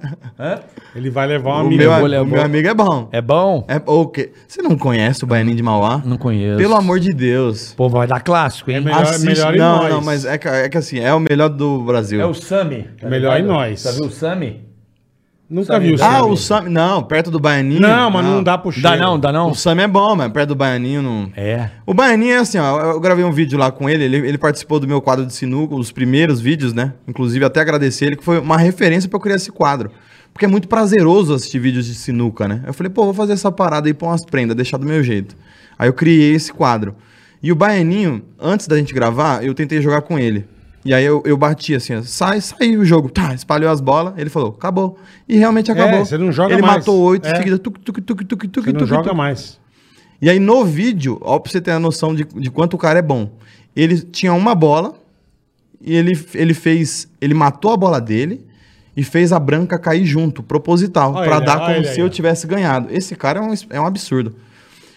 C: Ele vai levar uma
D: o
C: amiga.
D: meu,
B: vou
D: o
B: levar.
D: meu amigo é bom.
B: É bom?
D: É, o quê? Você não conhece o Baianinho de Mauá?
B: Não conheço.
D: Pelo amor de Deus.
B: Pô, vai dar clássico, hein?
C: É Melhor- melhor em
D: não,
C: nós.
D: não, mas é que, é que assim, é o melhor do Brasil.
B: Sami. tá
C: É Melhor em
B: ligado?
C: nós.
B: Tá vendo o Sami?
C: Nunca viu
D: ah,
C: Sam.
D: o Sam. Não, perto do Baianinho.
C: Não, mas não dá pro cheiro.
B: Dá não, dá não.
D: O Sam é bom, mas perto do Baianinho não.
B: É.
D: O Baianinho é assim, ó. Eu gravei um vídeo lá com ele, ele, ele participou do meu quadro de sinuca, os primeiros vídeos, né? Inclusive, até agradecer ele, que foi uma referência pra eu criar esse quadro. Porque é muito prazeroso assistir vídeos de sinuca, né? Eu falei, pô, vou fazer essa parada aí, pôr umas prendas, deixar do meu jeito. Aí eu criei esse quadro. E o Baianinho, antes da gente gravar, eu tentei jogar com ele. E aí eu, eu bati assim, ó, sai, saiu o jogo. Tá, espalhou as bolas, ele falou, acabou. E realmente acabou.
C: É, você não joga
D: ele
C: mais.
D: matou oito,
C: É.
D: em seguida, tuc, tuc, tuc, tuc, tuc,
C: Você não
D: tuc,
C: joga
D: tuc.
C: mais.
D: E aí no vídeo, ó, pra você ter a noção de, de quanto o cara é bom. Ele tinha uma bola e ele, ele fez. Ele matou a bola dele e fez a branca cair junto, proposital,
C: Olha
D: pra
C: ele,
D: dar
C: olha
D: como
C: ele
D: se
C: aí, ó.
D: eu tivesse ganhado. Esse cara é um, es- é um absurdo.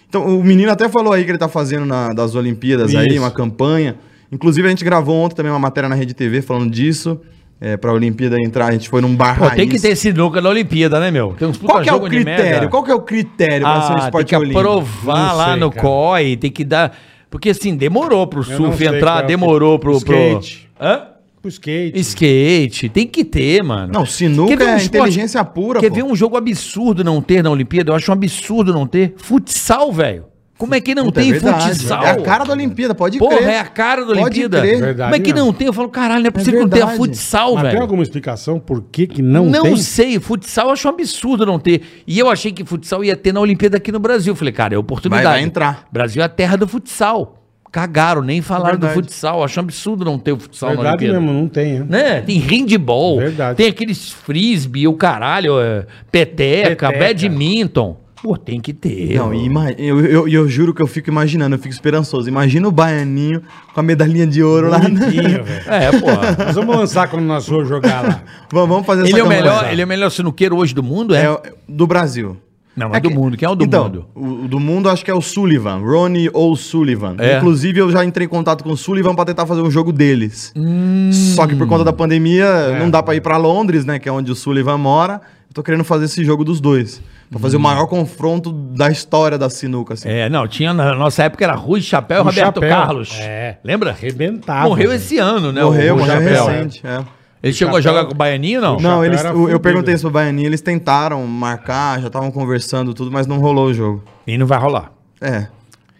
D: Então, o menino até falou aí que ele tá fazendo na- das Olimpíadas aí,
C: Isso.
D: uma campanha. Inclusive, a gente gravou ontem também uma matéria na Rede TV falando disso. É, pra Olimpíada entrar, a gente foi num bar
B: Pô, tem que
D: raiz.
B: ter sinuca da Olimpíada, né, meu? Tem uns puta
D: Qual que é o
B: jogo de merda.
D: critério? Qual que é o critério pra ser um
B: Ah, tem
D: esporte
B: que
D: olímpico?
B: aprovar
C: Não
B: lá
C: sei,
B: no
C: cara.
B: COI, tem que dar. Porque assim, demorou pro
C: não
B: surf
C: sei qual
B: entrar,
C: é o
B: demorou pro,
C: critério.
B: pro.
C: Skate.
B: Hã?
C: Pro skate.
B: Skate. Tem que ter, mano.
D: Não, sinuca
B: Quer ver um
D: é
B: esporte-
D: inteligência pura,
B: Quer
D: pô.
B: ver um jogo absurdo não ter na Olimpíada? Eu acho um absurdo não ter. Futsal, velho. Como é que não
D: Puta, é
B: tem
D: verdade.
B: futsal?
D: É a cara da Olimpíada, pode
B: Porra,
D: crer.
B: é a cara da
D: Pode
B: Olimpíada.
D: crer.
C: Verdade
B: Como é que
C: mesmo.
B: não tem? Eu falo, caralho, não é possível que não tenha
D: verdade.
B: futsal,
C: Mas tem
B: velho.
C: alguma explicação por que que não,
B: Não
C: tem?
B: sei, futsal eu acho um absurdo não ter. E eu achei que futsal ia ter na Olimpíada aqui no Brasil. Falei, cara, é oportunidade.
D: Vai- vai entrar.
B: Brasil é a terra do futsal. Cagaram, nem falaram do futsal. Acho um absurdo não ter o futsal na
C: Verdade
B: Olimpíada.
C: mesmo, não tem. né?
B: Né? Tem handball,
C: Verdade.
B: tem aqueles frisbee, o caralho, é, peteca,
C: Peteca.
B: badminton. Pô, tem que ter.
D: Não,
B: mano.
D: e ima- eu, eu, eu juro que eu fico imaginando, eu fico esperançoso. Imagina o Baianinho com a medalhinha de ouro lá.
C: Bonitinho, velho.
B: É, pô.
C: Nós vamos lançar quando nós for jogar lá.
D: *laughs* Vamos vamos fazer
B: ele, é o
D: campanha.
B: melhor, ele é o melhor sinuqueiro hoje do mundo, é?
D: É, é do Brasil.
B: Não, mas do mundo. Quem é o do
D: então,
B: mundo?
D: O, o do mundo acho que é o Sullivan, Ronnie ou Sullivan.
B: É.
D: Inclusive eu já entrei em contato com o Sullivan pra tentar fazer um jogo deles.
B: Hum.
D: Só que por conta da pandemia
B: É.
D: não dá pra ir pra Londres, né, que é onde o Sullivan mora. Eu tô querendo fazer esse jogo dos dois, Pra fazer o
B: Hum.
D: maior confronto da história da sinuca assim.
B: É, não, tinha na nossa época era Rui Chapéu e
C: Rui
B: Roberto
C: Chapéu.
B: Carlos.
C: É.
B: Lembra?
C: Arrebentado.
B: morreu
C: velho.
B: esse ano, né?
D: Morreu,
B: o Rui
D: morreu
B: Chapéu.
D: recente, é.
B: Ele chegou a
C: Chapéu.
B: jogar com o Baianinho, não?
C: Chapéu
D: Não, eles,
C: era
D: eu-
C: fudido.
D: eu perguntei isso pro Baianinho, eles tentaram marcar, já estavam conversando tudo, mas não rolou o jogo.
B: E não vai rolar.
D: É.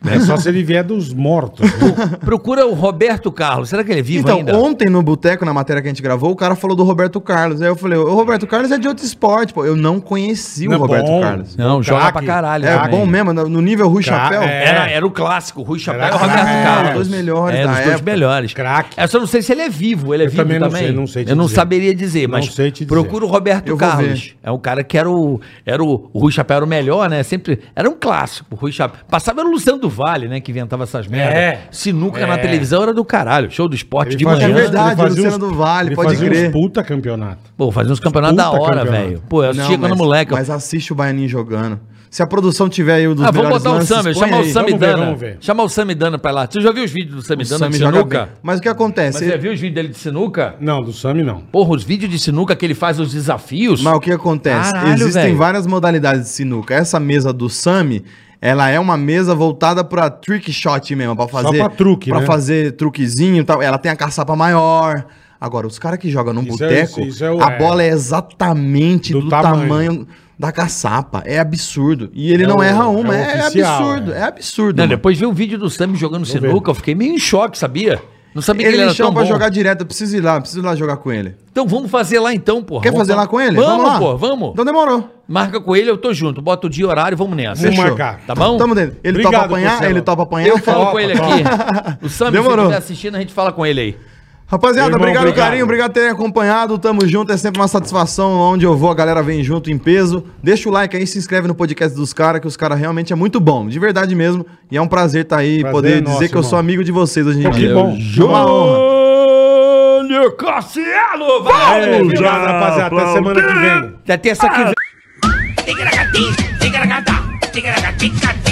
C: É só se ele vier dos mortos.
D: *laughs*
C: né?
B: Procura o Roberto Carlos. Será que ele é vivo
D: Então,
B: ainda?
D: ontem no boteco, na matéria que a gente gravou, o cara falou do Roberto Carlos. Aí eu falei, o Roberto Carlos é de outro esporte, pô. Eu não conheci
C: Não é
D: o Roberto
C: bom.
D: Carlos.
B: Não, joga
C: Craque.
B: pra caralho.
D: É
B: também.
D: bom mesmo, no no nível Rui
C: Ca-
D: Chapéu.
C: é.
B: Era, era o clássico, Rui Chapéu e
C: Era-
B: Roberto
C: é,
B: Carlos.
D: os dois melhores
B: É,
D: da
B: dos dois
D: época.
B: melhores.
C: Craque.
B: Eu só não sei se ele é vivo. Ele é
C: Eu
B: vivo
C: também não
B: também?
C: sei, não sei te
B: Eu não
C: dizer.
B: saberia dizer, mas
C: sei te dizer.
B: procura o Roberto
D: Eu vou
B: Carlos.
D: ver.
B: É um cara que era o, era o... o Rui Chapéu era o melhor, né? Sempre... Era um clássico, o Rui Chapéu. Passava era o Luciano do Vale, né? Que inventava essas merdas.
C: É.
B: Sinuca na
C: É.
B: televisão era do caralho. Show do esporte de
C: fazia-
B: manhã.
D: É verdade,
C: ele fazia
D: Luciano do Vale,
C: ele
D: pode
C: fazia
D: crer.
C: Uns puta campeonato.
B: Pô, fazia uns campeonatos da
C: Puta
B: hora,
C: campeonato.
B: velho. Pô, eu assistia quando
D: mas,
B: moleque. eu-
D: Mas assiste o Baianinho jogando. Se a produção tiver aí um dos
B: Ah, vamos
D: melhores
B: botar o
D: lances,
B: Sammy,
D: põe
B: chamar o
D: aí.
C: Vamos ver,
B: Samidana.
C: vamos ver.
B: Chamar o Samidana pra lá. Você já viu os vídeos do Samidana
D: Sammy
B: de
D: joga
B: sinuca?
D: bem. Mas o que acontece?
B: Mas é você já viu os vídeos dele de sinuca?
C: Não, do Sami não.
B: Porra, os vídeos de sinuca que ele faz os desafios.
D: Mas o que acontece?
B: Caralho,
D: Existem
B: velho.
D: várias modalidades de sinuca. Essa mesa do Sami, ela é uma mesa voltada pra trick shot mesmo, pra fazer
C: pra truque,
D: pra
C: né?
D: fazer truquezinho, e tal. Ela tem a caçapa maior. Agora, os caras que jogam num
C: Isso é-
D: boteco,
C: isso- isso é o-
D: a
C: é.
D: bola é exatamente do,
C: Do
D: tamanho.
C: tamanho.
D: da caçapa. É absurdo. E ele
C: É
D: não
C: o-
D: erra uma,
C: é o
D: é,
C: oficial,
D: absurdo, é,
C: é.
D: absurdo.
B: Não,
D: mano.
B: depois vi o vídeo do Sammy jogando
C: ver.
B: sinuca, eu fiquei meio em choque, sabia? Não sabia que
D: Ele
B: ele
D: me
B: era tão
D: chama
B: bom.
D: pra jogar direto, eu preciso ir lá, eu preciso ir lá jogar com ele.
B: Então vamos fazer lá então, porra.
D: Quer
B: Vamos
D: fazer
B: fa-
D: lá com ele?
B: Vamos,
D: lá.
B: pô, vamos.
D: Então demorou.
B: Marca com ele, eu tô junto. Bota o dia e horário, vamos nessa.
C: Vamos
D: Fechou.
C: marcar.
B: Tá bom?
D: Tamo dentro. Ele
C: Obrigado,
D: topa apanhar,
C: Marcelo.
D: ele topa apanhar.
B: eu falo com ele
C: Topa,
D: *laughs*
B: aqui. O Sammy, se
D: Demorou.
B: estiver assistindo, a gente fala com ele aí.
D: Rapaziada,
C: Meu irmão,
D: obrigado, pelo
C: obrigado.
D: carinho, obrigado por terem acompanhado. Tamo junto, é sempre uma satisfação. Onde eu vou, a galera vem junto em peso. Deixa o like aí, se inscreve no podcast dos caras, que os caras realmente é muito bom, de verdade mesmo. E é um prazer tá aí,
C: Prazer
D: poder
C: é
D: dizer
C: nosso,
D: que eu
C: irmão.
D: sou amigo de vocês hoje em
C: Pô,
D: dia.
C: que bom.
D: Uma honra.
A: Júlio Cossielo,
C: É,
A: vamos!
C: obrigado, rapaziada. Até semana que vem.
B: Até terça que vem.
F: Tigaracatim, tigaracatim, tigaracatim,